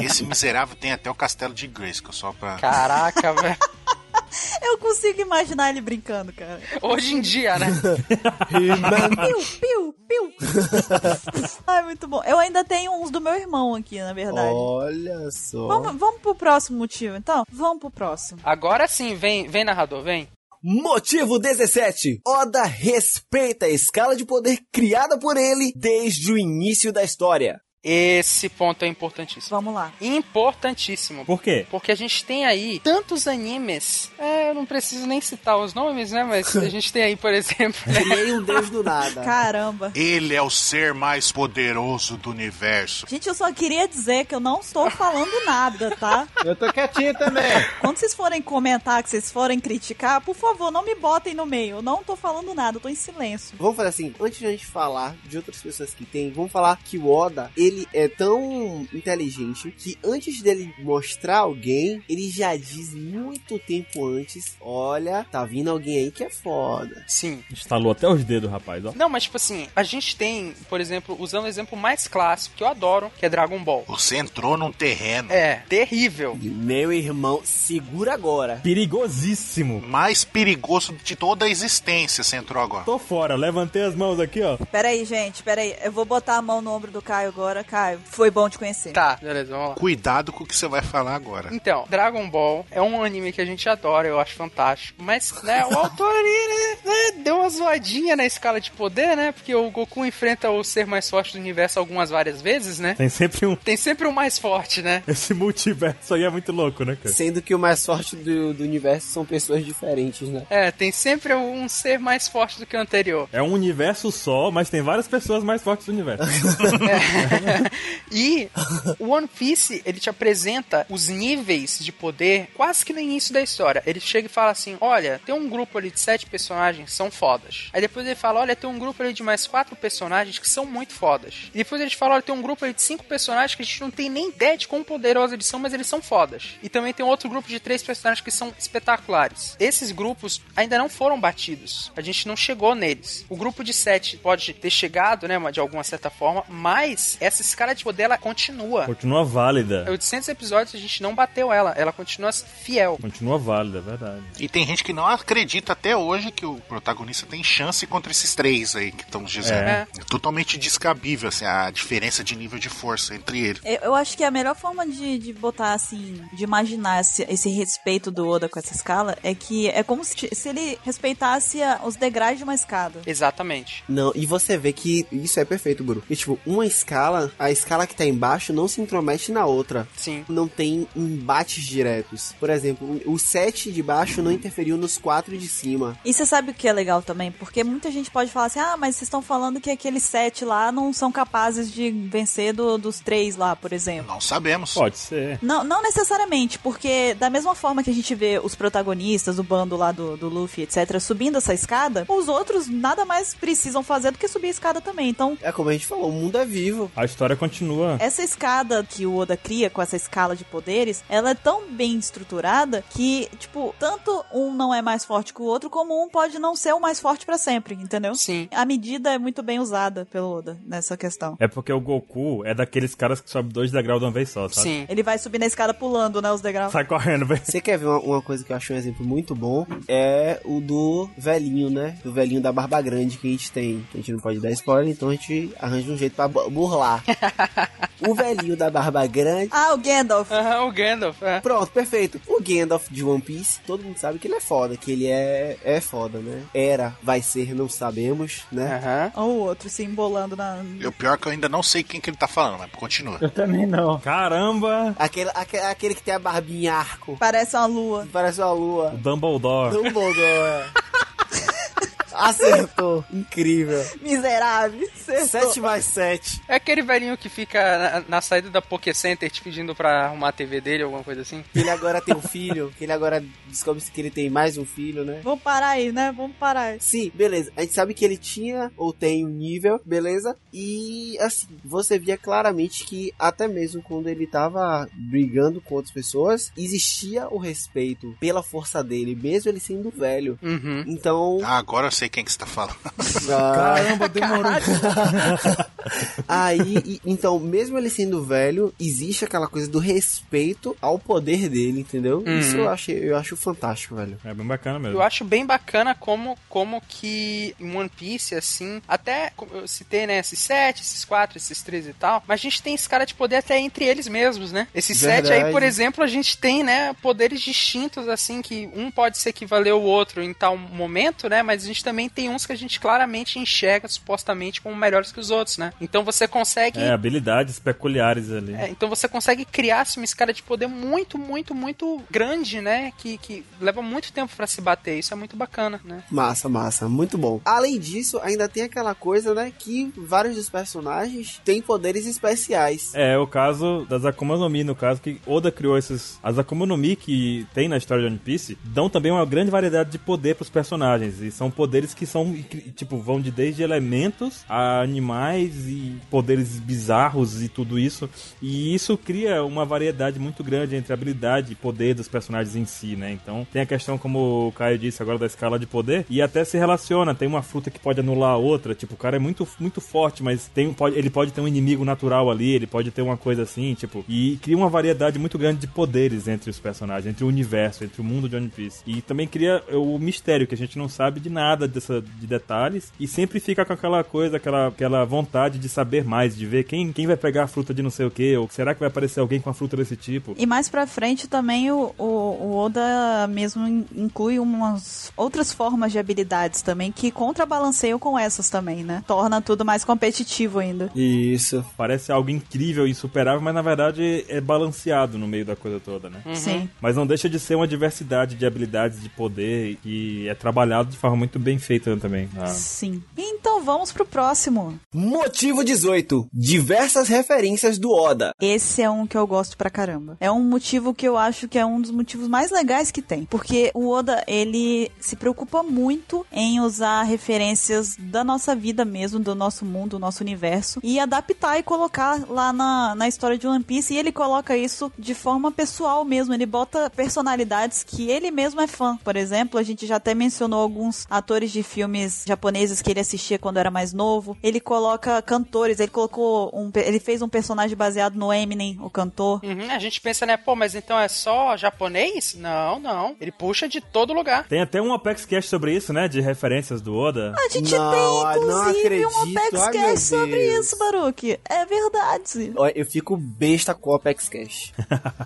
Esse miserável tem até o castelo de Grayskull, só pra...
Caraca, velho.
Eu consigo imaginar ele brincando, cara.
Hoje em dia, né?
Piu, piu, piu. Ai, muito bom. Eu ainda tenho uns do meu irmão aqui, na verdade.
Olha só.
Vamos, vamos pro próximo motivo, então? Vamos pro próximo.
Agora sim, vem, vem narrador, vem.
Motivo 17. Oda respeita a escala de poder criada por ele desde o início da história.
Esse ponto é importantíssimo.
Vamos lá.
Importantíssimo.
Por quê?
Porque a gente tem aí tantos animes. É, eu não preciso nem citar os nomes, né? Mas a gente tem aí, por exemplo, né?
Criei um deus do nada.
Caramba.
Ele é o ser mais poderoso do universo.
Gente, eu só queria dizer que eu não estou falando nada, tá?
Eu tô quietinho também.
Quando vocês forem comentar, que vocês forem criticar, por favor, não me botem no meio. Eu não tô falando nada, eu tô em silêncio.
Vamos fazer assim, antes de a gente falar de outras pessoas que tem, vamos falar que o Oda, ele é tão inteligente que antes dele mostrar alguém, ele já diz muito tempo antes, olha, tá vindo alguém aí que é foda.
Sim.
Estalou até os dedos, rapaz, ó.
Não, mas tipo assim, a gente tem, por exemplo, usando o exemplo mais clássico que eu adoro, que é Dragon Ball.
Você entrou num terreno
É, terrível.
E meu irmão, segura agora.
Perigosíssimo.
mais perigoso de toda a existência, você entrou agora.
Tô fora, levantei as mãos aqui, ó.
Pera aí, gente, pera aí. Eu vou botar a mão no ombro do Caio agora. Caio, foi bom te conhecer.
Tá, beleza, vamos lá.
Cuidado com o que você vai falar agora.
Então, Dragon Ball é um anime que a gente adora, eu acho fantástico. Mas, né, o autor ele, né, deu uma zoadinha na escala de poder, né? Porque o Goku enfrenta o ser mais forte do universo algumas várias vezes, né?
Tem sempre um.
Tem sempre o mais forte, né?
Esse multiverso aí é muito louco, né, cara?
Sendo que o mais forte do, do universo são pessoas diferentes, né?
É, tem sempre um ser mais forte do que o anterior.
É um universo só, mas tem várias pessoas mais fortes do universo.
É. e o One Piece, ele te apresenta os níveis de poder quase que no início da história. Ele chega e fala assim: olha, tem um grupo ali de sete personagens, são fodas. Aí depois ele fala: olha, tem um grupo ali de mais quatro personagens que são muito fodas. E depois ele fala: olha, tem um grupo ali de cinco personagens que a gente não tem nem ideia de quão poderosos eles são, mas eles são fodas. E também tem um outro grupo de três personagens que são espetaculares. Esses grupos ainda não foram batidos. A gente não chegou neles. O grupo de sete pode ter chegado, né, de alguma certa forma, mas essa escala de poder ela continua.
Continua válida.
800 episódios a gente não bateu ela, ela continua fiel.
Continua válida, é verdade.
E tem gente que não acredita até hoje que o protagonista tem chance contra esses três aí que estamos dizendo.
É.
É. totalmente descabível assim, a diferença de nível de força entre eles.
Eu, eu acho que a melhor forma de, de botar, assim, de imaginar esse, esse respeito do Oda com essa escala é que é como se, ti- se ele respeitasse a- os degraus de uma escada.
Exatamente.
Não, e você vê que isso é perfeito, Bru. E, tipo, uma escala, a escala que tá embaixo não se intromete na outra.
Sim.
Não tem embates diretos. Por exemplo, o 7 de baixo não interferiu nos 4 de cima.
E você sabe o que é legal também? Porque muita gente pode falar assim: ah, mas vocês estão falando que aqueles sete lá não são capazes de vencer do- dos três lá, por exemplo.
Não sabemos.
Pode ser.
Não, não necessariamente, porque da mesma forma que a gente vê os protagonistas, o bando lá do, do Luffy, etc., subindo essa escada, os outros nada mais precisam fazer do que subir a escada também. Então,
É como a gente falou, o mundo é vivo.
A história continua.
essa escada que o Oda cria com essa escala de poderes, ela é tão bem estruturada que, tipo, tanto um não é mais forte que o outro, como um pode não ser o mais forte pra sempre, entendeu?
Sim.
A medida é muito bem usada pelo Oda nessa questão.
É porque o Goku é daqueles caras que sobe dois degraus de uma vez só, sabe?
Sim.
Ele vai subir na escada pulando, né, os degraus.
Sai correndo, velho.
Você quer ver uma, uma coisa que eu acho um exemplo muito bom? É o do velhinho, né? Do velhinho da barba grande que a gente tem. A gente não pode dar spoiler, então a gente arranja um jeito pra bu- burlar. o velhinho da barba grande.
Ah, o Gandalf.
Aham, o Gandalf, é.
Pronto, perfeito. O Gandalf de One Piece, todo mundo sabe que ele é foda, que ele é, é foda, né? Era, vai ser, não sabemos, né?
Aham.
Ou o outro se embolando na.
Eu pior que eu ainda não sei quem que ele tá falando, mas continua.
Eu também não.
Caramba!
Aquele, aquele, aquele que tem a barbinha em arco,
Parece uma lua.
parece uma lua.
O Dumbledore.
Dumbledore. é. Acertou. Incrível.
Miserável.
7 mais 7.
É aquele velhinho que fica na, na saída da Poké Center te pedindo pra arrumar a TV dele, alguma coisa assim.
Ele agora tem um filho, que ele agora descobre que ele tem mais um filho, né?
Vamos parar aí, né? Vamos parar aí.
Sim, beleza. A gente sabe que ele tinha ou tem um nível, beleza? E assim, você via claramente que até mesmo quando ele tava brigando com outras pessoas, existia o respeito pela força dele, mesmo ele sendo velho.
Uhum.
Então,
Ah, agora eu sei quem que você tá falando.
ah,
Caramba, demorou.
aí, e- então, mesmo ele sendo velho, existe aquela coisa do respeito ao poder dele, entendeu?
Uhum.
Isso eu acho, eu acho fantástico, velho.
É bem bacana mesmo.
Eu acho bem bacana como, como que em One Piece, assim, até como eu citei, né, esses sete, esses quatro, esses três e tal, mas a gente tem esse cara de poder até entre eles mesmos, né? Esses sete aí,
Verdade.
por exemplo, a gente tem, né, poderes distintos, assim, que um pode ser que valeu o outro em tal momento, né, mas a gente também também tem uns que a gente claramente enxerga supostamente como melhores que os outros, né? Então você consegue.
É, habilidades peculiares ali.
É, então você consegue criar assim, uma escala de poder muito, muito, muito grande, né? Que, que leva muito tempo pra se bater. Isso é muito bacana, né?
Massa, massa, muito bom. Além disso, ainda tem aquela coisa, né, que vários dos personagens têm poderes especiais.
É, o caso das Akuma no Mi, no caso, que Oda criou esses. As Akuma no Mi que tem na história de One Piece dão também uma grande variedade de poder pros personagens. E são poderes que são, tipo, vão de desde elementos a animais e poderes bizarros e tudo isso. E isso cria uma variedade muito grande entre habilidade e poder dos personagens em si, né? Então tem a questão, como o Caio disse agora, da escala de poder. E até se relaciona. Tem uma fruta que pode anular a outra. Tipo, o cara é muito, muito forte, mas tem, um- pode, ele pode ter um inimigo natural ali. Ele pode ter uma coisa assim, tipo. E cria uma variedade muito grande de poderes entre os personagens, entre o universo, entre o mundo de One Piece. E também cria é, o mistério, que a gente não sabe de nada dessa, de detalhes. E sempre fica com aquela coisa, aquela, aquela vontade de saber mais, de ver quem, quem vai pegar a fruta de não sei o que, ou será que vai aparecer alguém com a fruta desse tipo.
E mais pra frente também o, o, o Oda mesmo in- inclui umas outras formas de habilidades também que contrabalanceiam com essas também, né? Torna tudo mais competitivo ainda.
Isso.
Parece algo incrível e insuperável, mas na verdade é balanceado no meio da coisa toda, né?
Sim.
Mas não deixa de ser uma diversidade de habilidades, de poder, e é trabalhado de forma muito bem feita também. Ah.
Sim. Então vamos pro próximo.
Motivo 18. Diversas referências do Oda.
Esse é um que eu gosto pra caramba. É um motivo que eu acho que é um dos motivos mais legais que tem. Porque o Oda, ele se preocupa muito em usar referências da nossa vida mesmo, do nosso mundo, do nosso universo, e adaptar e colocar lá na, na história de One Piece. E ele coloca isso de forma pessoal mesmo. Ele bota personalidades que ele mesmo é fã. Por exemplo, a gente já até mencionou alguns atores de filmes japoneses que ele assistia quando era mais novo. Ele coloca cantores, ele colocou um, pe- ele fez um personagem baseado no Eminem, o cantor.
Uhum, a gente pensa, né? Pô, mas então é só japonês? Não, não. Ele puxa de todo lugar.
Tem até um Apex Cast sobre isso, né? De referências do Oda.
A gente
Não, ah,
tem,
não
inclusive, um
acredito.
Apex
Ai, meu
Cash sobre
Deus.
isso, Baruque. É verdade.
Ó, Eu fico besta com o Apex Cash.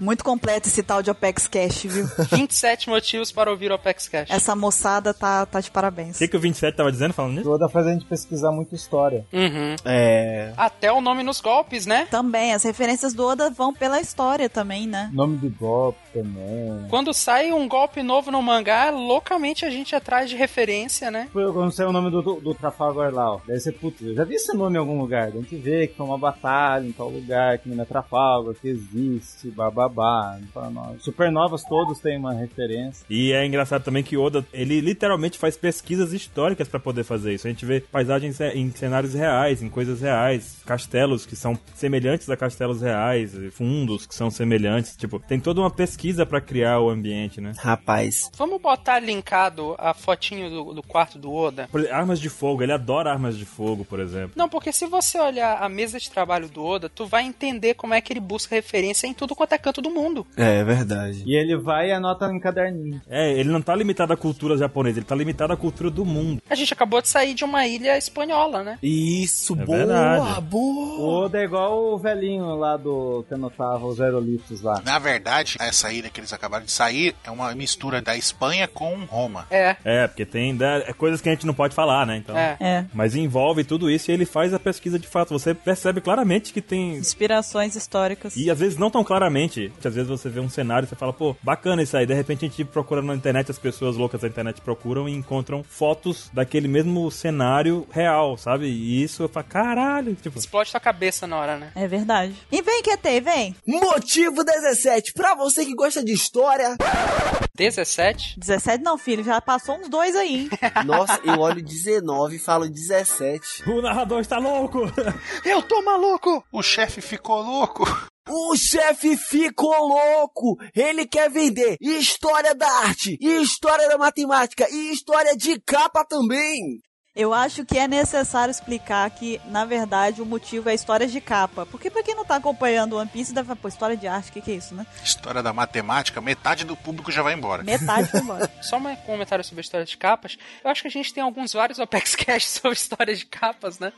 Muito completo esse tal de Apex Cash, viu?
27 motivos para ouvir o Apex Cash.
Essa moçada tá, tá de
O
parabéns.
que, que o 27 tava dizendo falando nisso?
Toda faz a gente pesquisar muito história.
Uhum.
É.
Até o nome nos golpes, né?
Também, as referências do Oda vão pela história também, né?
Nome do golpe também.
Quando sai um golpe novo no mangá, loucamente a gente é atrás de referência, né?
Pô, Eu não sei o nome do, do, do Trafalgar lá, ó. Daí você, putz, eu já vi esse nome em algum lugar. Daí A gente vê que foi uma batalha em tal lugar, que não é Trafalgar, que existe, bababá. não fala nada. Supernovas todos têm uma referência.
E é engraçado também que Oda, ele literalmente faz pesquisas históricas pra poder fazer isso. A gente vê paisagens re- em cenários reais, em coisas reais, castelos que são semelhantes a castelos reais, e fundos que são semelhantes, tipo, tem toda uma pesquisa pra criar o ambiente, né?
Rapaz.
Vamos botar linkado a fotinho do, do quarto do Oda?
Por exemplo, armas de fogo, ele adora armas de fogo, por exemplo.
Não, porque se você olhar a mesa de trabalho do Oda, tu vai entender como é que ele busca referência em tudo quanto é canto do mundo.
É verdade.
E ele vai e anota em caderninho.
É, ele não tá limitado à cultura japonesa, ele tá limitado à cultura do mundo.
A gente acabou de sair de uma ilha espanhola, né?
Isso,
É
boa,
verdade.
O
boa.
Oda é igual o velhinho lá do que anotava os aerolitos lá.
Na verdade, essa ilha que eles acabaram de sair é uma mistura da Espanha com Roma.
É,
É, porque tem né, é coisas que a gente não pode falar, né? Então.
é.
É.
Mas envolve tudo isso e ele faz a pesquisa de fato. Você percebe claramente que tem.
Inspirações históricas.
E às vezes não tão claramente. que Às vezes você vê um cenário e você fala, pô, bacana isso aí. De repente a gente procura na internet, as pessoas loucas da internet procuram e encontram fotos daquele mesmo cenário real, sabe? E isso eu falo, caralho, tipo.
Explode tua cabeça na hora, né?
É verdade. E vem, QT, vem.
Motivo 17. Pra você que gosta de história.
17?
17 não, filho, já passou uns dois aí, hein?
Nossa, eu olho 19 e falo 17.
O narrador está louco!
Eu tô maluco!
O chefe ficou louco.
O chefe ficou louco! Ele quer vender história da arte, e história da matemática e história de capa também!
Eu acho que é necessário explicar que, na verdade, o motivo é histórias de capa. Porque pra quem não tá acompanhando One Piece, deve falar, pô, história de arte, o que, que é isso, né?
História da matemática, metade do público já vai embora.
Metade foi embora.
Só um comentário sobre a história de capas. Eu acho que a gente tem alguns vários Apex Cash sobre história de capas, né?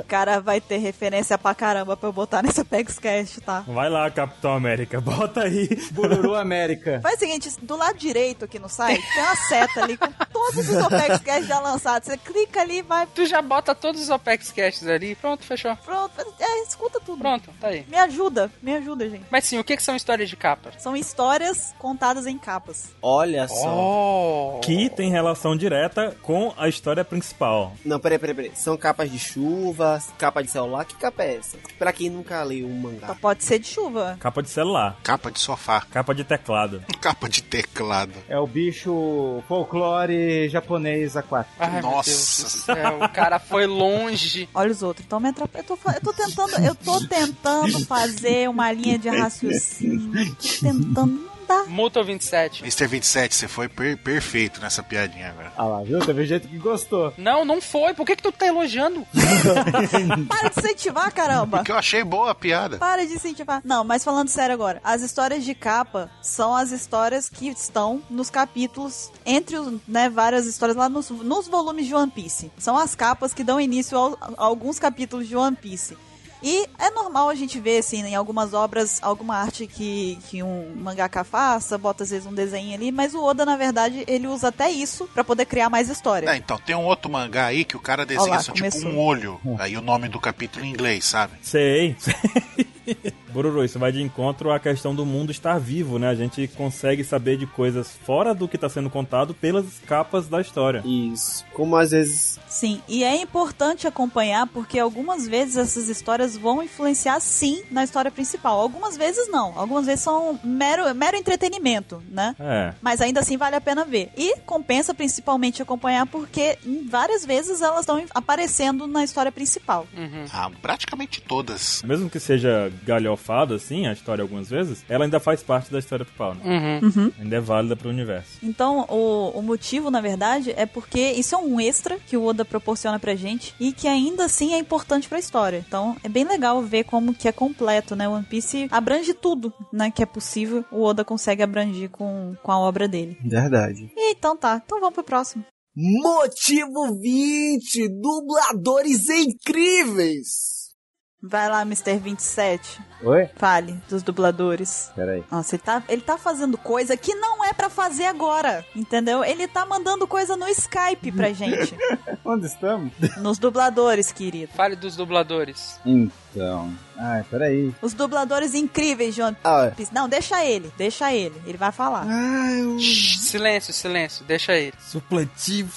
O cara vai ter referência pra caramba pra eu botar nesse Apex Cast, tá?
Vai lá, Capitão América, bota aí.
Bururu América.
Faz o seguinte, do lado direito aqui no site, tem uma seta ali com todos os OPEXCast já lançados. Você clica ali, vai,
Tu já bota todos os OPEX casts ali, pronto, fechou.
pronto, é, escuta tudo.
Pronto, tá aí.
Me ajuda, me ajuda, gente.
Mas sim, o que, que são histórias de capa?
São histórias contadas em capas.
Olha só.
Oh!
Que tem relação direta com a história principal.
Não, peraí, peraí, peraí. São capas de chuva, capa de celular. Que capa é essa? Pra quem nunca leu um
Então
mangá.
pode ser de chuva.
Capa de celular,
Capa de sofá,
capa de teclado.
capa de teclado.
É o bicho folclore japonês aquático.
Ai, meu
Nossa.
Deus do céu, o cara foi longe.
Olha os outros. Então me atrapalha. Eu tô, fa- eu tô tentando, eu tô tentando fazer uma linha de raciocínio. Tô tentando. Não dá.
Multa 27.
Mr. 27, você foi per- perfeito nessa piadinha agora.
Ah lá, viu? Teve gente que gostou.
Não, não foi. Por que, que tu tá elogiando?
Para de incentivar, caramba.
Porque eu achei boa a piada.
Para de incentivar. Não, mas falando sério agora, as histórias de capa são as histórias que estão nos capítulos, entre os, né, várias histórias lá nos, nos volumes de One Piece. São as capas que dão início ao- a alguns capítulos de One Piece. E é normal a gente ver, assim, em algumas obras, alguma arte que, que um mangaka faça, bota às vezes um desenho ali, mas o Oda, na verdade, ele usa até isso pra poder criar mais histórias.
Ah, então, tem um outro mangá aí que o cara desenha
Olha lá,
só, tipo
começou.
um olho. Aí o nome do capítulo em inglês, sabe?
Sei. Bururu, isso vai de encontro à questão do mundo estar vivo, né? A gente consegue saber de coisas fora do que tá sendo contado pelas capas da história.
Isso. Como às vezes.
Sim, e é importante acompanhar porque algumas vezes essas histórias vão influenciar sim na história principal. Algumas vezes não, algumas vezes são mero, mero entretenimento, né?
É.
Mas ainda assim vale a pena ver. E compensa principalmente acompanhar porque em várias vezes elas estão aparecendo na história principal.
Uhum.
Ah, praticamente todas.
Mesmo que seja galhofado, assim, a história algumas vezes, ela ainda faz parte da história principal, né?
Uhum.
Ainda é válida pro universo.
Então, o, o motivo, na verdade, é porque isso é um extra que o Oda proporciona pra gente e que ainda assim é importante pra história. Então, é bem legal ver como que é completo, né? One Piece abrange tudo, né? Que é possível, o Oda consegue abranger com, com a obra dele.
Verdade.
E então tá, então vamos pro próximo.
Motivo 20: dubladores incríveis.
Vai lá, Mr. 27.
Oi?
Fale dos dubladores.
Peraí.
Nossa, ele tá, ele tá fazendo coisa que não é pra fazer agora, entendeu? Ele tá mandando coisa no Skype pra gente.
Onde estamos?
nos dubladores, querido.
Fale dos dubladores.
Então. Ai, peraí.
Os dubladores incríveis de One
Ah,
Piece. Não, deixa ele, deixa ele. Ele vai falar.
Ah.
Shh, silêncio, silêncio. Deixa aí.
Supletivo.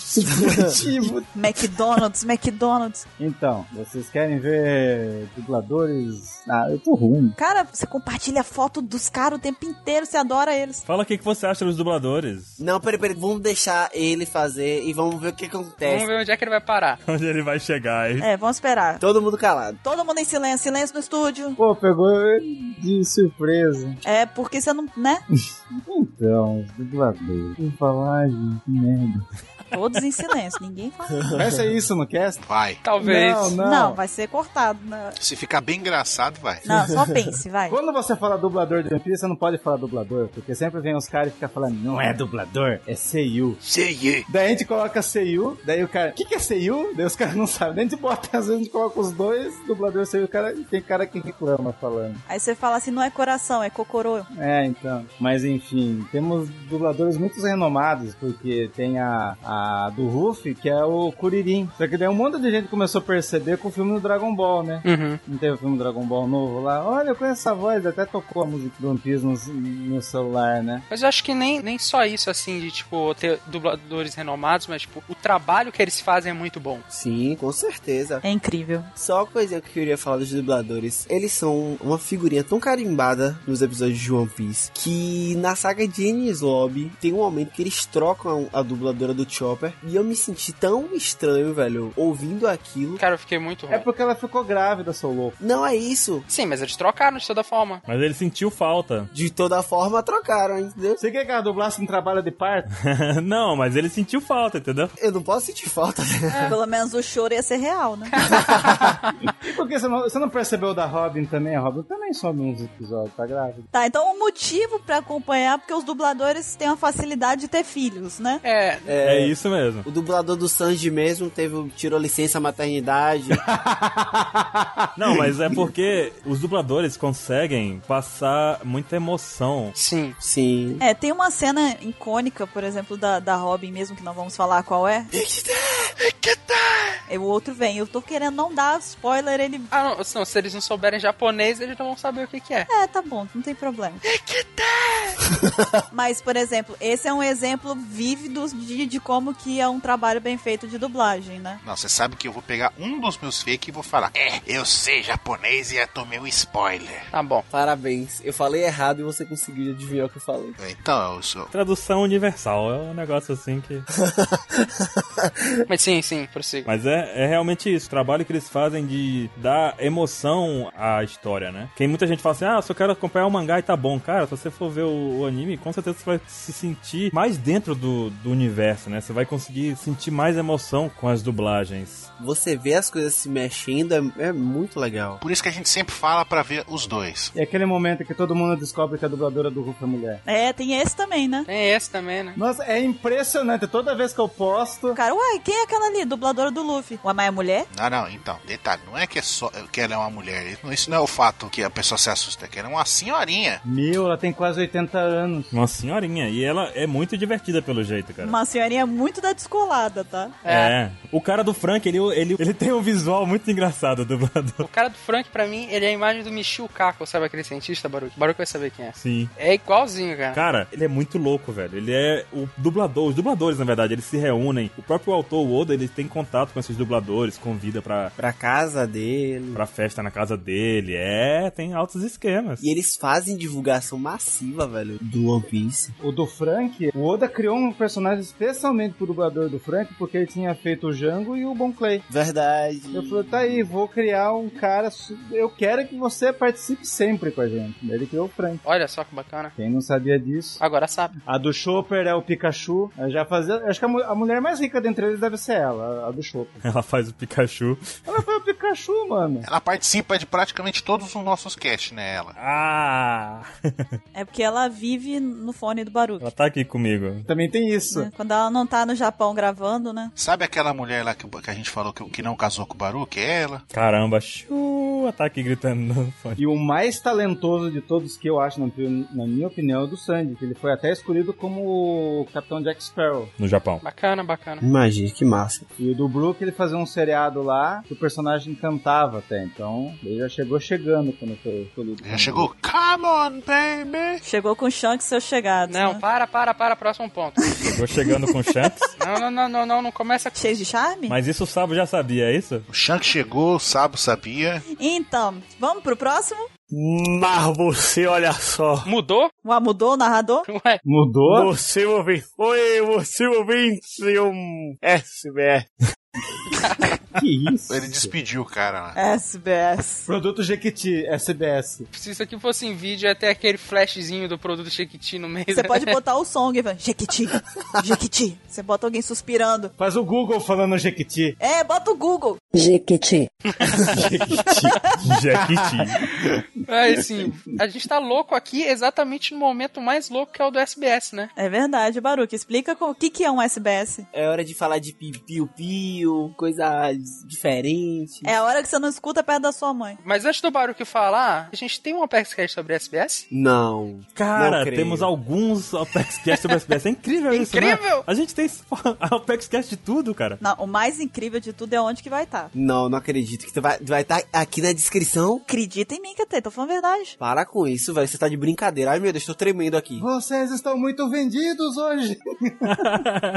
McDonald's, McDonald's.
Então, vocês querem ver dubladores? Ah, eu tô ruim.
Cara, você compartilha foto dos caras o tempo inteiro, você adora eles.
Fala o que que você acha dos dubladores.
Não, peraí, peraí. Vamos deixar ele fazer e vamos ver o que acontece.
Vamos ver onde é que ele vai parar.
Onde ele vai chegar, hein?
É, vamos esperar.
Todo mundo calado.
Todo mundo em silêncio, silêncio no estúdio.
Pô, pegou de surpresa.
É, porque você não, né?
Então, os dubladores. Que falar, gente, que merda.
Todos em silêncio, ninguém fala.
Vai ser isso no cast?
Vai.
Talvez.
Não, não.
Não, vai ser cortado. né?
Se ficar bem engraçado, vai.
Não, só pense, vai.
Quando você fala dublador de One Piece, você não pode falar dublador, porque sempre vem os caras e fica falando, não é dublador, é Seiyu.
Sei.
Daí a gente coloca Seiyu, daí o cara, o que, que é Seiyu? Daí os caras não sabem. Daí a gente bota, às vezes a gente coloca os dois, dublador Seiyu, o cara, e tem cara que reclama falando.
Aí você fala assim, não é coração, é cocorô.
É, então. Mas enfim, temos dubladores muito renomados, porque tem a, a do Ruffy, que é o Kuririn. Só que daí um monte de gente começou a perceber com o filme do Dragon Ball, né?
Uhum.
Não teve o filme do Dragon Ball novo lá? Olha, eu conheço essa voz, até tocou a música do One Piece no, no celular, né?
Mas eu acho que nem, nem só isso, assim, de, tipo, ter dubladores renomados, mas, tipo, o trabalho que eles fazem é muito bom.
Sim, com certeza.
É incrível.
Só uma coisa que eu queria falar dos dubladores. Eles são uma figurinha tão carimbada nos episódios de One Piece que na saga de Enies Lobby tem um momento que eles trocam a dubladora do Chopper e eu me senti tão estranho, velho, ouvindo aquilo.
Cara, eu fiquei muito ruim.
É porque ela ficou grávida, sou louco.
Não é isso.
Sim, mas eles trocaram de toda forma.
Mas ele sentiu falta.
De toda forma, trocaram, entendeu?
Você quer que ela dublasse um trabalho de parto?
não, mas ele sentiu falta, entendeu?
Eu não posso sentir falta.
É.
Pelo menos o choro ia ser real, né?
E por que você não, você não percebeu da Robin também? A Robin também sobe uns episódios, tá grávida.
Tá, então o motivo pra acompanhar, porque os dubladores têm a facilidade de ter filhos, né?
É,
É isso mesmo.
O dublador do Sanji mesmo teve, tirou licença maternidade.
Não, mas é porque os dubladores conseguem passar muita emoção.
sim.
Sim.
É, tem uma cena icônica, por exemplo, da, da Robin mesmo, que não vamos falar qual é. E o outro vem, eu tô querendo não dar spoiler, ele.
Ah, não, não, se eles não souberem japonês, eles não vão saber o que, que é.
É, tá bom, não tem problema. Mas, por exemplo, esse é um exemplo vívido de, de como que é um trabalho bem feito de dublagem, né?
Não, você sabe que eu vou pegar um dos meus fake e vou falar. É, eu sei japonês e já tomei um spoiler.
Tá bom.
Parabéns. Eu falei errado e você conseguiu adivinhar o que eu falei.
Então, eu sou.
Tradução universal, é um negócio assim que.
Mas sim, sim, prossigo.
Mas é, é realmente isso, o trabalho que eles fazem de dar emoção à história, né? Tem muita gente que fala assim, ah, só quero acompanhar o mangá e tá bom. Cara, se você for ver o, o anime, com certeza você vai se sentir mais dentro do, do universo, né? Você vai conseguir sentir mais emoção com as dublagens.
Você vê as coisas se mexendo é, é muito legal.
Por isso que a gente sempre fala pra ver os dois.
É aquele momento que todo mundo descobre que a dubladora do Hulk é mulher.
É, tem esse também, né?
Tem esse também, né?
Nossa, é impressionante. Toda vez que eu
O
posto.
cara, uai, quem é aquela ali? Dubladora do Luffy. O Amai é mulher?
Não, não, então, detalhe, não é que é só que ela é uma mulher. Isso não é o fato que a pessoa se assusta, é que ela é uma senhorinha.
Meu, ela tem quase 80 anos.
Uma senhorinha, e ela é muito divertida pelo jeito, cara.
Uma senhorinha muito da descolada, tá?
É.
É. O cara do Frank, ele, ele, ele tem um visual muito engraçado, o dublador.
O cara do Frank, pra mim, ele é a imagem do Michio Kaku, sabe aquele cientista, Baruch? Baruch vai saber quem é.
Sim.
É igualzinho, cara.
Cara, ele é muito louco, velho. Ele é o dublador, os dubladores, na verdade, eles se reúnem. O próprio autor, o Oda, ele tem contato com esses dubladores, convida pra,
Pra casa dele.
pra festa na casa dele. É, tem altos esquemas.
E eles fazem divulgação massiva, velho, do One Piece.
O do Frank, o Oda criou um personagem especialmente pro dublador do Frank, porque ele tinha feito o Django e o Bon Clay.
Verdade.
Eu falei, tá aí, vou criar um cara. su- Eu quero que você participe sempre com a gente. Daí Ele criou o Frank.
Olha só que bacana.
Quem não sabia disso?
Agora sabe.
A do Chopper é o Pikachu. Eu já fazia. Acho que a, mu- a mulher mais rica dentre eles deve ser ela, a- a do Chopper.
Ela faz o Pikachu.
Ela foi o Pikachu, mano.
Ela participa de praticamente todos os nossos casts, né, ela?
Ah!
É porque ela vive no fone do barulho.
Ela tá aqui comigo.
Também tem isso.
né? Quando ela não tá no Japão gravando, né?
Sabe aquela mulher lá que, que a gente falou que, que não casou com o Baruque? É ela.
Caramba, chu! Ela tá aqui gritando no fone.
E o mais talentoso de todos que eu acho, na, na minha opinião, é o do Sandy, que ele foi até escolhido como o Capitão Jack Sparrow.
No Japão.
Bacana, bacana.
Imagina, que massa.
E o do Brook, ele fazia um seriado lá que o personagem cantava até. Então, ele já chegou chegando quando foi escolhido.
Já chegou? Come on, baby!
Chegou com o Shanks seu chegado.
Não,
né?
para, para, para, próximo ponto.
Chegou chegando com o Shanks.
Não, não, não, não, não, não começa com.
Cheio de charme?
Mas isso o Sabo já sabia, é isso?
O Shank chegou, o Sabo sabia.
Então, vamos pro próximo?
Mas você, olha só.
Mudou?
O Amudou, o narrador?
Ué,
Mudou?
Você ouvinte. Oi, você ouvinte, um SBS.
Que isso?
Ele despediu o cara
É.
lá.
SBS.
Produto Jequiti, SBS.
se isso aqui fosse em vídeo, ia ter aquele flashzinho do produto Chiquiti no meio.
Você pode botar o som, Ivan. Jequiti, Jequiti. Você bota alguém suspirando.
Faz o Google falando Jequiti.
É, bota o Google.
Jequiti.
Jequiti.
É, assim, a gente tá louco aqui exatamente no momento mais louco que é o do SBS, né?
É verdade, Baruque. Explica co- o que, que é um SBS.
É hora de falar de pi- piu-piu, coisa d- diferente.
É a hora que você não escuta perto da sua mãe.
Mas antes do barulho falar, a gente tem um Apexcast sobre SBS?
Não. Não
Cara,
creio.
temos alguns Apex Cast sobre SBS. É incrível isso,
Incrível!
né? A gente tem Apex Cast de tudo, cara.
Não, o mais incrível de tudo é onde que vai estar.
Não, não acredito. Que tu vai estar vai tá aqui na descrição.
Acredita em mim, Catê, tô falando a verdade.
Para com isso, velho. Você tá de brincadeira. Ai, meu Deus, tô tremendo aqui.
Vocês estão muito vendidos hoje.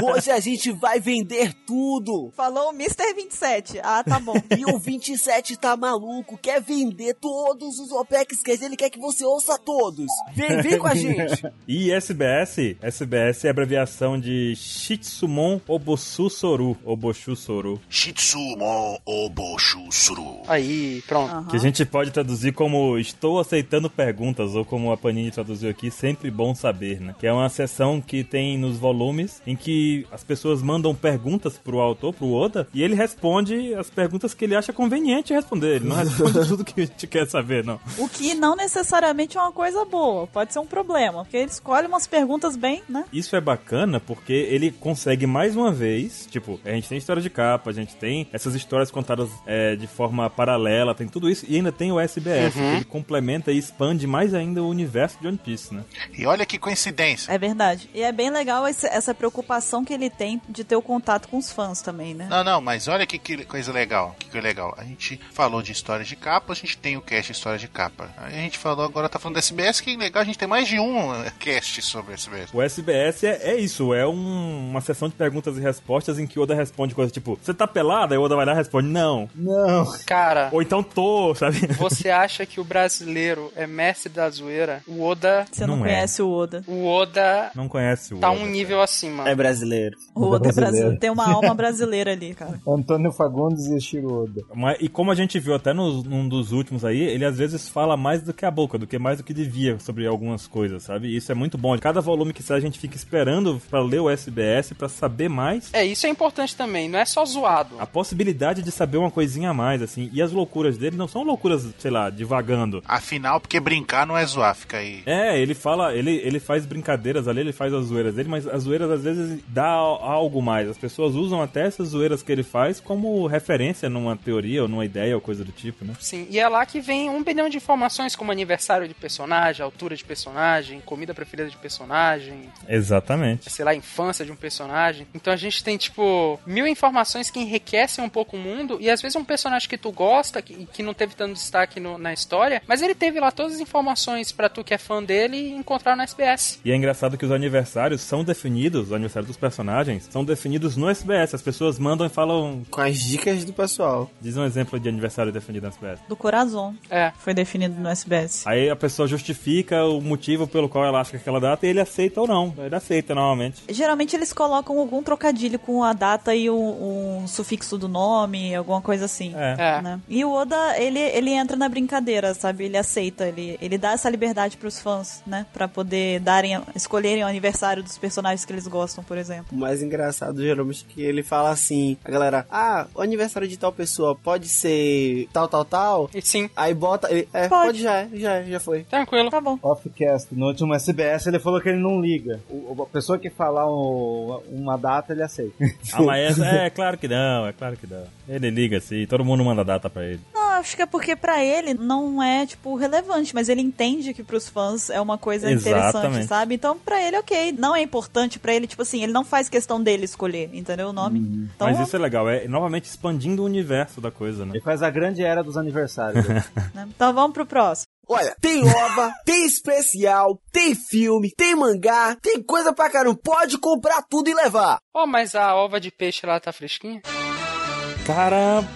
Hoje a gente vai vender tudo.
Falou o Mr. 27. Ah, tá bom.
E o 27 tá maluco, quer vender todos os OPEX que ele quer que você ouça todos. Vem, vem com a gente.
E SBS, SBS é abreviação de Shitsumon Obosu Soru, Oboshu Soru,
Shitsumon Oboshu Suru.
Aí, pronto.
Aham.
que a gente pode traduzir como Estou aceitando perguntas, ou como a Panini traduziu aqui, Sempre Bom Saber, né? Que é uma sessão que tem nos volumes em que as pessoas mandam perguntas pro autor, pro Oda, e ele ele responde as perguntas que ele acha conveniente responder. Ele não responde tudo que a gente quer saber, não.
O que não necessariamente é uma coisa boa, pode ser um problema, porque ele escolhe umas perguntas bem, né?
Isso é bacana porque ele consegue mais uma vez, tipo, a gente tem história de capa, a gente tem essas histórias contadas é, de forma paralela, tem tudo isso, e ainda tem o SBS, que ele complementa e expande mais ainda o universo de One Piece, né?
E olha que coincidência.
É verdade. E é bem legal esse- essa preocupação que ele tem de ter o contato com os fãs também, né?
Não, não, mas olha que, que coisa legal. Que coisa legal. A gente falou de história de capa, a gente tem o cast História de Capa. A gente falou agora, tá falando da SBS, que legal, a gente tem mais de um eh, cast sobre SBS.
O SBS é, é isso, é um- uma sessão de perguntas e respostas em que o Oda responde coisas tipo, você tá pelada? Aí o Oda vai lá e responde, não.
Não.
Cara,
Ou então tô, sabe?
você acha que o brasileiro é mestre da zoeira? O Oda.
Você não,
Não é.
conhece o Oda.
O Oda
Não conhece o
tá
Oda,
um nível acima.
É brasileiro.
O Oda é brasileiro.
brasileiro.
Tem uma alma brasileira ali, cara.
Antônio Fagundes e Shiro Oda.
Mas- e como a gente viu até nos- num dos últimos aí, ele às vezes fala mais do que a boca, do que mais do que devia sobre algumas coisas, sabe? E isso é muito bom. Cada volume que sai, a gente fica esperando pra ler o SBS, pra saber mais.
É, isso é importante também, não é só zoado.
A possibilidade de saber uma coisinha a mais, assim. E as loucuras dele não são loucuras, sei lá, divagando.
Afinal, porque brincar não é zoar, fica aí.
É, ele fala, ele, ele faz brincadeiras ali, ele faz as zoeiras dele, mas as zoeiras às vezes dá al- algo mais. As pessoas usam até essas zoeiras que ele faz como referência numa teoria ou numa ideia ou coisa do tipo, né?
Sim, e é lá que vem um bilhão de informações, como aniversário de personagem, altura de personagem, comida preferida de personagem,
Exatamente.
sei lá, infância de um personagem. Então a gente tem, tipo, mil informações que enriquecem um pouco o mundo, e às vezes um personagem que tu gosta, que, que não teve tanto destaque no- na história, mas ele teve lá todas as informações pra tu que é fã dele encontrar no SBS.
E é engraçado que os aniversários são definidos, os aniversários dos personagens, são definidos no SBS. As pessoas mandam e falam,
Com as dicas do pessoal.
diz um exemplo de aniversário definido no SBS.
Do coração.
É.
Foi definido no SBS.
Aí a pessoa justifica o motivo pelo qual ela acha que aquela data e ele aceita ou não. Ele aceita normalmente.
Geralmente eles colocam algum trocadilho com a data e o- um sufixo do nome, alguma coisa assim.
É.
É.
né? E o Oda, ele, ele entra na brincadeira, sabe? Ele aceita, ele, ele dá essa liberdade pros fãs, né? Pra poder darem, escolherem o aniversário dos personagens que eles gostam, por exemplo.
O mais engraçado, geralmente, é que ele fala assim: a galera, ah, o aniversário de tal pessoa pode ser tal, tal, tal.
E sim,
Aí bota ele, é,
Pode.
pode, já, é, já, é, já foi.
tranquilo.
Tá bom.
Offcast, no último SBS ele falou que ele não liga. O- a pessoa que falar um- uma data, ele aceita.
Ah, mas é, é claro que não, é claro que não. Ele liga assim, todo mundo manda data pra ele.
Não, acho que é porque pra ele não é, tipo, relevante, mas ele entende que pros fãs é uma coisa interessante,
Exatamente.
sabe? Então, pra ele, ok. Não é importante pra ele, tipo assim, ele não faz questão dele escolher, entendeu? O nome. Então,
Mas isso é legal, é novamente expandindo o universo da coisa, né?
Ele faz a grande era dos aniversários.
né? então vamos pro próximo.
Olha, tem OVA, tem especial, tem filme, tem mangá, tem coisa pra caramba. Pode comprar tudo e levar.
Ó, mas a ova de peixe lá tá fresquinha?
Caramba!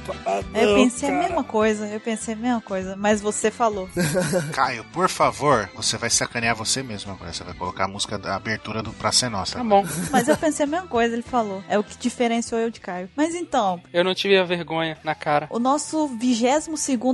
Eu
não,
pensei
cara.
a mesma coisa, eu pensei a mesma coisa, mas você falou.
Caio, por favor, você vai sacanear você mesmo agora. Você vai colocar a música da abertura do Pra Ser Nossa.
Tá bom.
Mas eu pensei a mesma coisa, ele falou. É o que diferenciou eu de Caio. Mas então,
Eu não tive a vergonha na cara.
o nosso 22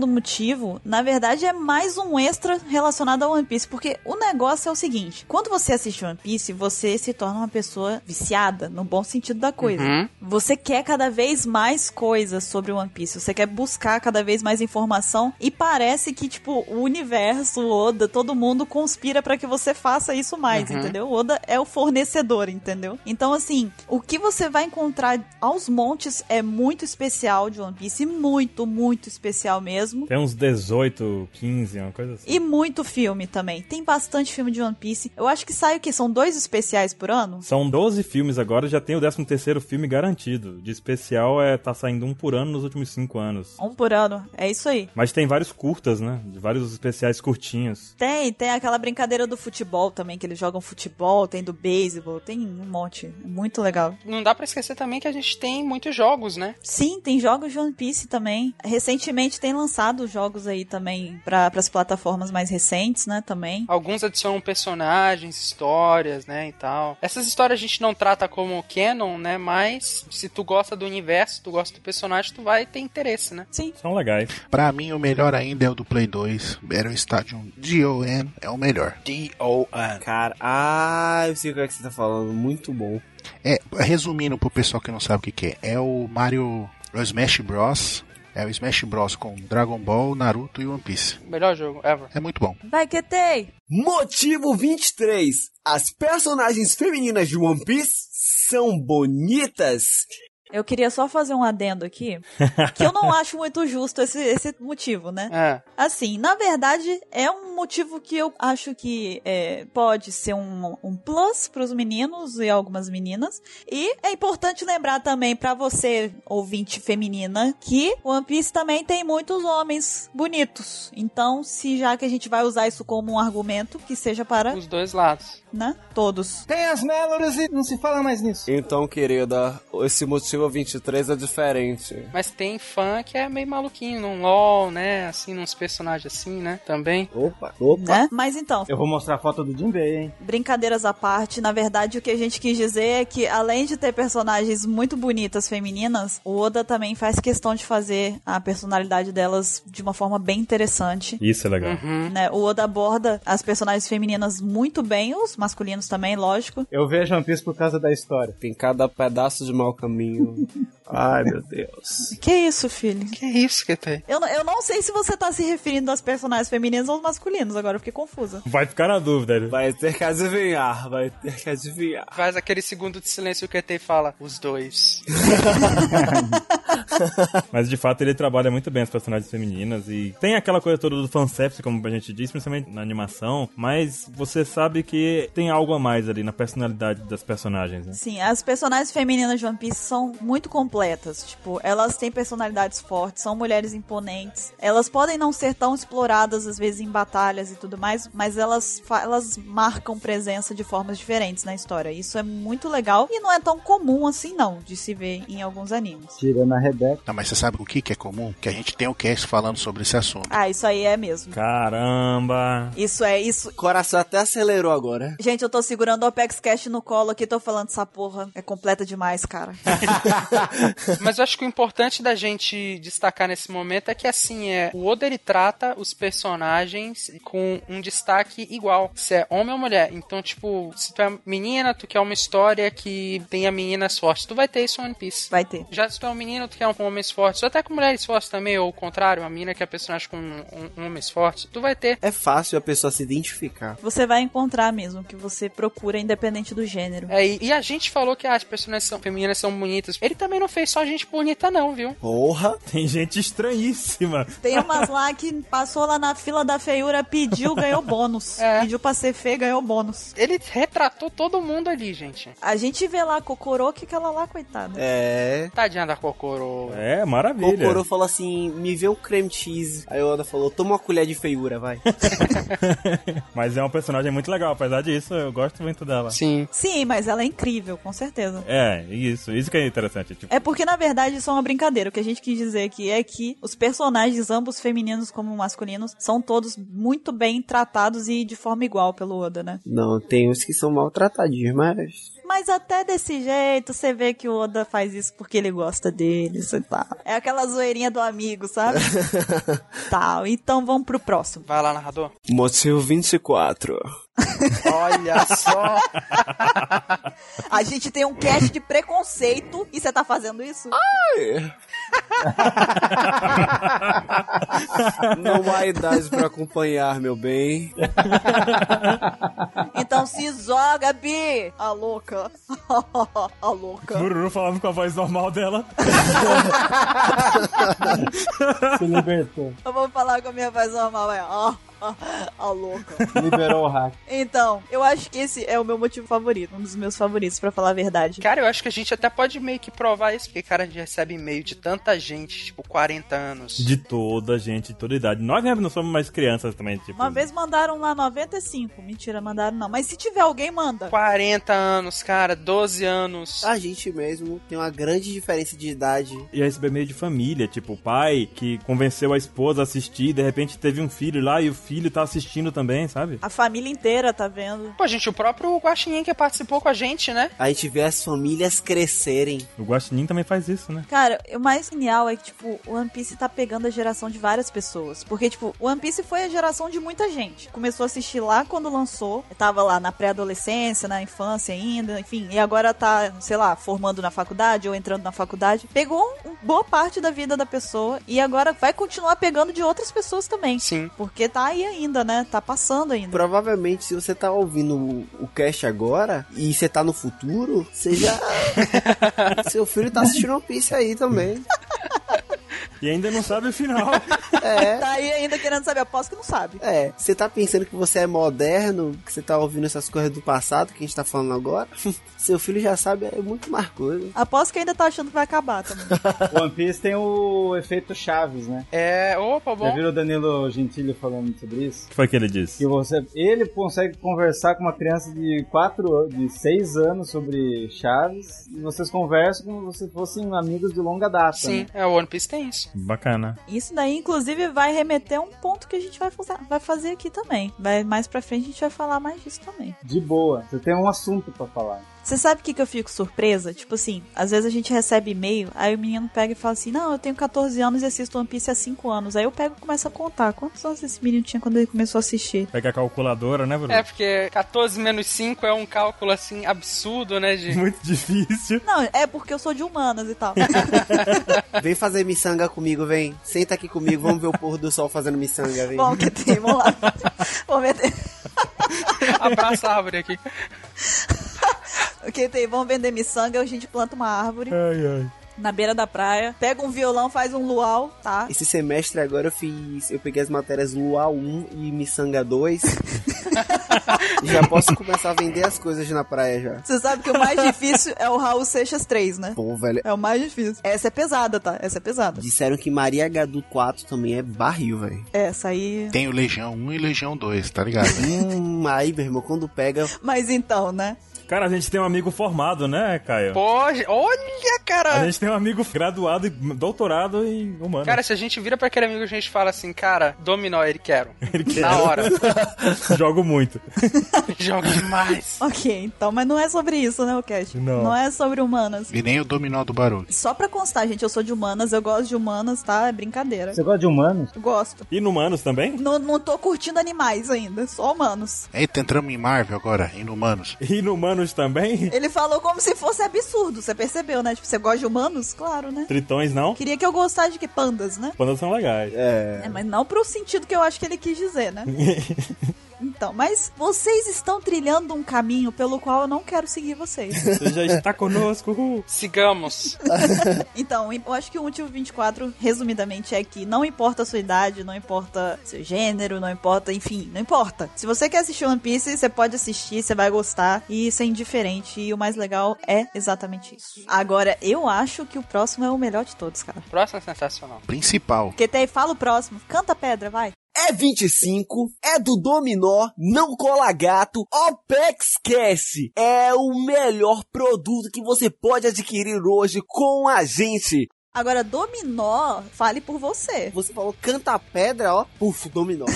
motivo, na verdade, é mais um extra relacionado a One Piece. Porque o negócio é o seguinte: quando você assiste One Piece, você se torna uma pessoa viciada, no bom sentido da coisa.
Uhum.
Você quer cada vez mais coisas sobre One Piece, você quer buscar cada vez mais informação e parece que, tipo, o universo, o Oda, todo mundo conspira pra que você faça isso mais,
Uhum.
entendeu? O Oda é o fornecedor, entendeu? Então, assim, o que você vai encontrar aos montes é muito especial de One Piece, muito, muito especial mesmo.
Tem uns 18, 15, uma coisa assim.
E muito filme também. Tem bastante filme de One Piece. Eu acho que sai o quê? São dois especiais por ano?
São 12 filmes agora, já tem o 13º filme garantido. De especial, é tá saindo um por ano nos últimos 5 anos.
Um por ano. É isso aí.
Mas tem vários curtas, né? De vários especiais curtinhos.
Tem, tem aquela brincadeira do futebol também, que eles jogam futebol, tem do beisebol, tem um monte. Muito legal.
Não dá pra esquecer também que a gente tem muitos jogos, né?
Sim, tem jogos de One Piece também. Recentemente tem lançado jogos aí também para as plataformas mais recentes, né? Também.
Alguns adicionam personagens, histórias, né, e tal. Essas histórias a gente não trata como canon, né, mas se tu gosta do universo, tu gosta do personagem, tu vai ter interesse, né?
Sim.
São legais.
Pra mim, o melhor ainda é o do Play 2. Battle Stadium D.O.N. é o melhor. D.O.N.
Cara, ah, eu sei o que, é que você tá falando. Muito bom.
É, resumindo pro pessoal que não sabe o que, que é, é o Mario É o Smash Bros. É o Smash Bros com Dragon Ball, Naruto e One Piece.
Melhor jogo ever.
É muito bom.
Vai, Ketei!
Motivo 23. As personagens femininas de One Piece são bonitas.
Eu queria só fazer um adendo aqui, que eu não acho muito justo esse, esse motivo, né?
É.
Assim, na verdade, é um motivo que eu acho que é, pode ser um, um plus pros meninos e algumas meninas. E é importante lembrar também pra você, ouvinte feminina, que One Piece também tem muitos homens bonitos. Então, se já que a gente vai usar isso como um argumento, que seja para,
Os dois lados.
né, todos.
Tem as Melores e não se fala mais nisso.
Então, querida, esse motivo 23 é diferente.
Mas tem fã que é meio maluquinho num LOL, né? Assim, nos personagens assim, né? Também.
Opa, opa.
Né? Mas então,
Eu vou mostrar a foto do Jinbei, hein?
Brincadeiras à parte, na verdade o que a gente quis dizer é que além de ter personagens muito bonitas femininas, o Oda também faz questão de fazer a personalidade delas de uma forma bem interessante.
Isso é legal.
né? O Oda aborda as personagens femininas muito bem, os masculinos também, lógico.
Eu vejo One Piece por causa da história.
Tem cada pedaço de mau caminho. Ai, meu Deus.
Que isso, filho?
Que isso que tem?
Eu, não- eu não sei se você tá se referindo às personagens femininas ou aos masculinos, agora eu fiquei confusa.
Vai ficar na dúvida. né?
Vai ter que adivinhar, vai ter que adivinhar.
Faz aquele segundo de silêncio que o QT fala, os dois.
Mas de fato ele trabalha muito bem as personagens femininas e tem aquela coisa toda do fanservice, como a gente disse, principalmente na animação, mas você sabe que tem algo a mais ali na personalidade das personagens, né?
Sim, as personagens femininas de One Piece são muito completas. Tipo, elas têm personalidades fortes, são mulheres imponentes. Elas podem não ser tão exploradas, às vezes, em batalhas e tudo mais, mas elas, fa- elas marcam presença de formas diferentes na história. Isso é muito legal e não é tão comum assim, não, de se ver em alguns animes.
Tirando a Rebeca.
Não, mas você sabe o que, que é comum? Que a gente tem o cast falando sobre esse assunto.
Ah, isso aí é mesmo.
Caramba!
Isso é isso.
Coração até acelerou agora.
Gente, eu tô segurando o Apex Cash no colo aqui, tô falando essa porra. É completa demais, cara.
Mas eu acho que o importante da gente destacar nesse momento é que assim é, o Oda ele trata os personagens com um destaque igual, se é homem ou mulher. Então, tipo, se tu é menina, tu quer uma história que tenha meninas fortes, tu vai ter isso em One Piece.
Vai ter.
Já se tu é um menino, tu quer um homem forte, ou até com mulheres fortes também, ou o contrário, uma menina que é personagem com um, um homem forte, tu vai ter.
É fácil a pessoa se identificar.
Você vai encontrar mesmo o que você procura, independente do gênero.
É, e, e a gente falou que as personagens são- femininas são bonitas. Ele também não fez só gente bonita, não, viu?
Porra!
Tem gente estranhíssima.
Tem umas lá que passou lá na fila da feiura, pediu, ganhou bônus.
É.
Pediu pra ser feia, ganhou bônus.
Ele retratou todo mundo ali, gente.
A gente vê lá a Kokoro, que aquela lá, coitada.
É.
Tadinha da Kokoro.
É, maravilha.
Kokoro falou assim: me vê um creme cheese. Aí o Oda falou: toma uma colher de feiura, vai.
Mas é um personagem muito legal, apesar disso, eu gosto muito dela.
Sim.
Sim, mas ela é incrível, com certeza.
É, isso, isso que é interessante. Tipo,
É porque, na verdade, isso é uma brincadeira. O que a gente quis dizer aqui é que os personagens, ambos femininos como masculinos, são todos muito bem tratados e de forma igual pelo Oda, né?
Não, tem uns que são maltratadinhos, mas.
Mas até desse jeito, você vê que o Oda faz isso porque ele gosta deles e tal. É aquela zoeirinha do amigo, sabe? tal, então vamos pro próximo.
Vai lá, narrador.
Motivo 24.
Olha só.
A gente tem um cast de preconceito e você tá fazendo isso?
Não há idade pra acompanhar, meu bem.
Então se joga, Bi! A louca. A louca.
Bururu falando com a voz normal dela.
Se libertou.
Eu vou falar com a minha voz normal, é. ó, ó, A louca.
Liberou o hack.
Então, eu acho que esse é o meu motivo favorito, um dos meus favoritos, pra falar a verdade.
Cara, eu acho que a gente até pode meio que provar isso, porque, cara, a gente recebe e-mail de tanta gente, tipo, 40 anos.
De toda gente, de toda idade. Nós mesmo não somos mais crianças também, tipo.
Uma vez mandaram lá 95. Mentira, mandaram não. Mas se tiver alguém, manda.
40 anos, cara, 12 anos.
A gente mesmo tem uma grande diferença de idade.
já receber é meio de família, tipo, o pai que convenceu a esposa a assistir, de repente teve um filho lá e o filho tá assistindo também, sabe?
A família inteira tá vendo.
Pô, gente, o próprio Guaxinim que participou com a gente, né?
A gente vê as famílias crescerem.
O Guaxinim também faz isso, né?
Cara, o mais genial é que, tipo, o One Piece tá pegando a geração de várias pessoas. Porque, tipo, o One Piece foi a geração de muita gente. Começou a assistir lá quando lançou. Tava lá na pré-adolescência, na infância ainda, enfim. E agora tá, sei lá, formando na faculdade ou entrando na faculdade. Pegou um, um boa parte da vida da pessoa e agora vai continuar pegando de outras pessoas também.
Sim.
Porque tá aí ainda, né? Tá passando ainda.
Provavelmente, se você tá ouvindo o, o cast agora e você tá no futuro, você já. Seu filho tá assistindo One Piece aí também.
E ainda não sabe o final.
É.
Tá aí ainda querendo saber. Aposto que não sabe.
É, você tá pensando que você é moderno, que você tá ouvindo essas coisas do passado que a gente tá falando agora? Seu filho já sabe é muito mais coisa.
Aposto que ainda tá achando que vai acabar também.
One Piece tem o efeito Chaves, né?
É, opa,
Já
bom.
viram o Danilo Gentili falando sobre isso?
O que foi que ele
Que
disse?
você, ele consegue conversar com uma criança de 4, de 6 anos sobre Chaves e vocês conversam como se fossem amigos de longa data.
Sim,
né?
é, o One Piece tem isso.
Bacana.
Isso daí, inclusive, vai remeter a um ponto que a gente vai fazer, vai fazer aqui também. Vai, mais pra frente a gente vai falar mais disso também.
De boa. Você tem um assunto pra falar.
Você sabe o que, que eu fico surpresa? Tipo assim, às vezes a gente recebe e-mail, aí o menino pega e fala assim: Não, eu tenho 14 anos e assisto One Piece há 5 anos. Aí eu pego e começo a contar. Quantos anos esse menino tinha quando ele começou a assistir?
Pega a calculadora, né, Bruno?
É, porque 14 menos 5 é um cálculo, assim, absurdo, né, de...
Muito difícil.
Não, é porque eu sou de humanas e tal.
Vem fazer miçanga comigo, vem. Senta aqui comigo, vamos ver o pôr do sol fazendo miçanga, vem.
Bom, que tem, vamos lá. Vamos vender,
Abraça a árvore aqui.
que tem, vamos vender miçanga, a gente planta uma árvore
Ai, ai.
na beira da praia, pega um violão, faz um luau, tá?
Esse semestre agora eu fiz. Eu peguei as matérias Lua 1 e Missanga 2. já posso começar a vender as coisas na praia já.
Você sabe que o mais difícil é o Raul Seixas 3, né?
Pô, velho.
É o mais difícil. Essa é pesada, tá? Essa é pesada.
Disseram que Maria Gadu 4 também é barril, velho.
Essa aí.
Tem o Legião 1 e Legião 2, tá ligado?
Hum, aí, meu irmão, quando pega.
Mas então, né?
Cara, a gente tem um amigo formado, né, Caio?
Pô, é. ge- olha,
A
cara!
gente tem um amigo graduado e doutorado em humano.
Cara, se a gente vira pra aquele amigo, a gente fala assim, cara, dominó, ele quero. Na hora.
Jogo muito.
Joga demais.
Ok, então, mas não é sobre isso, né, o cast?
Não.
Não é sobre humanas.
E nem o Dominó do Barulho.
Só pra constar, gente, eu sou de humanas, eu gosto de humanas, tá? É brincadeira.
Você gosta de humanos?
Eu gosto.
Inumanos também?
Não, não tô curtindo animais ainda, só humanos.
Eita, entramos em Marvel agora, Inumanos.
Inumanos também?
É.
Ele falou como se fosse absurdo, você percebeu, né? Tipo, você gosta de humanos? Claro, né?
Tritões não?
Queria que eu gostasse de que pandas, né?
Pandas são legais.
É, mas não pro sentido que eu acho que ele quis dizer, né? Então, mas vocês estão trilhando um caminho pelo qual eu não quero seguir vocês.
Você já está conosco. uhul.
Sigamos.
Então, eu acho que o motivo 24, resumidamente, é que não importa a sua idade, não importa seu gênero, não importa, enfim, não importa. Se você quer assistir One Piece, você pode assistir, você vai gostar, e isso é indiferente, e o mais legal é exatamente isso. Agora, eu acho que o próximo é o melhor de todos, cara.
Próximo é sensacional.
Principal.
Porque tem, fala o próximo, canta a pedra, vai.
É 25, é do Dominó, não cola gato, Opex Cash é o melhor produto que você pode adquirir hoje com a gente.
Agora, Dominó, fale por você.
Você falou canta a pedra, ó, puf, Dominó.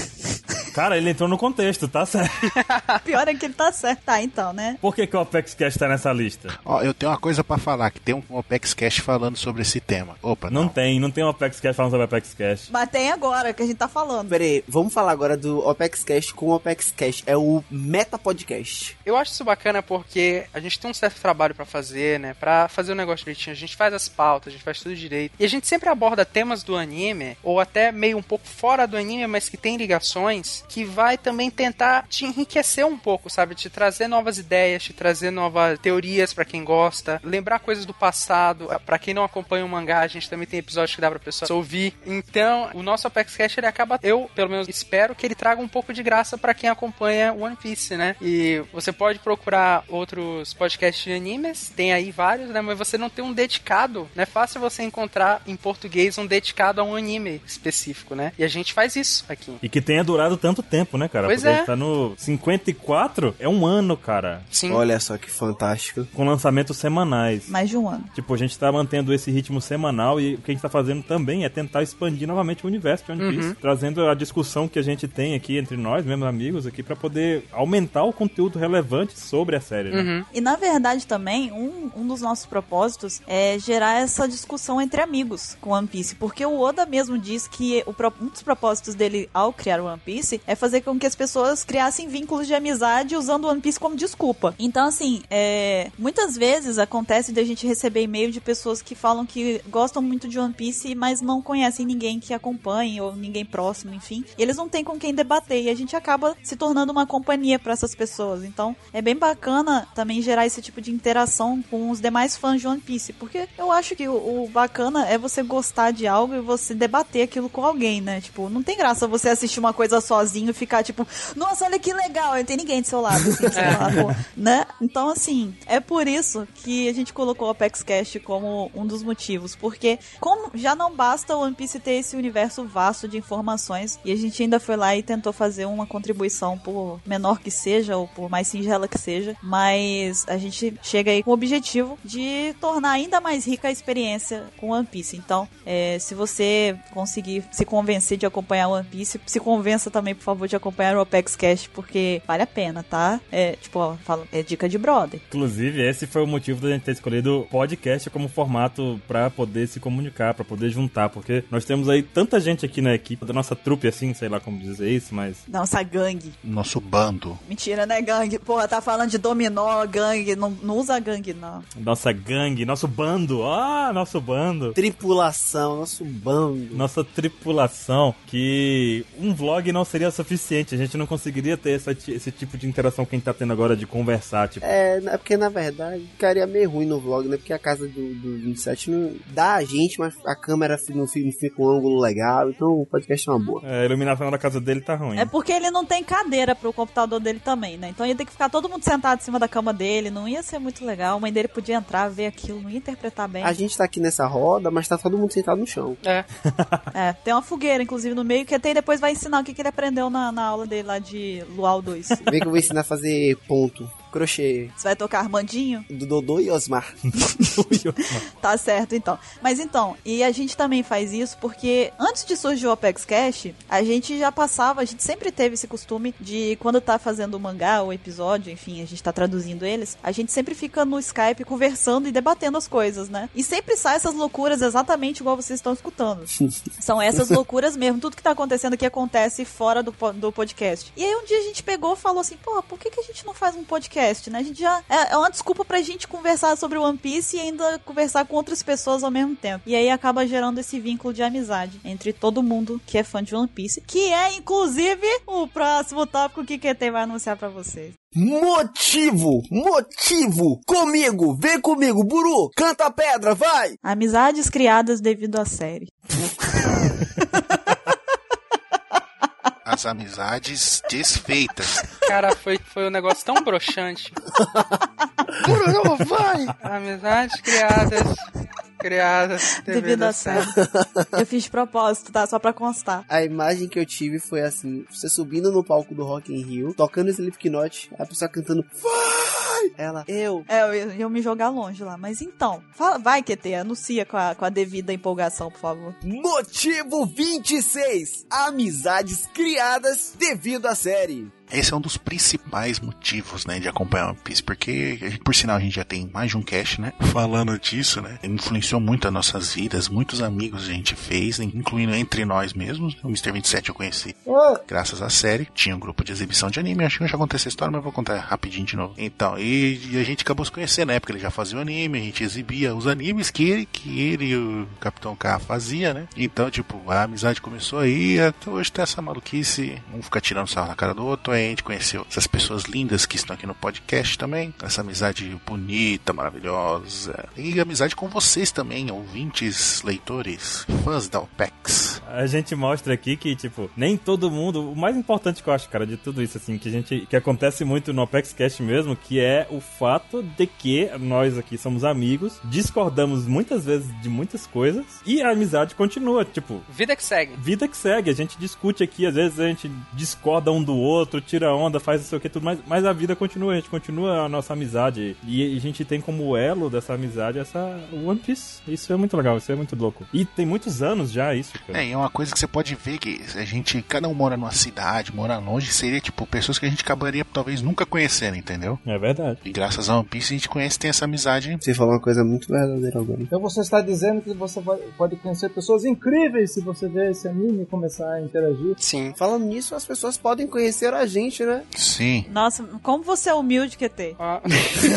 Cara, ele entrou no contexto, tá certo?
O pior é que ele tá certo. Tá, então, né?
Por que, que o Apex Cash tá nessa lista?
Ó, eu tenho uma coisa pra falar, que tem um Opex Cash falando sobre esse tema. Opa,
Não
não.
tem, não tem o Apex Cash falando sobre Apex Cash.
Mas tem agora, que a gente tá falando.
Pera aí, vamos falar agora do Opex Cash com o Opex Cash, é o Meta Podcast.
Eu acho isso bacana porque a gente tem um certo trabalho pra fazer, né? Pra fazer o negócio direitinho. A gente faz as pautas, a gente faz tudo direito. E a gente sempre aborda temas do anime, ou até meio um pouco fora do anime, mas que tem ligações, que vai também tentar te enriquecer um pouco, sabe? Te trazer novas ideias, te trazer novas teorias pra quem gosta, lembrar coisas do passado. Pra quem não acompanha o mangá, a gente também tem episódios que dá pra pessoa ouvir. Então, o nosso Apex Cash, ele acaba, eu pelo menos espero que ele traga um pouco de graça pra quem acompanha One Piece, né? E você pode procurar outros podcasts de animes, tem aí vários, né? Mas você não tem um dedicado, não é fácil você encontrar em português um dedicado a um anime específico, né? E a gente faz isso aqui.
E que tenha durado tanto tempo, né, cara?
Pois
Porque
é.
ele tá no 54, é um ano, cara.
Sim.
Olha só que fantástico.
Com lançamentos semanais.
Mais de um ano.
Tipo, a gente tá mantendo esse ritmo semanal e o que a gente tá fazendo também é tentar expandir novamente o universo de
Uhum.
One Piece, trazendo a discussão que a gente tem aqui entre nós, mesmos amigos aqui, pra poder aumentar o conteúdo relevante sobre a série, né?
Uhum.
E na verdade também, um, um dos nossos propósitos é gerar essa discussão entre amigos com One Piece. Porque o Oda mesmo diz que o pro- um dos propósitos dele ao criar o One Piece é fazer com que as pessoas criassem vínculos de amizade usando o One Piece como desculpa. Então, assim, é, muitas vezes acontece de a gente receber e-mail de pessoas que falam que gostam muito de One Piece, mas não conhecem ninguém que acompanhe ou ninguém próximo, enfim. E eles não têm com quem debater e a gente acaba se tornando uma companhia para essas pessoas. Então, é bem bacana também gerar esse tipo de interação com os demais fãs de One Piece, porque eu acho que o, o bacana é você gostar de algo e você debater aquilo com alguém, né? Tipo, não tem graça você assistir uma coisa sozinho e ficar tipo, nossa, olha que legal, eu tenho ninguém do seu lado, assim, sei lá, pô, né? Então, assim, é por isso que a gente colocou o Apex Cash como um dos motivos, porque como já não basta o One Piece ter esse universo vasto de informações, e a gente ainda foi lá e tentou fazer uma contribuição por menor que seja, ou por mais singela que seja, mas a gente chega aí com o objetivo de tornar ainda mais rica a experiência com One Piece. Então, é, se você conseguir se convencer de acompanhar One Piece, se convença também, por favor, de acompanhar o Apex Cash, porque vale a pena, tá? É, tipo, ó, falo, é dica de brother.
Inclusive, esse foi o motivo da gente ter escolhido podcast como formato pra poder se comunicar, pra poder juntar, porque nós temos aí tanta gente aqui na equipe, da nossa trupe, assim, sei lá como dizer isso, mas
Nossa, gangue.
Nosso bando.
Mentira, né, gangue? Porra, tá falando de dominó, gangue. Não, não usa gangue, não.
nossa gangue, nosso bando, ah, nosso bando.
Tripulação, nosso bando.
Nossa tripulação, que um vlog não seria suficiente, a gente não conseguiria ter essa ti- esse tipo de interação que a gente tá tendo agora de conversar, tipo.
É, na- porque na verdade ficaria meio ruim no vlog, né? Porque a casa do, do 27 não dá a gente, mas a câmera fi- não fi- não fica um ângulo legal, então o podcast é uma boa.
A iluminação da casa dele tá ruim.
É porque ele não tem cadeira pro computador dele também, né? Então ia ter que ficar todo mundo sentado em cima da cama dele, não ia ser muito legal. A mãe dele podia entrar, ver aquilo, não ia interpretar bem.
A gente tá aqui nessa roda, mas tá todo mundo sentado no chão.
É.
É, tem uma fogueira, inclusive, no meio, que até depois vai ensinar o que, que ele aprendeu na, na aula dele lá de Luau 2. Você
Vem que eu vou ensinar a fazer ponto, crochê,
vai tocar Armandinho?
do Dodô e Osmar.
Tá certo, então. Mas então, e a gente também faz isso porque antes de surgir o Apex Cash, a gente já passava, a gente sempre teve esse costume de quando tá fazendo o mangá ou episódio, enfim, a gente tá traduzindo eles, a gente sempre fica no Skype conversando e debatendo as coisas, né? E sempre sai essas loucuras exatamente igual vocês estão escutando. São essas loucuras mesmo. Tudo que tá acontecendo aqui acontece fora do, po- do podcast. E aí um dia a gente pegou e falou assim, pô, por que, que a gente não faz um podcast, né? A gente já... É, é uma desculpa pra gente conversar sobre One Piece e ainda conversar com outras pessoas ao mesmo tempo. E aí acaba gerando esse vínculo de amizade entre todo mundo que é fã de One Piece, que é, inclusive, o próximo tópico que QT vai anunciar pra vocês.
Motivo! Motivo! Comigo! Vem comigo, Buru! Canta a pedra, vai!
Amizades criadas devido à série.
As amizades desfeitas.
Cara, foi, foi um negócio tão broxante.
Bruno, vai!
Amizades criadas. Criadas.
Devido à série. Eu fiz de propósito, tá? Só pra constar.
A imagem que eu tive foi assim, você subindo no palco do Rock in Rio, tocando Slipknot, a pessoa cantando Vai! Ela, eu,
É, eu, ia- eu me jogar longe lá. Mas então, fala- vai, QT, anuncia com a, com a devida empolgação, por favor.
motivo 26, amizades criadas devido à série.
Esse é um dos principais motivos, né, de acompanhar One Piece, porque, a gente- por sinal, a gente já tem mais de um cast, né, falando disso, né, influenciou muito as nossas vidas, muitos amigos a gente fez, incluindo entre nós mesmos, né? o Mr. 27 eu conheci graças à série, tinha um grupo de exibição de anime, acho que eu já contei essa história, mas eu vou contar rapidinho de novo. Então, e, e a gente acabou se conhecendo, na época ele já fazia o anime, a gente exibia os animes que ele, que ele e o Capitão K fazia, né, então, tipo, a amizade começou aí, até hoje tá essa maluquice, um fica tirando sarro na cara do outro, aí a gente conheceu essas pessoas lindas que estão aqui no podcast também, essa amizade bonita, maravilhosa, e amizade com vocês também, ouvintes, leitores, fãs da OPEX.
A gente mostra aqui que, tipo, nem todo mundo. O mais importante que eu acho, cara, de tudo isso, assim, que a gente. que acontece muito no Apex Cash mesmo, que é o fato de que nós aqui somos amigos, discordamos muitas vezes de muitas coisas e a amizade continua, tipo.
Vida que segue.
Vida que segue, a gente discute aqui, às vezes a gente discorda um do outro, tira onda, faz não sei o que, tudo mais, mas a vida continua, a gente continua a nossa amizade. E a gente tem como elo dessa amizade essa o One Piece. Isso é muito legal, isso é muito louco. E tem muitos anos já isso, cara.
É, e é uma uma coisa que você pode ver que a gente, cada um mora numa cidade, mora longe, seria tipo pessoas que a gente acabaria talvez nunca conhecendo, entendeu?
É verdade.
E graças a One Piece a gente conhece, tem essa amizade.
Você falou uma coisa muito verdadeira agora.
Então você está dizendo que você vai- pode conhecer pessoas incríveis se você ver esse anime e começar a interagir.
Sim.
Falando nisso, as pessoas podem conhecer a gente, né?
Sim.
Nossa, como você é humilde, QT.
Ah.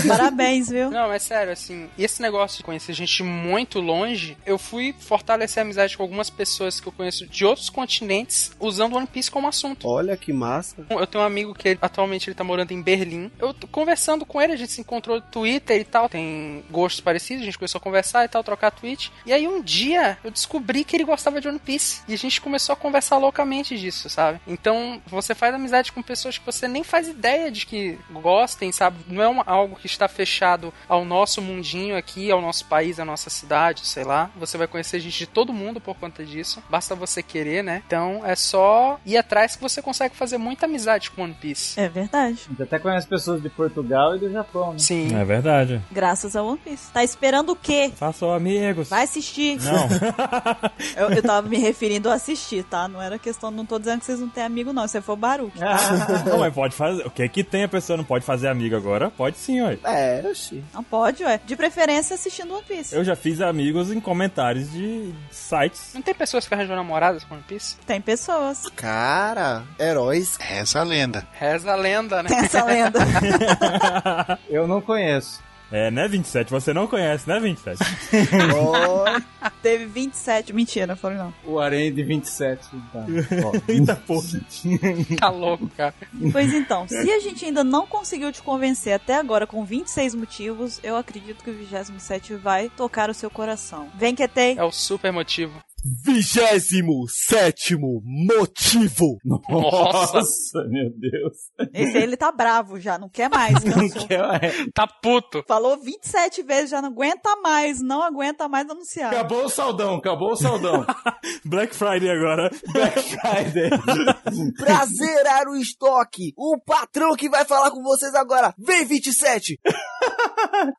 Parabéns, viu?
Não, mas sério, assim, esse negócio de conhecer gente muito longe, eu fui fortalecer a amizade com algumas pessoas que eu conheço de outros continentes usando One Piece como assunto.
Olha que massa.
Eu tenho um amigo que ele- atualmente ele tá morando em Berlim. Eu tô conversando com ele, a gente se encontrou no Twitter e tal. Tem gostos parecidos, a gente começou a conversar e tal, trocar tweet. E aí um dia eu descobri que ele gostava de One Piece. E a gente começou a conversar loucamente disso, sabe? Então você faz amizade com pessoas que você nem faz ideia de que gostem, sabe? Não é uma- algo que está fechado ao nosso mundinho aqui, ao nosso país, à nossa cidade, sei lá. Você vai conhecer gente de todo mundo por conta disso. Basta você querer, né? Então é só ir atrás que você consegue fazer muita amizade com One Piece.
É verdade.
A gente até conhece pessoas de Portugal e do Japão, né?
Sim.
É verdade.
Graças ao One Piece. Tá esperando o quê?
Façam amigos.
Vai assistir.
Não.
Eu, eu tava me referindo a assistir, tá? Não era questão, não tô dizendo que vocês não têm amigo, não. Você for Baruque.
não, mas pode fazer. O que é que tem a pessoa não pode fazer amigo agora? Pode sim, ué.
É, oxi.
Não pode, ué. De preferência assistindo One Piece.
Eu já fiz amigos em comentários de sites.
Não tem pessoas que arranjam namoradas com One Piece?
Tem pessoas.
Cara, heróis.
Reza a lenda.
Reza a lenda, né?
Tem essa lenda.
Eu não conheço.
É, né, 27? Você não conhece, né, 27?
Ó,
Teve 27. Mentira, foram não.
O Arém de 27. Tá. Ó.
Eita porra.
Tá louco, cara.
Pois então, se a gente ainda não conseguiu te convencer até agora com 26 motivos, eu acredito que o 27 vai tocar o seu coração. Vem, Ketei.
É o super motivo.
Vigésimo sétimo motivo.
Nossa.
Nossa, meu Deus.
Esse aí ele tá bravo já, não quer mais. cansou.
é.
Tá puto.
Falou 27 vezes, já não aguenta mais, não aguenta mais anunciar.
Acabou o saldão, acabou o saldão.
Black Friday agora.
Friday.
pra zerar o estoque, o patrão que vai falar com vocês agora, vem 27!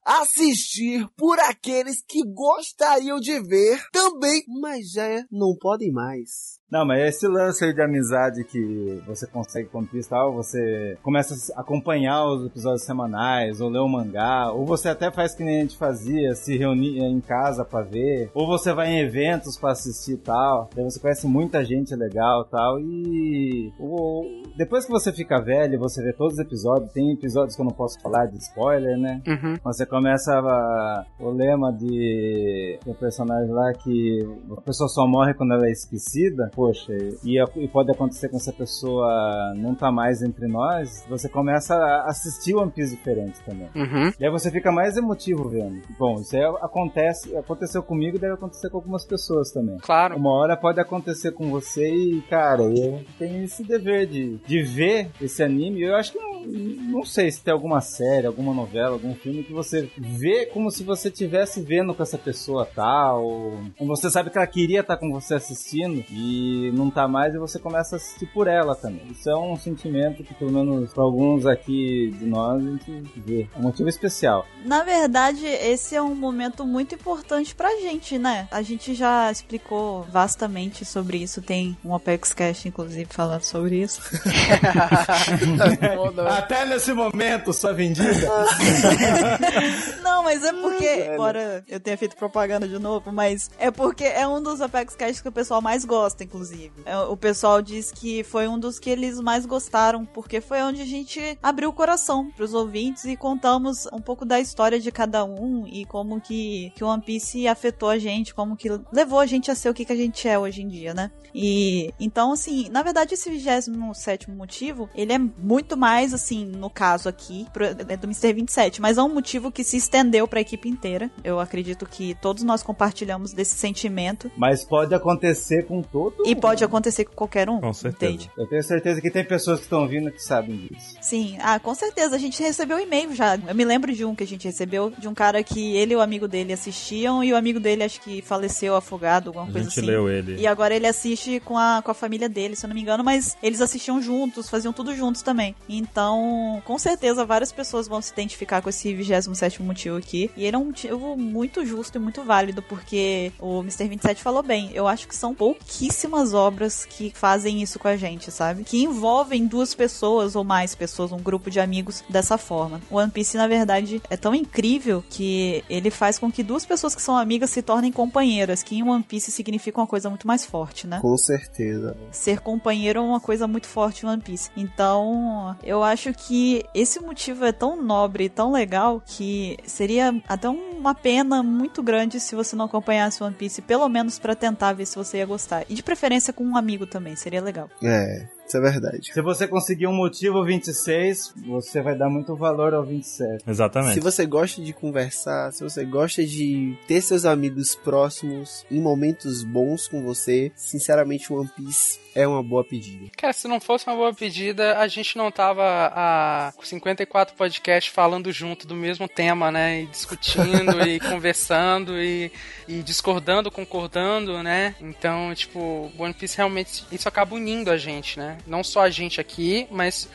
Assistir por aqueles que gostariam de ver também, mas já não podem mais.
Não, mas é esse lance aí de amizade que você consegue conquistar, tal, você começa a acompanhar os episódios semanais, ou ler o mangá, ou você até faz que nem a gente fazia, se reunir em casa pra ver, ou você vai em eventos pra assistir e tal. Daí você conhece muita gente legal e tal, e o- depois que você fica velho, você vê todos os episódios, tem episódios que eu não posso falar de spoiler, né?
Uhum.
Você começa a- o lema de do personagem lá é que a pessoa só morre quando ela é esquecida, poxa, e, é, e pode acontecer com essa pessoa não tá mais entre nós, você começa a assistir One Piece diferente também.
Uhum.
E aí você fica mais emotivo vendo. Bom, isso aí acontece, aconteceu comigo e deve acontecer com algumas pessoas também.
Claro.
Uma hora pode acontecer com você e, cara, eu tenho esse dever de, de ver esse anime. Eu acho que não, não sei se tem alguma série, alguma novela, algum filme que você vê como se você estivesse vendo com essa pessoa tal. ou você sabe que ela queria estar com você assistindo e não tá mais e você começa a assistir por ela também. Isso é um sentimento que, pelo menos pra alguns aqui de nós, a gente vê. É um motivo especial.
Na verdade, esse é um momento muito importante pra gente, né? A gente já explicou vastamente sobre isso, tem um Apex Cash, inclusive, falando sobre isso.
Tá né?
Até nesse momento, sua vendida.
Não, mas é porque, embora eu tenha feito propaganda de novo, mas é porque é um dos Apex Cash que o pessoal mais gosta, inclusive. É, O pessoal diz que foi um dos que eles mais gostaram, porque foi onde a gente abriu o coração pros ouvintes e contamos um pouco da história de cada um e como que, que o One Piece afetou a gente, como que levou a gente a ser o que, que a gente é hoje em dia, né? E então, assim, na verdade, esse 27 motivo, ele é muito mais, assim, no caso aqui, pro- é do Mr. 27, mas é um motivo que se estendeu pra equipe inteira. Eu acredito que todos nós compartilhamos desse sentimento.
Mas pode acontecer com todo
E pode acontecer com qualquer um.
Com certeza.
Entende?
Eu tenho certeza que tem pessoas que estão vindo que sabem disso.
Sim, ah, com certeza. A gente recebeu e-mail já. Eu me lembro de um que a gente recebeu, de um cara que ele e o amigo dele assistiam, e o amigo dele acho que faleceu afogado, alguma
A
coisa
gente
assim.
leu ele.
E agora ele assiste com a, com a família dele, se eu não me engano, mas eles assistiam juntos, faziam tudo juntos também. Então, com certeza, várias pessoas vão se identificar com esse 27 motivo aqui. E ele é um motivo muito justo e muito válido, porque o Mr. 27 falou bem. Eu acho que são pouquíssimas obras que fazem isso com a gente, sabe? Que envolvem duas pessoas ou mais pessoas, um grupo de amigos dessa forma. O One Piece, na verdade, é tão incrível que ele faz com que duas pessoas que são amigas se tornem companheiras, que em One Piece significa uma coisa muito mais forte, né?
Com certeza.
Ser companheiro é uma coisa muito forte em One Piece. Então, eu acho que esse motivo é tão nobre, tão legal, que seria até um- uma pena muito grande se você não acompanhasse One Piece, pelo menos para tentar ver se você ia gostar. E de preferência com um amigo também, seria legal.
É, isso é verdade.
Se você conseguir um motivo 26, você vai dar muito valor ao 27.
Exatamente.
Se você gosta de conversar, se você gosta de ter seus amigos próximos em momentos bons com você, sinceramente, One Piece é uma boa pedida.
Cara, se não fosse uma boa pedida, a gente não tava a 54 podcasts falando junto do mesmo tema, né? E discutindo e conversando e, e discordando, concordando, né? Então, tipo, One Piece realmente isso acaba unindo a gente, né? Não só a gente aqui, mas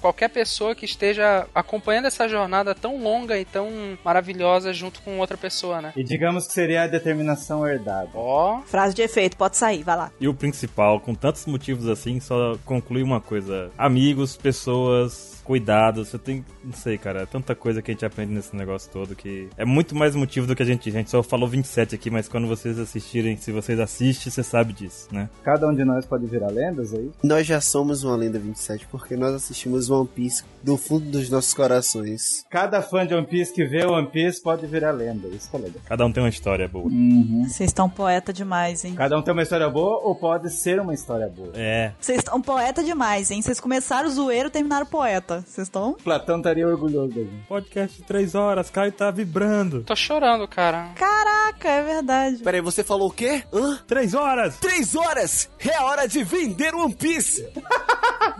qualquer pessoa que esteja acompanhando essa jornada tão longa e tão maravilhosa junto com outra pessoa, né?
E digamos que seria a determinação herdada.
Ó.
Frase de efeito, pode sair, vai lá.
E o principal, com tantos motivos assim, só conclui uma coisa: amigos, pessoas. Cuidado, você tem. Não sei, cara. É tanta coisa que a gente aprende nesse negócio todo que. É muito mais motivo do que a gente. A gente só falou 27 aqui, mas quando vocês assistirem, se vocês assistem, você sabe disso, né?
Cada um de nós pode virar lendas é aí?
Nós já somos uma lenda 27, porque nós assistimos assistimos One Piece do fundo dos nossos corações.
Cada fã de One Piece que vê One Piece pode virar lenda. Isso é legal.
Cada um tem uma história boa.
Uhum.
Vocês estão poeta demais, hein?
Cada um tem uma história boa ou pode ser uma história boa.
É.
Vocês estão poeta demais, hein? Vocês começaram zoeiro, terminaram poeta. Vocês estão.
Platão estaria orgulhoso da gente.
Podcast de 3 horas, Caio tá vibrando.
Tô chorando, cara.
Caraca, é verdade.
Peraí, você falou o quê? Hã?
3 horas!
3 horas! É hora de vender One Piece!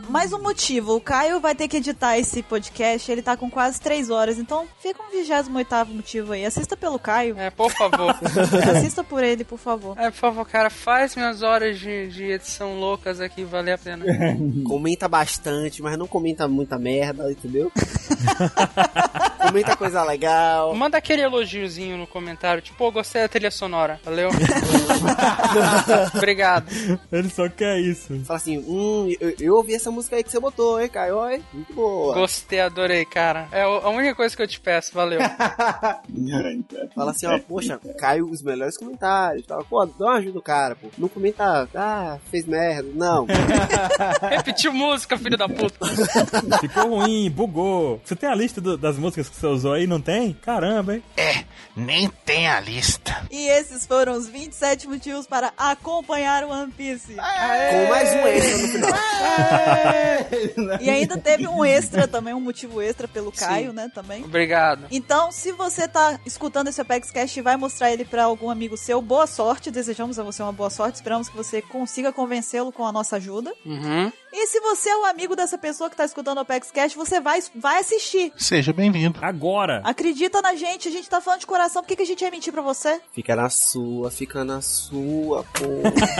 Mais um motivo, o Caio vai ter que editar esse podcast, ele tá com quase 3 horas, então fica um 28 motivo aí. Assista pelo Caio.
É, por favor.
Assista por ele, por favor.
É, por favor, cara, faz minhas horas de, de edição loucas aqui, valer a pena.
Uhum. comenta bastante, mas não comenta muita merda, entendeu? comenta coisa legal.
Manda aquele elogiozinho no comentário, tipo, pô, gostei da trilha sonora, valeu? Obrigado.
Ele só quer isso.
Fala assim, hum, eu, eu ouvi essa música aí que você botou, hein, Caio? Hein? Muito boa.
Gostei, adorei, cara. É a única coisa que eu te peço, valeu.
Fala assim, ó, poxa, Caio, os melhores comentários. Tal. Pô, dá uma ajuda o cara, pô. Não comenta, ah, fez merda. Não.
Repetiu música, filho da puta.
Ficou ruim, bugou. Você tem a lista do, das músicas que você usou aí, não tem? Caramba, hein?
É, nem tem a lista.
E esses foram os 27 motivos para acompanhar o One Piece.
Com mais um extra no final.
E ainda teve um extra também, um motivo extra pelo Caio, né, também.
Obrigado.
Então, se você tá escutando esse Apex Cash e vai mostrar ele para algum amigo seu, boa sorte, desejamos a você uma boa sorte, esperamos que você consiga convencê-lo com a nossa ajuda.
Uhum.
E se você é o amigo dessa pessoa que tá escutando o Apex Cash, você vai, vai assistir.
Seja bem-vindo.
Agora!
Acredita na gente, a gente tá falando de coração, por que, que a gente ia mentir pra você?
Fica na sua, fica na sua, pô.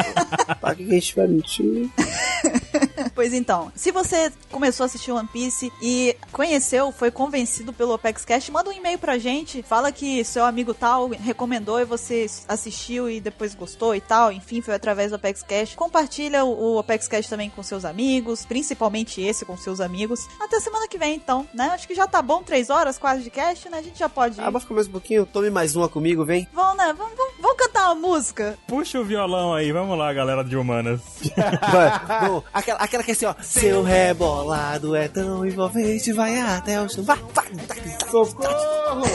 pra que a gente vai mentir?
Pois então, se você começou a assistir One Piece e conheceu, foi convencido pelo Apex Cash, manda um e-mail pra gente, fala que seu amigo tal recomendou e você assistiu e depois gostou e tal, enfim, foi através do Apex Cash. Compartilha o, o Apex Cash também com seus amigos, principalmente esse com seus amigos. Até semana que vem, então, né? Acho que já tá bom, três horas quase de cast, né? A gente já pode ir.
Abafa mais um pouquinho, tome mais uma comigo, vem.
Vamos, né? Vamos, vamos, vamos cantar uma música.
Puxa o violão aí, vamos lá, galera de humanas.
Vai, vamos. Aquela, aquela que é assim, ó. Seu rebolado é tão envolvente, vai até o chão. Vai, vai, vai, vai.
Socorro!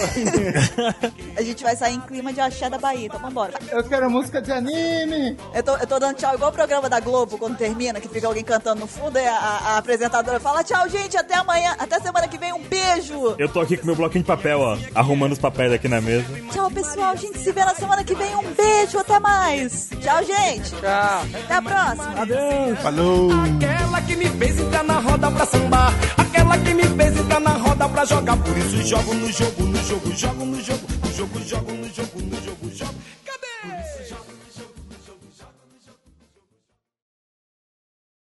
A gente vai sair em clima de axé da Bahia, então vambora. vai.
Eu quero música de anime!
Eu tô, eu tô dando tchau igual o programa da Globo, quando termina, que fica alguém cantando no fundo, e a, a- a apresentadora fala tchau, gente, até amanhã, até semana que vem, um beijo!
Eu tô aqui com meu bloquinho de papel, ó, arrumando os papéis aqui na mesa.
Tchau, pessoal, a gente se vê na semana que vem, um beijo, até mais! Tchau, gente!
Tchau.
Até a próxima!
Adeus!
Falou!
Aquela que me fez entrar na roda pra sambar. Aquela que me fez entrar na roda pra jogar. Por isso jogo no jogo, no jogo, jogo no jogo. No jogo, jogo no jogo, no jogo, jogo.